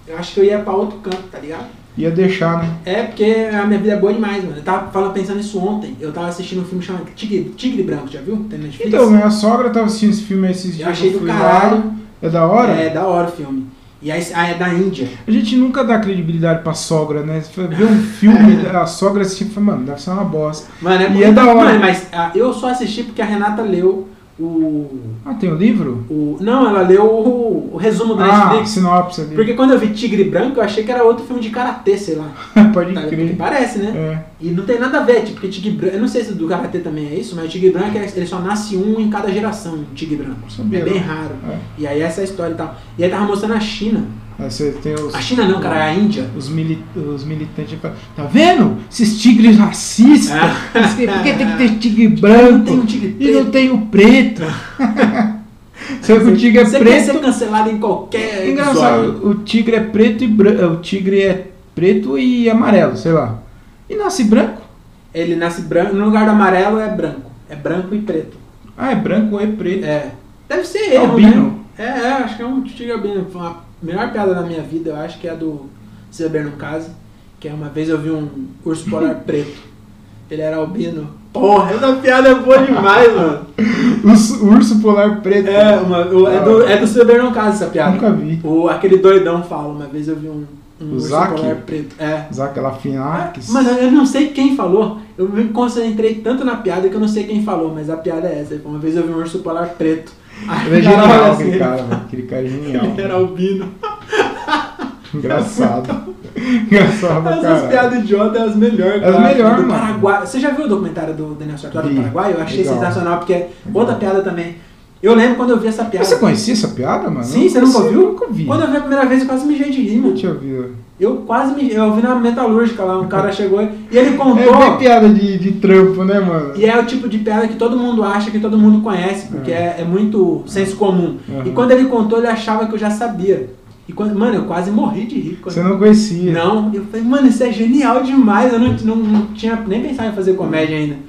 Speaker 2: Eu acho que eu ia pra outro canto, tá ligado?
Speaker 1: Ia deixar, né?
Speaker 2: É porque a minha vida é boa demais, mano. Eu tava falando, pensando nisso ontem. Eu tava assistindo um filme chamado Tigre, Tigre Branco, já viu? Tem na Netflix?
Speaker 1: Então, minha sogra tava assistindo esse filme esses dias.
Speaker 2: eu achei do
Speaker 1: fui
Speaker 2: caralho.
Speaker 1: Lá. É da hora?
Speaker 2: É, da hora o filme. E aí, ah, é da Índia.
Speaker 1: A gente nunca dá credibilidade pra sogra, né? Você Vê um filme, a sogra assiste e fala, mano, deve ser uma bosta.
Speaker 2: Mano, é,
Speaker 1: E é da hora.
Speaker 2: Mano, mas ah, eu só assisti porque a Renata leu o.
Speaker 1: Ah, tem o livro?
Speaker 2: o não, ela leu o, o resumo da
Speaker 1: Ah,
Speaker 2: Netflix.
Speaker 1: sinopse ali.
Speaker 2: Porque quando eu vi Tigre Branco, eu achei que era outro filme de karatê, sei lá.
Speaker 1: *laughs* Pode
Speaker 2: Tá, porque
Speaker 1: crer.
Speaker 2: parece, né?
Speaker 1: É.
Speaker 2: E não tem nada a ver, tipo, porque Tigre Branco. Eu não sei se do Karatê também é isso, mas o Tigre Branco é- ele só nasce um em cada geração, o Tigre Branco.
Speaker 1: Sabia,
Speaker 2: é bem
Speaker 1: não.
Speaker 2: raro.
Speaker 1: É.
Speaker 2: E aí essa é a história e tal. E aí tava mostrando a China.
Speaker 1: Aí você tem os.
Speaker 2: A China não, cara, é a Índia.
Speaker 1: Os, mili os militantes falam, tá vendo? Esses tigres racistas.
Speaker 2: Ah.
Speaker 1: Não sei, Por que tem que ter tigre
Speaker 2: Não tem um
Speaker 1: branco?
Speaker 2: tigre
Speaker 1: E
Speaker 2: preto.
Speaker 1: não tem o
Speaker 2: *laughs*
Speaker 1: preto. Só que o tigre é
Speaker 2: Você quer
Speaker 1: preto.
Speaker 2: ser cancelado em qualquer. episódio.
Speaker 1: Engraçado, o tigre é preto e branco. O tigre é preto e amarelo, sei lá. E nasce branco?
Speaker 2: Ele nasce branco. No lugar do amarelo é branco. É branco e preto.
Speaker 1: Ah, é branco ou é preto?
Speaker 2: É. Deve ser ele,
Speaker 1: Albino.
Speaker 2: né? É, é, acho que é um tigre albino. Foi A melhor piada da minha vida, eu acho que é a do Se Beber no Caso, que é uma vez eu vi um urso *laughs* polar preto. Ele era albino. Porra, essa piada é boa demais, mano.
Speaker 1: *laughs* Urso, urso polar preto.
Speaker 2: É, uma, o- é, do, é do Se Beber no Caso essa piada.
Speaker 1: Nunca vi.
Speaker 2: O, aquele doidão fala, uma vez eu vi um, um
Speaker 1: O
Speaker 2: urso
Speaker 1: Zaque?
Speaker 2: polar preto. É.
Speaker 1: Usar aquela finarques.
Speaker 2: Mano, eu não sei quem falou. Eu me concentrei tanto na piada que eu não sei quem falou, mas a piada é essa. Uma vez eu vi um urso polar preto. Aí
Speaker 1: Ele é
Speaker 2: o cara
Speaker 1: genial
Speaker 2: olha assim,
Speaker 1: aquele cara, mano. Aquele cara é genial.
Speaker 2: Ele *laughs* era albino. *laughs*
Speaker 1: Engraçado. Engraçado pra
Speaker 2: Essas
Speaker 1: caralho.
Speaker 2: piadas idiotas é as melhores,
Speaker 1: É as
Speaker 2: cara.
Speaker 1: melhores,
Speaker 2: do
Speaker 1: mano.
Speaker 2: Paraguai. Você já viu o documentário do Daniel Sartori do
Speaker 1: Vi.
Speaker 2: Paraguai? Eu achei
Speaker 1: Legal.
Speaker 2: sensacional, porque é outra piada também. Eu lembro quando eu vi essa piada.
Speaker 1: Você conhecia essa piada, mano?
Speaker 2: Sim,
Speaker 1: Eu
Speaker 2: você nunca
Speaker 1: conhecia,
Speaker 2: ouviu?
Speaker 1: Nunca vi.
Speaker 2: Quando eu vi a primeira vez, eu quase mijei de rir, mano.
Speaker 1: Deixa eu ver.
Speaker 2: Eu quase me. Eu vi na metalúrgica lá, um
Speaker 1: *laughs*
Speaker 2: cara chegou e ele
Speaker 1: É
Speaker 2: contou.
Speaker 1: bem piada de, de trampo, né, mano?
Speaker 2: E é o tipo de piada que todo mundo acha, que todo mundo conhece, porque é, é muito senso comum.
Speaker 1: Uhum.
Speaker 2: E quando ele contou, ele achava que eu já sabia. E quando, mano, eu quase morri de rir. Quando...
Speaker 1: Você não conhecia.
Speaker 2: Não, eu falei, mano, isso é genial demais. Eu não, não, não tinha nem pensado em fazer comédia ainda. Eu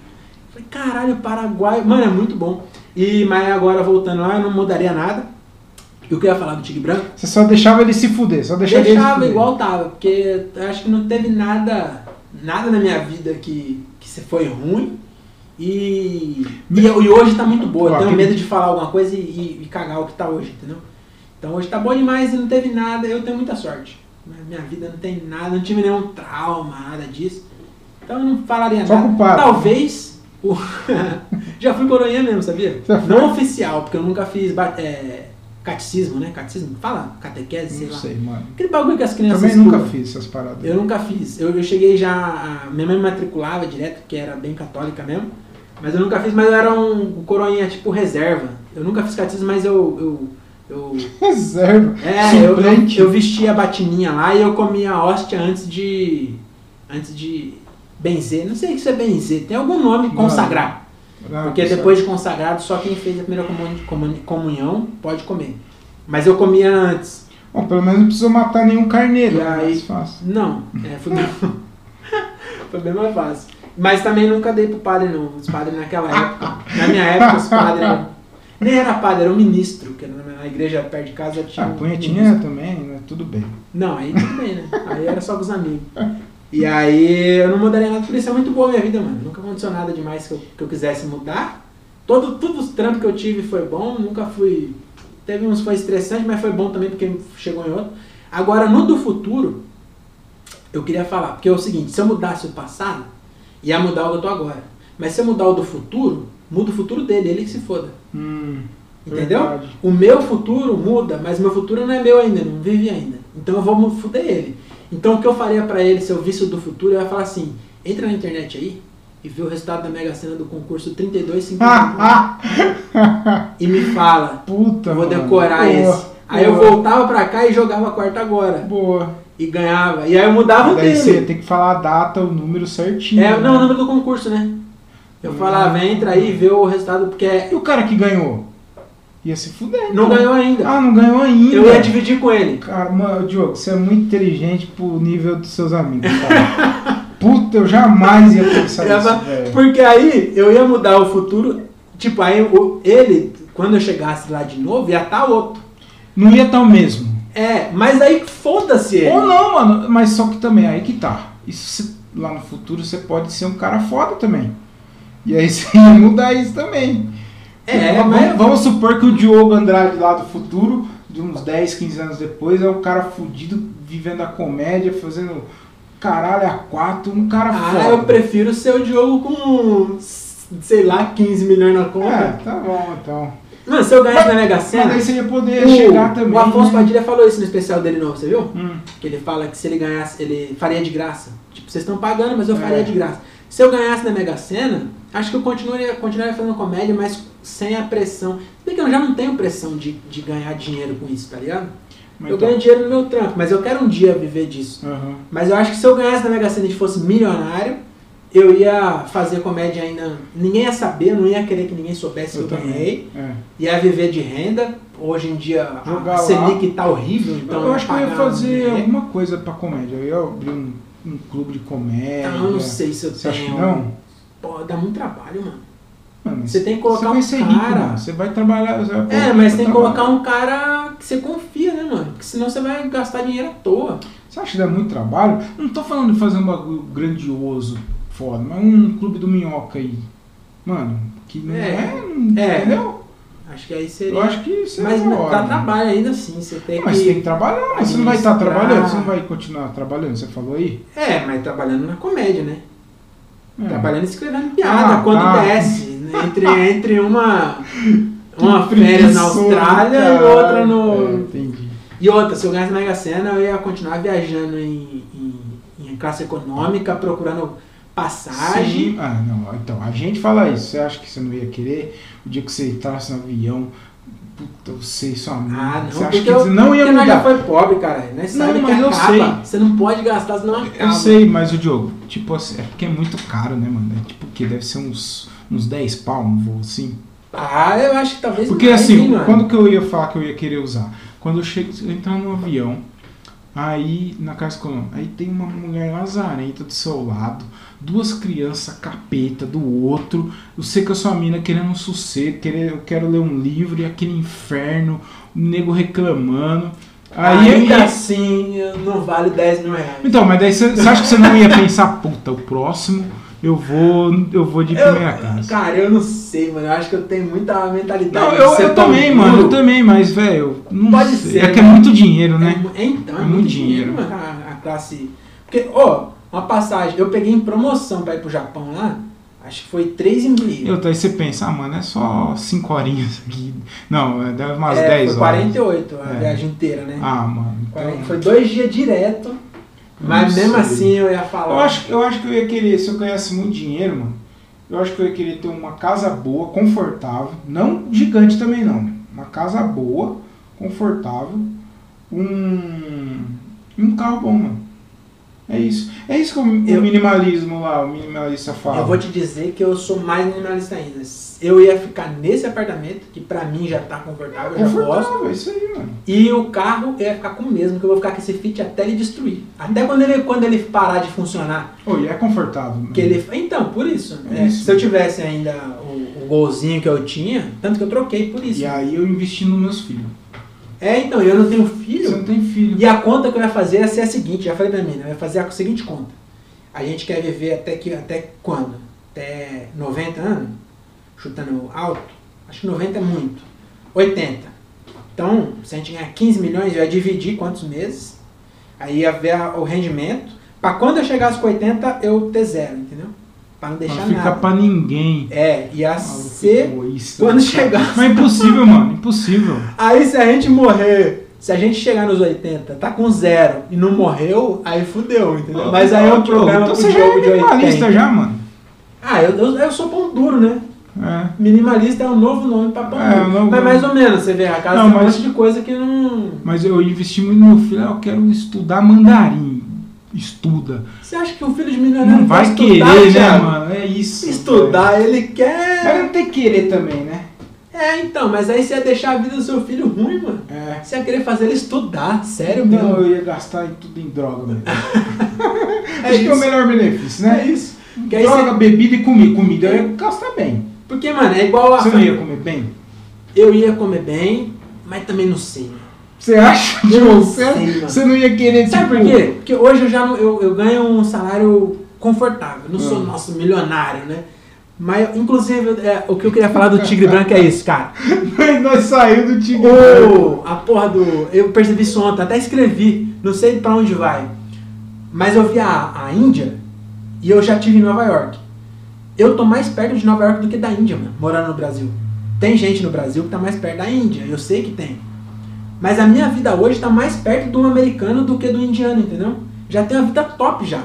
Speaker 2: falei, caralho, Paraguai. Mano, é muito bom. E, mas agora, voltando lá, eu não mudaria nada. E o que eu ia falar do Tigre Branco?
Speaker 1: Você só deixava ele se fuder, só deixava, ele se
Speaker 2: Deixava
Speaker 1: fuder.
Speaker 2: igual tava, porque eu acho que não teve nada, nada na minha vida que, que se foi ruim. E, e, eu- e hoje tá muito boa.
Speaker 1: Ó,
Speaker 2: Eu tenho
Speaker 1: aquele-
Speaker 2: medo de falar alguma coisa e, e- e cagar o que tá hoje, entendeu? Então hoje tá bom demais e não teve nada. Eu tenho muita sorte. Na minha vida não tem nada, não tive nenhum trauma, nada disso. Então eu não falaria
Speaker 1: Só
Speaker 2: nada.
Speaker 1: culpado.
Speaker 2: Talvez. o- *laughs* Já fui coroinha mesmo, sabia?
Speaker 1: Já foi?
Speaker 2: Não oficial, porque eu nunca fiz ba- é, catecismo, né? Catecismo? Fala, catequese, sei
Speaker 1: Não
Speaker 2: lá.
Speaker 1: sei, mano.
Speaker 2: Aquele bagulho que as crianças.
Speaker 1: Também nunca
Speaker 2: pulam.
Speaker 1: fiz essas paradas. *laughs*
Speaker 2: Eu nunca fiz. Eu, eu cheguei já. a- minha mãe me matriculava direto, que era bem católica mesmo. Mas eu nunca fiz, mas eu era um coroinha tipo reserva. Eu nunca fiz catecismo, mas eu. eu, eu
Speaker 1: Reserva.
Speaker 2: é, eu, eu,
Speaker 1: Suplente.
Speaker 2: eu vestia a batininha lá e eu comia a hóstia antes de. Antes de benzer. Não sei o que isso é benzer. Tem algum nome
Speaker 1: Não.
Speaker 2: consagrar.
Speaker 1: Ah,
Speaker 2: Porque é
Speaker 1: sabe?
Speaker 2: depois de consagrado, só quem fez a primeira comuni- comuni- comunhão pode comer. Mas eu comia antes.
Speaker 1: Bom, pelo menos não precisou matar nenhum carneiro. né?
Speaker 2: E aí-
Speaker 1: Mais fácil.
Speaker 2: Não, é, foi, bem... foi bem mais fácil. Mas também nunca dei pro padre, não. Os padres naquela época. Na minha época, os padres. Nem era padre, era um ministro, que na na igreja perto de casa tinha.
Speaker 1: Ah,
Speaker 2: um ministro.
Speaker 1: punhetinha também, né? Tudo bem.
Speaker 2: Não, aí tudo bem, né? Aí era só com os amigos. E aí eu não mudaria nada, por isso é muito boa a minha vida, mano. Nunca aconteceu nada demais que eu, que eu quisesse mudar. Todo, todos os trampos que eu tive foi bom, nunca fui. Teve uns que foi estressante, mas foi bom também porque chegou em outro. Agora, no do futuro, eu queria falar, porque é o seguinte, se eu mudasse o passado, ia mudar o que eu tô agora. Mas se eu mudar o do futuro, muda o futuro dele, ele que se foda.
Speaker 1: Hum,
Speaker 2: Entendeu?
Speaker 1: verdade.
Speaker 2: O meu futuro muda, mas meu futuro não é meu ainda, não vive ainda. Então eu vou mu- fuder ele. Então o que eu faria pra ele se eu visse o do futuro, eu ia falar assim: entra na internet aí e vê o resultado da Mega Sena do concurso 3251
Speaker 1: Ah, ah.
Speaker 2: e me fala.
Speaker 1: Puta,
Speaker 2: Eu vou
Speaker 1: mano.
Speaker 2: decorar
Speaker 1: Boa,
Speaker 2: esse. Aí eu
Speaker 1: boa,
Speaker 2: voltava pra cá e jogava a quarta agora.
Speaker 1: Boa.
Speaker 2: E ganhava. E aí eu mudava o
Speaker 1: Daí você
Speaker 2: dele.
Speaker 1: tem que falar a data, o número certinho.
Speaker 2: É, não, o
Speaker 1: né?
Speaker 2: número do concurso, né? Eu
Speaker 1: Hum.
Speaker 2: falava, entra aí e vê o resultado, porque é-
Speaker 1: E o cara que ganhou? Ia se fuder.
Speaker 2: não
Speaker 1: então.
Speaker 2: ganhou ainda.
Speaker 1: Ah, não ganhou ainda.
Speaker 2: Eu ia dividir com ele.
Speaker 1: Cara, mano, Diogo, você é muito inteligente pro nível dos seus amigos, cara.
Speaker 2: *laughs*
Speaker 1: Puta, eu jamais ia pensar
Speaker 2: Eu
Speaker 1: nisso,
Speaker 2: tava-
Speaker 1: velho.
Speaker 2: Tá Porque aí eu ia mudar o futuro. Tipo, aí o- ele, quando eu chegasse lá de novo, ia estar outro.
Speaker 1: Não ia estar o mesmo.
Speaker 2: É, mas aí foda-se ele.
Speaker 1: Ou não, mano, mas só que também, aí que tá. Isso se- lá no futuro você pode ser um cara foda também. E aí *laughs* você ia mudar isso também.
Speaker 2: É,
Speaker 1: vamos,
Speaker 2: mas-
Speaker 1: vamos supor que o Diogo Andrade lá do futuro de uns 10, 15 anos depois, é o cara fudido vivendo a comédia, fazendo caralho a quatro, um cara
Speaker 2: Ah,
Speaker 1: foda.
Speaker 2: eu prefiro ser o Diogo com, sei lá, 15 milhões na
Speaker 1: É,
Speaker 2: conta.
Speaker 1: tá bom então.
Speaker 2: Mano, se eu ganhasse na Mega
Speaker 1: Mas
Speaker 2: Sena,
Speaker 1: aí você ia poder
Speaker 2: é o,
Speaker 1: chegar também.
Speaker 2: o Afonso
Speaker 1: né?
Speaker 2: Padilha falou isso no especial dele novo, você viu?
Speaker 1: Hum.
Speaker 2: Que ele fala que se ele ganhasse, ele faria de graça. Tipo, vocês estão pagando, mas eu
Speaker 1: É.
Speaker 2: faria de graça. Se eu ganhasse na Mega Sena, acho que eu continuaria, continuaria fazendo comédia, mas sem a pressão. Se bem que eu já não tenho pressão de, de ganhar dinheiro com isso, tá ligado?
Speaker 1: Mas
Speaker 2: eu
Speaker 1: então,
Speaker 2: ganho dinheiro no meu trampo, mas eu quero um dia viver disso.
Speaker 1: aham.
Speaker 2: Mas eu acho que se eu ganhasse na Mega Sena e fosse milionário, eu ia fazer comédia ainda. Ninguém ia saber, eu não ia querer que ninguém soubesse
Speaker 1: Eu
Speaker 2: que eu
Speaker 1: também.
Speaker 2: ganhei.
Speaker 1: É.
Speaker 2: Ia viver de renda. Hoje em dia a-
Speaker 1: Jogar
Speaker 2: a
Speaker 1: lá.
Speaker 2: Selic tá horrível, então.
Speaker 1: eu acho que eu ia
Speaker 2: pagar
Speaker 1: fazer
Speaker 2: um-
Speaker 1: alguma coisa pra comédia. Eu ia abrir um, um clube de comédia.
Speaker 2: Ah, eu não sei se eu
Speaker 1: É, Você acha que
Speaker 2: tenho.
Speaker 1: não?
Speaker 2: Pô, dá muito trabalho, mano.
Speaker 1: Mano, mas
Speaker 2: Você tem que colocar
Speaker 1: vai
Speaker 2: um
Speaker 1: ser
Speaker 2: cara.
Speaker 1: rico, é mano. Você vai trabalhar. Você vai
Speaker 2: É,
Speaker 1: colocar pra
Speaker 2: mas tem que
Speaker 1: trabalhar.
Speaker 2: colocar um cara que você confia, né, mano? Porque senão você vai gastar dinheiro à toa.
Speaker 1: Você acha que dá muito trabalho? Não tô falando de fazer um bagulho grandioso, foda, mas um clube do minhoca aí. Mano, que não
Speaker 2: É.
Speaker 1: é. não-
Speaker 2: É.
Speaker 1: Entendeu?
Speaker 2: Acho que aí
Speaker 1: Eu
Speaker 2: seria.
Speaker 1: acho que isso é
Speaker 2: Mas
Speaker 1: da
Speaker 2: dá
Speaker 1: hora.
Speaker 2: trabalho ainda assim, você tem
Speaker 1: Mas
Speaker 2: que.
Speaker 1: tem que trabalhar, mas você não vai estar
Speaker 2: administrar.
Speaker 1: trabalhando, você não vai continuar trabalhando, você falou aí?
Speaker 2: É, mas trabalhando na comédia, né?
Speaker 1: É.
Speaker 2: Trabalhando escrevendo piada
Speaker 1: Ah,
Speaker 2: quando
Speaker 1: tá.
Speaker 2: desce.
Speaker 1: *laughs*
Speaker 2: né? Entre, entre uma, uma
Speaker 1: Que
Speaker 2: férias na
Speaker 1: preguiçoso,
Speaker 2: Austrália e
Speaker 1: caralho.
Speaker 2: outra no.
Speaker 1: É, entendi.
Speaker 2: E outra, se eu ganhasse na Mega Sena, eu ia continuar viajando em, em, em classe econômica, procurando passagem.
Speaker 1: Sim. Ah, não. Então, a gente fala isso. Você acha que você não ia querer? O dia que você entrasse no avião, puta, você e sua mãe.
Speaker 2: Ah, não,
Speaker 1: você acha
Speaker 2: porque
Speaker 1: que
Speaker 2: eu,
Speaker 1: você não ia
Speaker 2: porque nós já
Speaker 1: mudar?
Speaker 2: foi pobre, cara. Nós
Speaker 1: Não,
Speaker 2: sabe
Speaker 1: mas
Speaker 2: que
Speaker 1: eu
Speaker 2: acaba. Você não pode gastar, senão acaba.
Speaker 1: Eu sei, mas o Diogo, tipo assim, é porque é muito caro, né, mano? É tipo que deve ser uns, uns 10 pau um voo assim.
Speaker 2: Ah, eu acho que talvez
Speaker 1: Porque
Speaker 2: mais, hein,
Speaker 1: assim,
Speaker 2: mano.
Speaker 1: quando que eu ia falar que eu ia querer usar? Quando eu chego, eu entrar no avião, aí na casa econômica, aí tem uma mulher lazarenta do seu lado, duas crianças capeta do outro, eu sei que eu sou a mina querendo um sossego, querer, eu quero ler um livro e aquele inferno, o nego reclamando. Aí
Speaker 2: Ainda
Speaker 1: eu-
Speaker 2: assim, eu não vale 10 mil reais.
Speaker 1: Então, mas daí você você acha que você não ia pensar, puta, o próximo eu vou, eu vou de primeira
Speaker 2: Eu,
Speaker 1: casa.
Speaker 2: cara, eu não sei, mano. Eu acho que eu tenho muita mentalidade.
Speaker 1: assim. Não,
Speaker 2: de
Speaker 1: eu,
Speaker 2: ser
Speaker 1: eu
Speaker 2: tão
Speaker 1: também,
Speaker 2: duro.
Speaker 1: mano, eu também, mas, velho, não
Speaker 2: tá Pode
Speaker 1: sei.
Speaker 2: ser,
Speaker 1: É que é
Speaker 2: né?
Speaker 1: muito dinheiro, né?
Speaker 2: É mu- É, então, é,
Speaker 1: É
Speaker 2: muito,
Speaker 1: muito
Speaker 2: dinheiro,
Speaker 1: dinheiro.
Speaker 2: mano, a, a classe. Porque, ó, uma passagem, eu peguei em promoção pra ir pro Japão lá, acho que foi 3,5.
Speaker 1: Eu, daí você pensa, ah, mano, é só 5 horinhas aqui. Não, é, deve umas
Speaker 2: é,
Speaker 1: 10
Speaker 2: Foi
Speaker 1: horas.
Speaker 2: 48 a
Speaker 1: É.
Speaker 2: viagem inteira, né?
Speaker 1: Ah, mano.
Speaker 2: Quarenta-
Speaker 1: Então,
Speaker 2: Foi dois dias direto, mas
Speaker 1: não
Speaker 2: mesmo
Speaker 1: sei.
Speaker 2: assim eu ia falar.
Speaker 1: Eu acho, eu acho que eu ia querer, se eu ganhasse muito dinheiro, mano, eu acho que eu ia querer ter uma casa boa, confortável, não gigante também não, uma casa boa, confortável, um, um carro bom, mano. É isso. É isso que o, o
Speaker 2: Eu-
Speaker 1: minimalismo lá, o minimalista fala.
Speaker 2: Eu vou te dizer que eu sou mais minimalista ainda. Eu ia ficar nesse apartamento, que pra mim já tá confortável, eu já gosto.
Speaker 1: Confortável, é isso aí, mano.
Speaker 2: E o carro eu ia ficar com o mesmo, que eu vou ficar com esse Fit até ele destruir. Até quando ele, quando ele parar de funcionar.
Speaker 1: Ô, e é confortável, mano.
Speaker 2: Que ele... Então, por isso.
Speaker 1: É
Speaker 2: né?
Speaker 1: isso.
Speaker 2: Se eu tivesse ainda o, o golzinho que eu tinha, tanto que eu troquei por isso.
Speaker 1: E aí eu investi nos meus filhos.
Speaker 2: É, então, eu não tenho
Speaker 1: Você
Speaker 2: filho.
Speaker 1: não tem filho.
Speaker 2: E a conta que eu ia fazer ia ser a seguinte, já falei pra mim, né? eu ia fazer a seguinte conta. A gente quer viver até que até quando? Até 90 anos? Chutando alto? Acho que 90 é muito. 80. Então, se a gente ganhar 15 milhões, eu ia dividir quantos meses. Aí ia ver a- o rendimento. Pra quando eu chegar aos 80, eu ter zero, entendeu? Pra não deixar
Speaker 1: não fica
Speaker 2: nada.
Speaker 1: pra ninguém.
Speaker 2: É, ia
Speaker 1: Maluco
Speaker 2: ser.
Speaker 1: egoísta.
Speaker 2: quando chegar-
Speaker 1: é Mas impossível, mano. Impossível.
Speaker 2: Aí se a gente morrer, se a gente chegar nos 80, tá com zero e não morreu, aí fudeu, entendeu? Mas aí é um
Speaker 1: Diogo,
Speaker 2: problema
Speaker 1: Ah, então
Speaker 2: pro
Speaker 1: você já é
Speaker 2: jogo de
Speaker 1: minimalista
Speaker 2: 80.
Speaker 1: já, mano.
Speaker 2: Ah, eu, eu, eu sou pão duro, né?
Speaker 1: É.
Speaker 2: Minimalista é um novo nome pra pão
Speaker 1: É,
Speaker 2: duro.
Speaker 1: um novo
Speaker 2: Mas
Speaker 1: nome.
Speaker 2: mais ou menos, você vê, a casa
Speaker 1: Não,
Speaker 2: tem um
Speaker 1: mas-
Speaker 2: monte de coisa que não.
Speaker 1: Mas eu investi muito no meu filho. ah, Eu quero estudar mandarim. Estuda.
Speaker 2: Você acha que o filho de milionário
Speaker 1: Não vai
Speaker 2: quer
Speaker 1: querer,
Speaker 2: estudar,
Speaker 1: né,
Speaker 2: Thiago?
Speaker 1: mano? É isso.
Speaker 2: Estudar, é- ele
Speaker 1: velho. Mas
Speaker 2: quer.
Speaker 1: não tem que querer também, né?
Speaker 2: É, então, mas aí você ia deixar a vida do seu filho ruim, mano.
Speaker 1: É.
Speaker 2: Você ia querer fazer ele estudar, sério mesmo.
Speaker 1: Então eu ia gastar em tudo em droga, velho.
Speaker 2: *laughs* É
Speaker 1: Acho que é
Speaker 2: isso.
Speaker 1: o melhor benefício, né?
Speaker 2: É isso. Que aí
Speaker 1: Droga, bebida e comida. Comida eu ia gastar bem.
Speaker 2: Porque, mano, é igual a.
Speaker 1: Você não ia comer bem?
Speaker 2: Eu ia comer bem, mas também não sei.
Speaker 1: Você acha,
Speaker 2: Eu
Speaker 1: Diogo?
Speaker 2: não
Speaker 1: Você
Speaker 2: sei, mano.
Speaker 1: você não ia querer,
Speaker 2: Sabe
Speaker 1: tipo...
Speaker 2: por quê?
Speaker 1: *laughs*
Speaker 2: Porque hoje eu já não, eu, eu ganho um salário confortável. Não sou
Speaker 1: Hum.
Speaker 2: nosso milionário, né? Mas, inclusive, é, o que eu queria falar do Tigre Branco é isso, cara.
Speaker 1: Nós saímos do Tigre Branco.
Speaker 2: Ô, a porra do. Eu percebi isso ontem, até escrevi, não sei pra onde vai. Mas eu vi a, a Índia e eu já tive em Nova York. Eu tô mais perto de Nova York do que da Índia, mano, morando no Brasil. Tem gente no Brasil que tá mais perto da Índia, eu sei que tem. Mas a minha vida hoje tá mais perto do americano do que do indiano, entendeu? Já tenho a vida top já.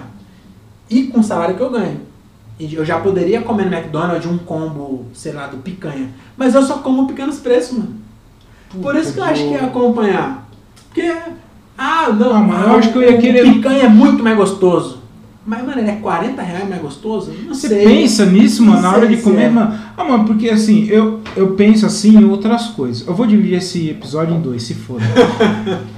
Speaker 2: E com o salário que eu ganho. E Eu já poderia comer no McDonald's um combo, sei lá, do picanha. Mas eu só como pequenos preços, mano. Por
Speaker 1: Puta
Speaker 2: isso que eu
Speaker 1: que
Speaker 2: acho que é
Speaker 1: horror.
Speaker 2: acompanhar. Porque. Ah, não,
Speaker 1: Ah, mas eu
Speaker 2: ah,
Speaker 1: acho que eu ia
Speaker 2: o
Speaker 1: querer-
Speaker 2: Picanha é muito mais gostoso. Mas, mano, ele é 40 reais mais gostoso? Não
Speaker 1: Você
Speaker 2: sei.
Speaker 1: pensa nisso, mano, na
Speaker 2: Sei,
Speaker 1: hora de
Speaker 2: sei.
Speaker 1: comer, mano. Ah, mano, porque assim, eu, eu penso assim em outras coisas. Eu vou dividir esse episódio em dois, se
Speaker 2: *laughs*
Speaker 1: for.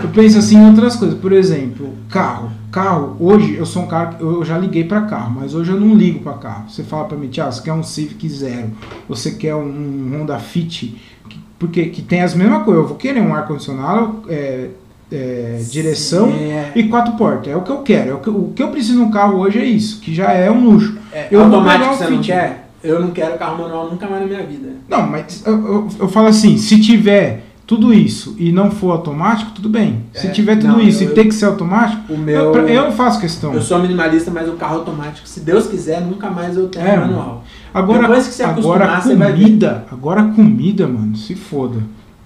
Speaker 1: eu penso assim em outras coisas. Por exemplo, carro. Carro, hoje eu sou um cara que eu já liguei pra carro, mas hoje eu não ligo pra carro. Você fala pra mim, Tiago, você quer um Civic Zero, você quer um Honda Fit, que- porque que tem as mesmas coisas. Eu vou querer um ar-condicionado, é, é, direção
Speaker 2: É,
Speaker 1: e quatro portas. É o que eu quero. É o, que, o que eu preciso num carro hoje é isso, que já é um luxo.
Speaker 2: é,
Speaker 1: eu vou pegar
Speaker 2: automático
Speaker 1: o é.
Speaker 2: você não
Speaker 1: Fit.
Speaker 2: quer? Eu não quero carro manual nunca mais na minha vida.
Speaker 1: Não, mas eu, eu, eu falo assim, se tiver tudo isso e não for automático, tudo bem. Se
Speaker 2: É,
Speaker 1: tiver tudo
Speaker 2: não,
Speaker 1: isso
Speaker 2: eu-
Speaker 1: e tem que ser automático,
Speaker 2: O
Speaker 1: eu,
Speaker 2: meu.
Speaker 1: pra- eu não faço questão.
Speaker 2: Eu sou minimalista, mas o carro automático, se Deus quiser, nunca mais eu tenho
Speaker 1: É,
Speaker 2: manual.
Speaker 1: Agora,
Speaker 2: Depois que você acostumar,
Speaker 1: agora
Speaker 2: você vai ver.
Speaker 1: comida, agora comida, mano, se foda.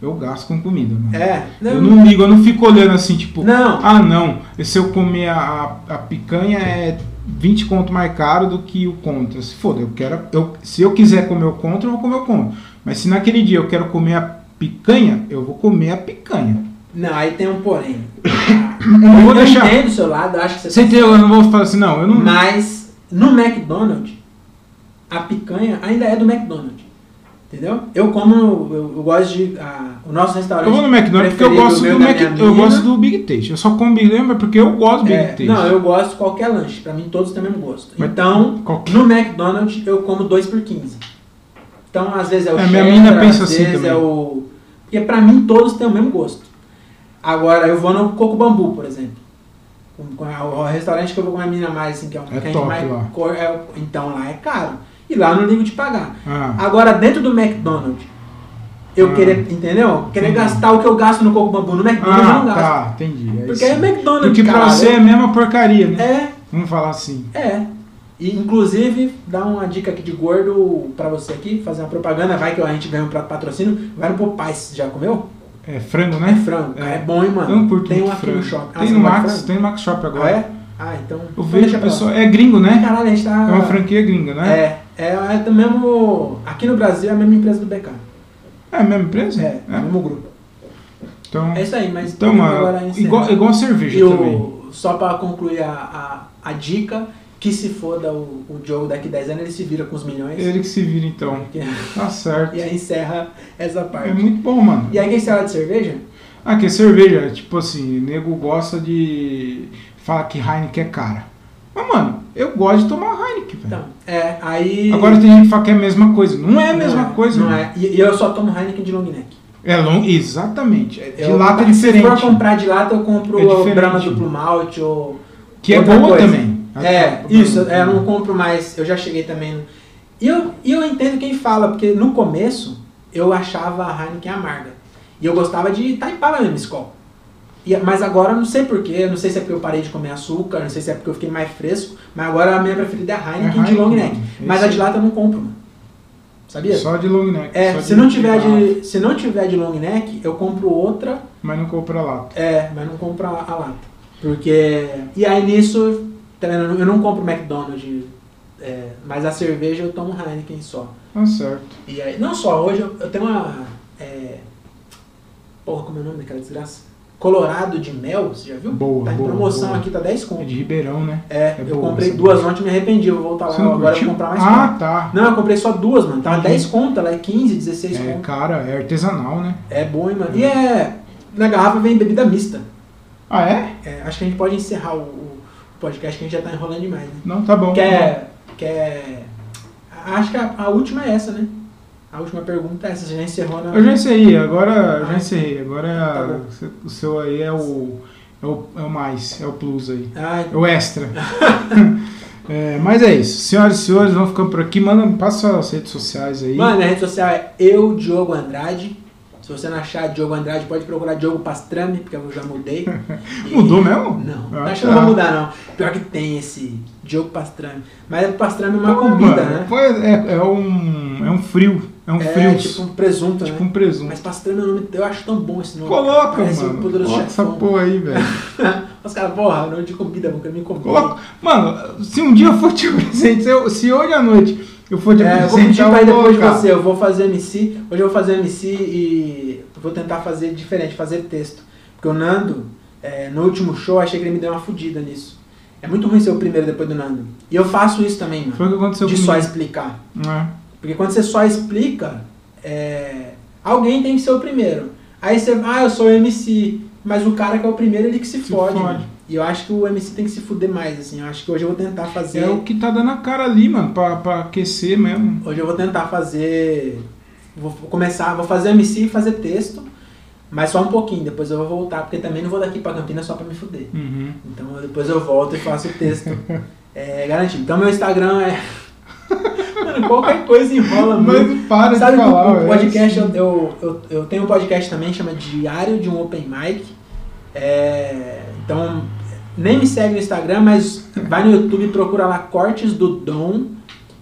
Speaker 1: Eu gasto com comida, mano.
Speaker 2: É.
Speaker 1: Eu não ligo, eu não fico olhando assim, tipo,
Speaker 2: não,
Speaker 1: ah não, se eu comer a, a, a picanha é 20 conto mais caro do que o contra. Se foda, eu quero. Eu, se eu quiser comer o contra, eu vou comer o contra. Mas se naquele dia eu quero comer a picanha, eu vou comer a picanha.
Speaker 2: Não, aí tem
Speaker 1: *coughs*
Speaker 2: um porém.
Speaker 1: não vou
Speaker 2: eu
Speaker 1: deixar.
Speaker 2: entendo o seu lado, eu acho que você,
Speaker 1: Você
Speaker 2: tá
Speaker 1: entendeu? Eu não vou falar assim, não, eu
Speaker 2: certo.
Speaker 1: não.
Speaker 2: Mas no McDonald's, a picanha ainda é do McDonald's. Entendeu? Eu como, eu, eu gosto de. ah, o nosso restaurante.
Speaker 1: eu vou no McDonald's porque eu
Speaker 2: preferido,
Speaker 1: gosto
Speaker 2: o meu
Speaker 1: do
Speaker 2: da
Speaker 1: Mac,
Speaker 2: minha
Speaker 1: eu
Speaker 2: mina.
Speaker 1: gosto do Big Taste. Eu só como Big Taste mas porque eu gosto do Big
Speaker 2: É,
Speaker 1: Taste.
Speaker 2: Não, eu gosto de qualquer lanche. Pra mim todos têm o mesmo gosto.
Speaker 1: Mas-
Speaker 2: Então,
Speaker 1: Qualquer-
Speaker 2: no McDonald's eu como 2 por 15. Então, às vezes é o
Speaker 1: É,
Speaker 2: cheddar,
Speaker 1: minha mina pensa
Speaker 2: às
Speaker 1: assim
Speaker 2: vezes
Speaker 1: também.
Speaker 2: é o... Porque pra mim todos têm o mesmo gosto. Agora, eu vou no Coco Bambu, por exemplo. Com- com a- O restaurante que eu vou com a minha mina mais, assim, que é um
Speaker 1: É
Speaker 2: que a gente
Speaker 1: top
Speaker 2: mais
Speaker 1: lá.
Speaker 2: cor- é o- então lá é caro. E lá eu não ligo de pagar.
Speaker 1: Ah,
Speaker 2: Agora, dentro do McDonald's, eu
Speaker 1: Ah.
Speaker 2: querer, entendeu? Querer
Speaker 1: Entendi.
Speaker 2: gastar o que eu gasto no Coco Bambu. No McDonald's eu
Speaker 1: ah,
Speaker 2: não gasto.
Speaker 1: tá, entendi. É
Speaker 2: Porque
Speaker 1: isso.
Speaker 2: é McDonald's,
Speaker 1: Porque pra
Speaker 2: cara.
Speaker 1: você é a mesma porcaria, né?
Speaker 2: É,
Speaker 1: Vamos falar assim.
Speaker 2: é. E, inclusive, dá uma dica aqui de gordo pra você aqui, fazer uma propaganda, vai que a gente ganha um prato patrocínio, vai no Popeyes, já comeu?
Speaker 1: É frango,
Speaker 2: É
Speaker 1: né?
Speaker 2: frango, cara,
Speaker 1: É.
Speaker 2: é bom, hein, mano?
Speaker 1: Eu não curto
Speaker 2: Tem um
Speaker 1: muito
Speaker 2: aqui no
Speaker 1: frango.
Speaker 2: shopping. Ah,
Speaker 1: Tem
Speaker 2: você
Speaker 1: no
Speaker 2: não gosta de
Speaker 1: Max,
Speaker 2: frango?
Speaker 1: tem no Max Shop
Speaker 2: Ah,
Speaker 1: agora.
Speaker 2: é? Ah, então...
Speaker 1: Eu
Speaker 2: então
Speaker 1: vejo
Speaker 2: deixa
Speaker 1: o
Speaker 2: pra lá.
Speaker 1: pessoal. É gringo, né?
Speaker 2: Caralho, a gente tá...
Speaker 1: É uma franquia gringa, né?
Speaker 2: É, é, é do mesmo... Aqui no Brasil é a mesma empresa do BK.
Speaker 1: É a mesma empresa?
Speaker 2: É, é o mesmo grupo.
Speaker 1: Então,
Speaker 2: É isso aí, mas...
Speaker 1: então
Speaker 2: agora
Speaker 1: mano,
Speaker 2: encerra.
Speaker 1: igual, igual a cerveja
Speaker 2: E o-
Speaker 1: também.
Speaker 2: só pra concluir a, a, a dica, que se foda o, o Joe daqui 10 anos, ele se vira com os milhões.
Speaker 1: Ele que se vira então.
Speaker 2: Que-
Speaker 1: Tá certo.
Speaker 2: E É aí encerra essa
Speaker 1: É
Speaker 2: parte.
Speaker 1: muito bom, mano.
Speaker 2: E aí quem fala de cerveja?
Speaker 1: Ah, que é cerveja, tipo assim, nego gosta de falar que Heineken é cara. Mas, mano, eu gosto de tomar Heineken, velho.
Speaker 2: Então, é, aí...
Speaker 1: Agora tem gente que fala que é a mesma coisa. Não é a
Speaker 2: Não
Speaker 1: mesma
Speaker 2: é,
Speaker 1: coisa, né?
Speaker 2: Não
Speaker 1: mano.
Speaker 2: é. E, e eu só tomo Heineken de long neck.
Speaker 1: É longo, exatamente. É de
Speaker 2: Eu-
Speaker 1: lata é diferente.
Speaker 2: Se for comprar de lata, eu compro
Speaker 1: É
Speaker 2: o
Speaker 1: diferente.
Speaker 2: Brahma Duplo Malte ou...
Speaker 1: Que é
Speaker 2: outra
Speaker 1: boa
Speaker 2: coisa.
Speaker 1: também.
Speaker 2: É, isso. É, eu não compro mais. Eu já cheguei também... E eu, e eu entendo quem fala, porque no começo eu achava a Heineken amarga. E eu gostava de taipava mesmo, Skol. E, mas agora eu não sei porquê, não sei se é porque eu parei de comer açúcar, não sei se é porque eu fiquei mais fresco, mas agora a minha preferida é a Heineken,
Speaker 1: É
Speaker 2: de long
Speaker 1: Heineken,
Speaker 2: neck.
Speaker 1: mano.
Speaker 2: Mas
Speaker 1: Esse-
Speaker 2: a de lata eu não compro, mano. Sabia?
Speaker 1: Só de long neck.
Speaker 2: é,
Speaker 1: só
Speaker 2: se não,
Speaker 1: de
Speaker 2: tiver
Speaker 1: garrafa,
Speaker 2: de, se não tiver de long neck, eu compro outra,
Speaker 1: Mas não compra lata.
Speaker 2: é, mas não compro a, a lata. Porque. E aí nisso, tá vendo? Eu não- eu não compro McDonald's, é, mas a cerveja eu tomo Heineken só.
Speaker 1: Tá certo.
Speaker 2: E aí, não só, hoje eu, eu tenho uma. É, porra, como é o nome daquela desgraça? Colorado de mel, você já viu?
Speaker 1: Boa,
Speaker 2: tá em
Speaker 1: boa,
Speaker 2: promoção
Speaker 1: boa.
Speaker 2: aqui, tá 10
Speaker 1: É
Speaker 2: conto.
Speaker 1: de Ribeirão, né?
Speaker 2: É,
Speaker 1: É
Speaker 2: eu
Speaker 1: boa
Speaker 2: comprei
Speaker 1: essa
Speaker 2: duas
Speaker 1: boa.
Speaker 2: ontem, me arrependi, eu vou voltar lá agora, eu vou comprar mais
Speaker 1: ah,
Speaker 2: uma.
Speaker 1: tá.
Speaker 2: Não, eu comprei só duas, mano. Tava
Speaker 1: Entendi.
Speaker 2: 10 conto, ela é 15, 16
Speaker 1: É,
Speaker 2: conto.
Speaker 1: cara, é artesanal, né?
Speaker 2: É bom, hein, mano. E é. Na garrafa vem bebida mista.
Speaker 1: Ah, é?
Speaker 2: É, acho que a gente pode encerrar o, o podcast que a gente já tá enrolando demais, né?
Speaker 1: Não, tá bom.
Speaker 2: Quer. Quer. é, Acho que a, a última é essa, né? A última pergunta é essa, você já encerrou na.
Speaker 1: Eu já encerrei, agora eu já
Speaker 2: Ah,
Speaker 1: encerrei. Agora é a-
Speaker 2: tá bom.
Speaker 1: se- o seu aí é o, é o. é o mais, é o plus aí.
Speaker 2: *laughs* Ah,
Speaker 1: É o extra. É, mas é isso. Senhoras e senhores, vamos ficando por aqui. Manda, passa as redes sociais aí.
Speaker 2: Mano, minha rede social é eu, Diogo Andrade. Se você não achar Diogo Andrade, pode procurar Diogo Pastrame, porque eu
Speaker 1: *laughs*
Speaker 2: já mudei. E-
Speaker 1: Mudou mesmo?
Speaker 2: Não,
Speaker 1: Ah,
Speaker 2: não acho que não
Speaker 1: tá.
Speaker 2: vou mudar, não. Pior que tem esse Diogo Pastrame. Mas é Pastrame é uma
Speaker 1: Pô,
Speaker 2: comida,
Speaker 1: mano,
Speaker 2: né?
Speaker 1: pô, É, é um, é um frio. É um
Speaker 2: É
Speaker 1: frio.
Speaker 2: tipo um presunto,
Speaker 1: Tipo
Speaker 2: né?
Speaker 1: um presunto.
Speaker 2: Mas Pastrame é o nome. Eu acho tão bom esse nome.
Speaker 1: Coloca,
Speaker 2: Parece um
Speaker 1: mano.
Speaker 2: poderoso
Speaker 1: Coloca essa
Speaker 2: chefão.
Speaker 1: porra aí, velho.
Speaker 2: Os caras, porra, nome de comida, vão me comer.
Speaker 1: Coloca. um Mano, se um dia eu for te *laughs* presente, se, eu- se hoje à noite eu for te um
Speaker 2: É, eu vou
Speaker 1: presente,
Speaker 2: pedir pra ir depois de
Speaker 1: colocar.
Speaker 2: você. Eu vou fazer MC. Hoje eu vou fazer MC e vou tentar fazer diferente, fazer texto. Porque o Nando, é, no último show, achei que ele me deu uma fodida nisso. É muito ruim ser o primeiro depois do Nando. E eu faço isso também,
Speaker 1: Foi
Speaker 2: mano.
Speaker 1: o que aconteceu
Speaker 2: De
Speaker 1: comigo.
Speaker 2: só explicar.
Speaker 1: É.
Speaker 2: Porque quando você só explica, é, alguém tem que ser o primeiro. Aí você, ah, eu sou o MC. Mas o cara que é o primeiro, ele que se,
Speaker 1: Se
Speaker 2: fode.
Speaker 1: fode.
Speaker 2: mano. E eu acho que o MC tem que se fuder mais, assim. Eu acho que hoje eu vou tentar fazer.
Speaker 1: É o que tá dando a cara ali, mano, pra, pra aquecer mesmo.
Speaker 2: Hoje eu vou tentar fazer. Vou começar, vou fazer MC e fazer texto, mas só um pouquinho, depois eu vou voltar, porque também não vou daqui pra Campinas só pra me fuder.
Speaker 1: Uhum.
Speaker 2: Então depois eu volto e faço o texto. É garantido. Então meu Instagram é. *laughs* Mano, qualquer coisa enrola muito.
Speaker 1: Mas para
Speaker 2: Sabe
Speaker 1: de
Speaker 2: que o-
Speaker 1: falar,
Speaker 2: o
Speaker 1: velho.
Speaker 2: podcast, é um eu, eu, eu, eu tenho um podcast também, chama Diário de um Open Mic. É, então, nem me segue no Instagram, mas vai no YouTube e procura lá Cortes do Dom,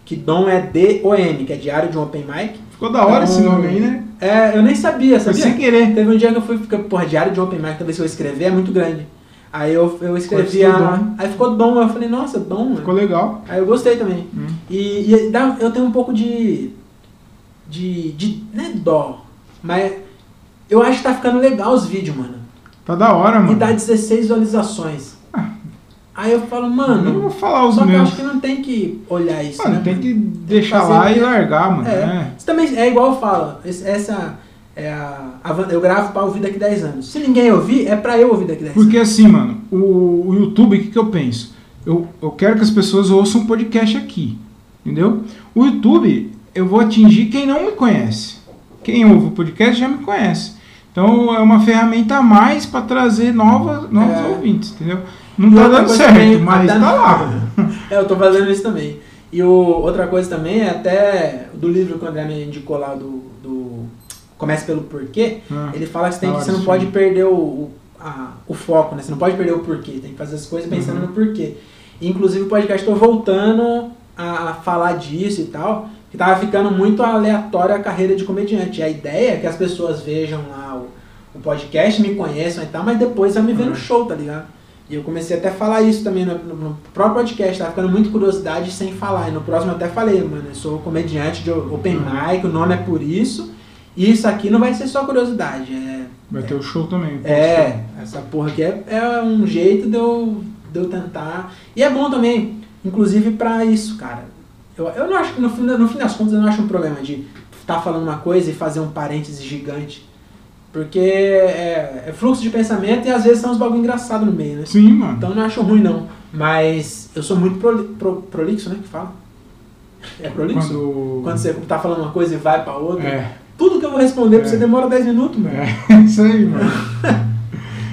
Speaker 2: que Dom é D-O-M, que é Diário de um Open Mic.
Speaker 1: Ficou da hora esse
Speaker 2: Então,
Speaker 1: nome aí, né?
Speaker 2: É, eu nem sabia,
Speaker 1: Foi
Speaker 2: sabia?
Speaker 1: sem querer.
Speaker 2: Teve um dia que eu fui, fica, porra, Diário de um Open Mic, talvez se eu escrever é muito grande. Aí eu, eu escrevia,
Speaker 1: Cortes do Dom.
Speaker 2: aí ficou Dom, eu falei, nossa, Dom.
Speaker 1: Ficou legal.
Speaker 2: Aí eu gostei também.
Speaker 1: Hum.
Speaker 2: E, e dá- eu tenho um pouco de. de. de não é dó, mas eu acho que tá ficando legal os vídeos, mano.
Speaker 1: Tá da hora, mano. Ah.
Speaker 2: E dá 16 visualizações. Aí eu falo,
Speaker 1: Eu não
Speaker 2: mano,
Speaker 1: vou falar os
Speaker 2: só que eu
Speaker 1: meus.
Speaker 2: acho que não tem que olhar isso.
Speaker 1: Mano,
Speaker 2: né,
Speaker 1: tem
Speaker 2: mano?
Speaker 1: que deixar
Speaker 2: fazer-
Speaker 1: lá e largar, mano.
Speaker 2: É.
Speaker 1: É.
Speaker 2: Isso também é igual eu falo. esse- Essa é a, a van- Eu gravo pra ouvir daqui 10 anos. Se ninguém ouvir, é pra eu ouvir daqui 10
Speaker 1: Porque assim, mano, o, o YouTube, o que, que eu penso? Eu, eu quero que as pessoas ouçam um podcast aqui. Entendeu? O YouTube, eu vou atingir quem não me conhece. Quem ouve o podcast já me conhece. Então é uma ferramenta a mais pra trazer nova, novos
Speaker 2: É.
Speaker 1: ouvintes, entendeu?
Speaker 2: anos.
Speaker 1: Não
Speaker 2: E
Speaker 1: tá
Speaker 2: outra
Speaker 1: dando
Speaker 2: coisa
Speaker 1: certo,
Speaker 2: também,
Speaker 1: mas
Speaker 2: até-
Speaker 1: tá lá.
Speaker 2: *laughs* é, eu tô fazendo isso também. E o- outra coisa também é até do livro que o André me indicou lá do. do Comece pelo porquê.
Speaker 1: Ah,
Speaker 2: Ele fala que você, tem
Speaker 1: da
Speaker 2: que-
Speaker 1: hora
Speaker 2: você não
Speaker 1: esse
Speaker 2: pode
Speaker 1: filme.
Speaker 2: perder o, o, a- o foco, né? Você não pode perder o porquê. Tem que fazer as coisas pensando
Speaker 1: Uhum.
Speaker 2: no porquê. Inclusive, o podcast, tô voltando a, a falar disso e tal, que tava ficando muito aleatória a carreira de comediante. E a ideia é que as pessoas vejam lá o, o podcast, me conheçam e tal, mas depois vai me ver
Speaker 1: Uhum.
Speaker 2: no show, tá ligado? E eu comecei até a falar isso também no, no- no próprio podcast, tava ficando muito curiosidade sem falar. E no próximo eu até falei, mano, eu sou comediante de open mic, o nome é por isso. E isso aqui não vai ser só curiosidade, é
Speaker 1: Vai ter o show também.
Speaker 2: é, essa porra aqui é, é um jeito de eu, de eu tentar. E é bom também, inclusive pra isso, cara. Eu, eu não acho que no, fim da- no fim das contas eu não acho um problema de estar falando uma coisa e fazer um parêntese gigante. Porque é, é fluxo de pensamento e às vezes são uns bagulho engraçado no meio, né?
Speaker 1: Sim, mano.
Speaker 2: Então eu não acho ruim não. Mas eu sou muito proli- pro- prolixo, né? Que fala? É prolixo?
Speaker 1: Quando...
Speaker 2: Quando você tá falando uma coisa e vai pra outra.
Speaker 1: É, *laughs*
Speaker 2: Tudo que eu vou responder pra
Speaker 1: É.
Speaker 2: você demora 10 minutos, mano.
Speaker 1: é isso aí, mano.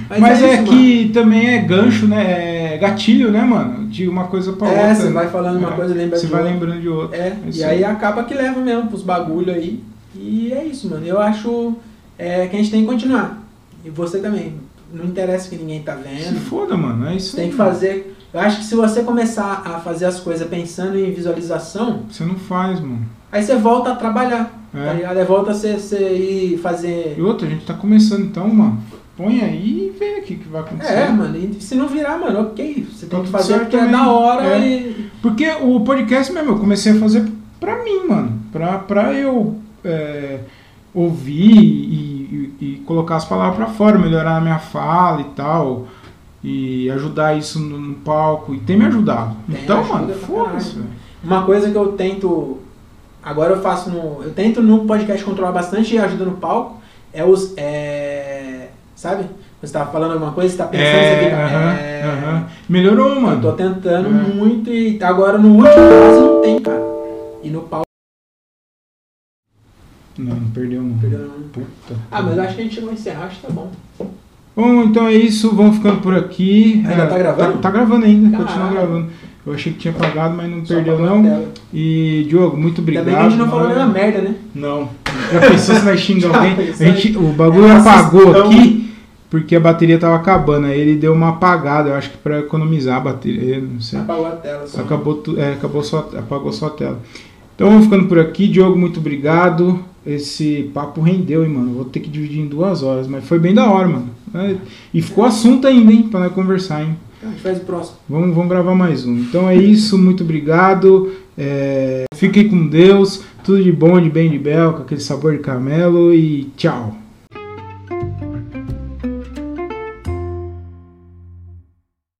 Speaker 1: Mas, é,
Speaker 2: isso, mano.
Speaker 1: que também é gancho, né? É gatilho, né, mano? De uma coisa pra outra.
Speaker 2: É, você vai falando uma
Speaker 1: É,
Speaker 2: coisa, lembra
Speaker 1: Você
Speaker 2: de
Speaker 1: vai
Speaker 2: outra.
Speaker 1: lembrando de outra.
Speaker 2: É,
Speaker 1: Isso
Speaker 2: e aí acaba que leva mesmo pros bagulho aí. E é isso, mano. Eu acho é, que a gente tem que continuar. E você também. Não interessa que ninguém tá
Speaker 1: Se
Speaker 2: vendo.
Speaker 1: foda, mano. É isso
Speaker 2: Você tem
Speaker 1: aí,
Speaker 2: que
Speaker 1: mano.
Speaker 2: fazer. Eu acho que se você começar a fazer as coisas pensando em visualização,
Speaker 1: Você não faz, mano.
Speaker 2: aí você volta a trabalhar. Tá
Speaker 1: É.
Speaker 2: ligado? Aí volta a você, você ir
Speaker 1: E
Speaker 2: fazer.
Speaker 1: outra, a gente tá começando, então, mano. Põe aí e vê aqui o que vai acontecer.
Speaker 2: É, mano, e se não virar, mano, ok. Você
Speaker 1: Tá
Speaker 2: tem que
Speaker 1: tudo
Speaker 2: fazer
Speaker 1: certo
Speaker 2: porque é
Speaker 1: também.
Speaker 2: da hora
Speaker 1: É.
Speaker 2: e.
Speaker 1: Porque o podcast mesmo, eu comecei a fazer pra mim, mano. Pra, pra eu é, ouvir e, e- e colocar as palavras pra fora, melhorar a minha fala e tal. E ajudar isso no, no palco. E tem me ajudado.
Speaker 2: Tem,
Speaker 1: então,
Speaker 2: ajuda
Speaker 1: mano,
Speaker 2: pra
Speaker 1: foda-se,
Speaker 2: caralho.
Speaker 1: velho.
Speaker 2: Uma coisa que eu tento. Agora eu faço no. Eu tento no podcast controlar bastante e ajuda no palco. É os. É, sabe? Você tá falando alguma coisa, você tá pensando, você
Speaker 1: É,
Speaker 2: fica.
Speaker 1: aham,
Speaker 2: é,
Speaker 1: aham. Melhorou,
Speaker 2: Eu tô
Speaker 1: mano.
Speaker 2: tentando
Speaker 1: É.
Speaker 2: muito e agora no último quase não tem, cara. E no palco
Speaker 1: Não, não perdeu não.
Speaker 2: perdeu não.
Speaker 1: Puta.
Speaker 2: Ah, mas eu acho que a gente vai encerrar, acho que tá bom.
Speaker 1: Bom, então é isso. Vamos ficando por aqui.
Speaker 2: Ainda
Speaker 1: É,
Speaker 2: tá gravando?
Speaker 1: Tá, gravando ainda.
Speaker 2: Caralho.
Speaker 1: Continua gravando. Eu achei que tinha pagado, mas não perdeu
Speaker 2: pagou a
Speaker 1: não.
Speaker 2: tela.
Speaker 1: E, Diogo, muito obrigado.
Speaker 2: Também que a gente não falou
Speaker 1: mano.
Speaker 2: nem na merda, né?
Speaker 1: Não. Já pensou se nós xinga
Speaker 2: *laughs* Já
Speaker 1: alguém?
Speaker 2: pensou,
Speaker 1: A gente, o bagulho
Speaker 2: É,
Speaker 1: apagou
Speaker 2: assistão.
Speaker 1: aqui porque a bateria tava acabando. Aí ele deu uma apagada, eu acho que pra economizar a bateria, eu não sei.
Speaker 2: Apagou a tela. Só.
Speaker 1: Acabou, tu, é, acabou só, apagou só a tela. Então vamos ficando por aqui. Diogo, muito obrigado. Esse papo rendeu, hein, mano. Vou ter que dividir em duas horas, mas foi bem da hora, mano. É, E ficou assunto ainda, hein, pra nós conversar, hein.
Speaker 2: A gente faz o próximo.
Speaker 1: Vamos, vamos gravar mais um. Então é isso, muito obrigado. É, fiquem com Deus. Tudo de bom, de bem, de bel, com aquele sabor de camelo e tchau.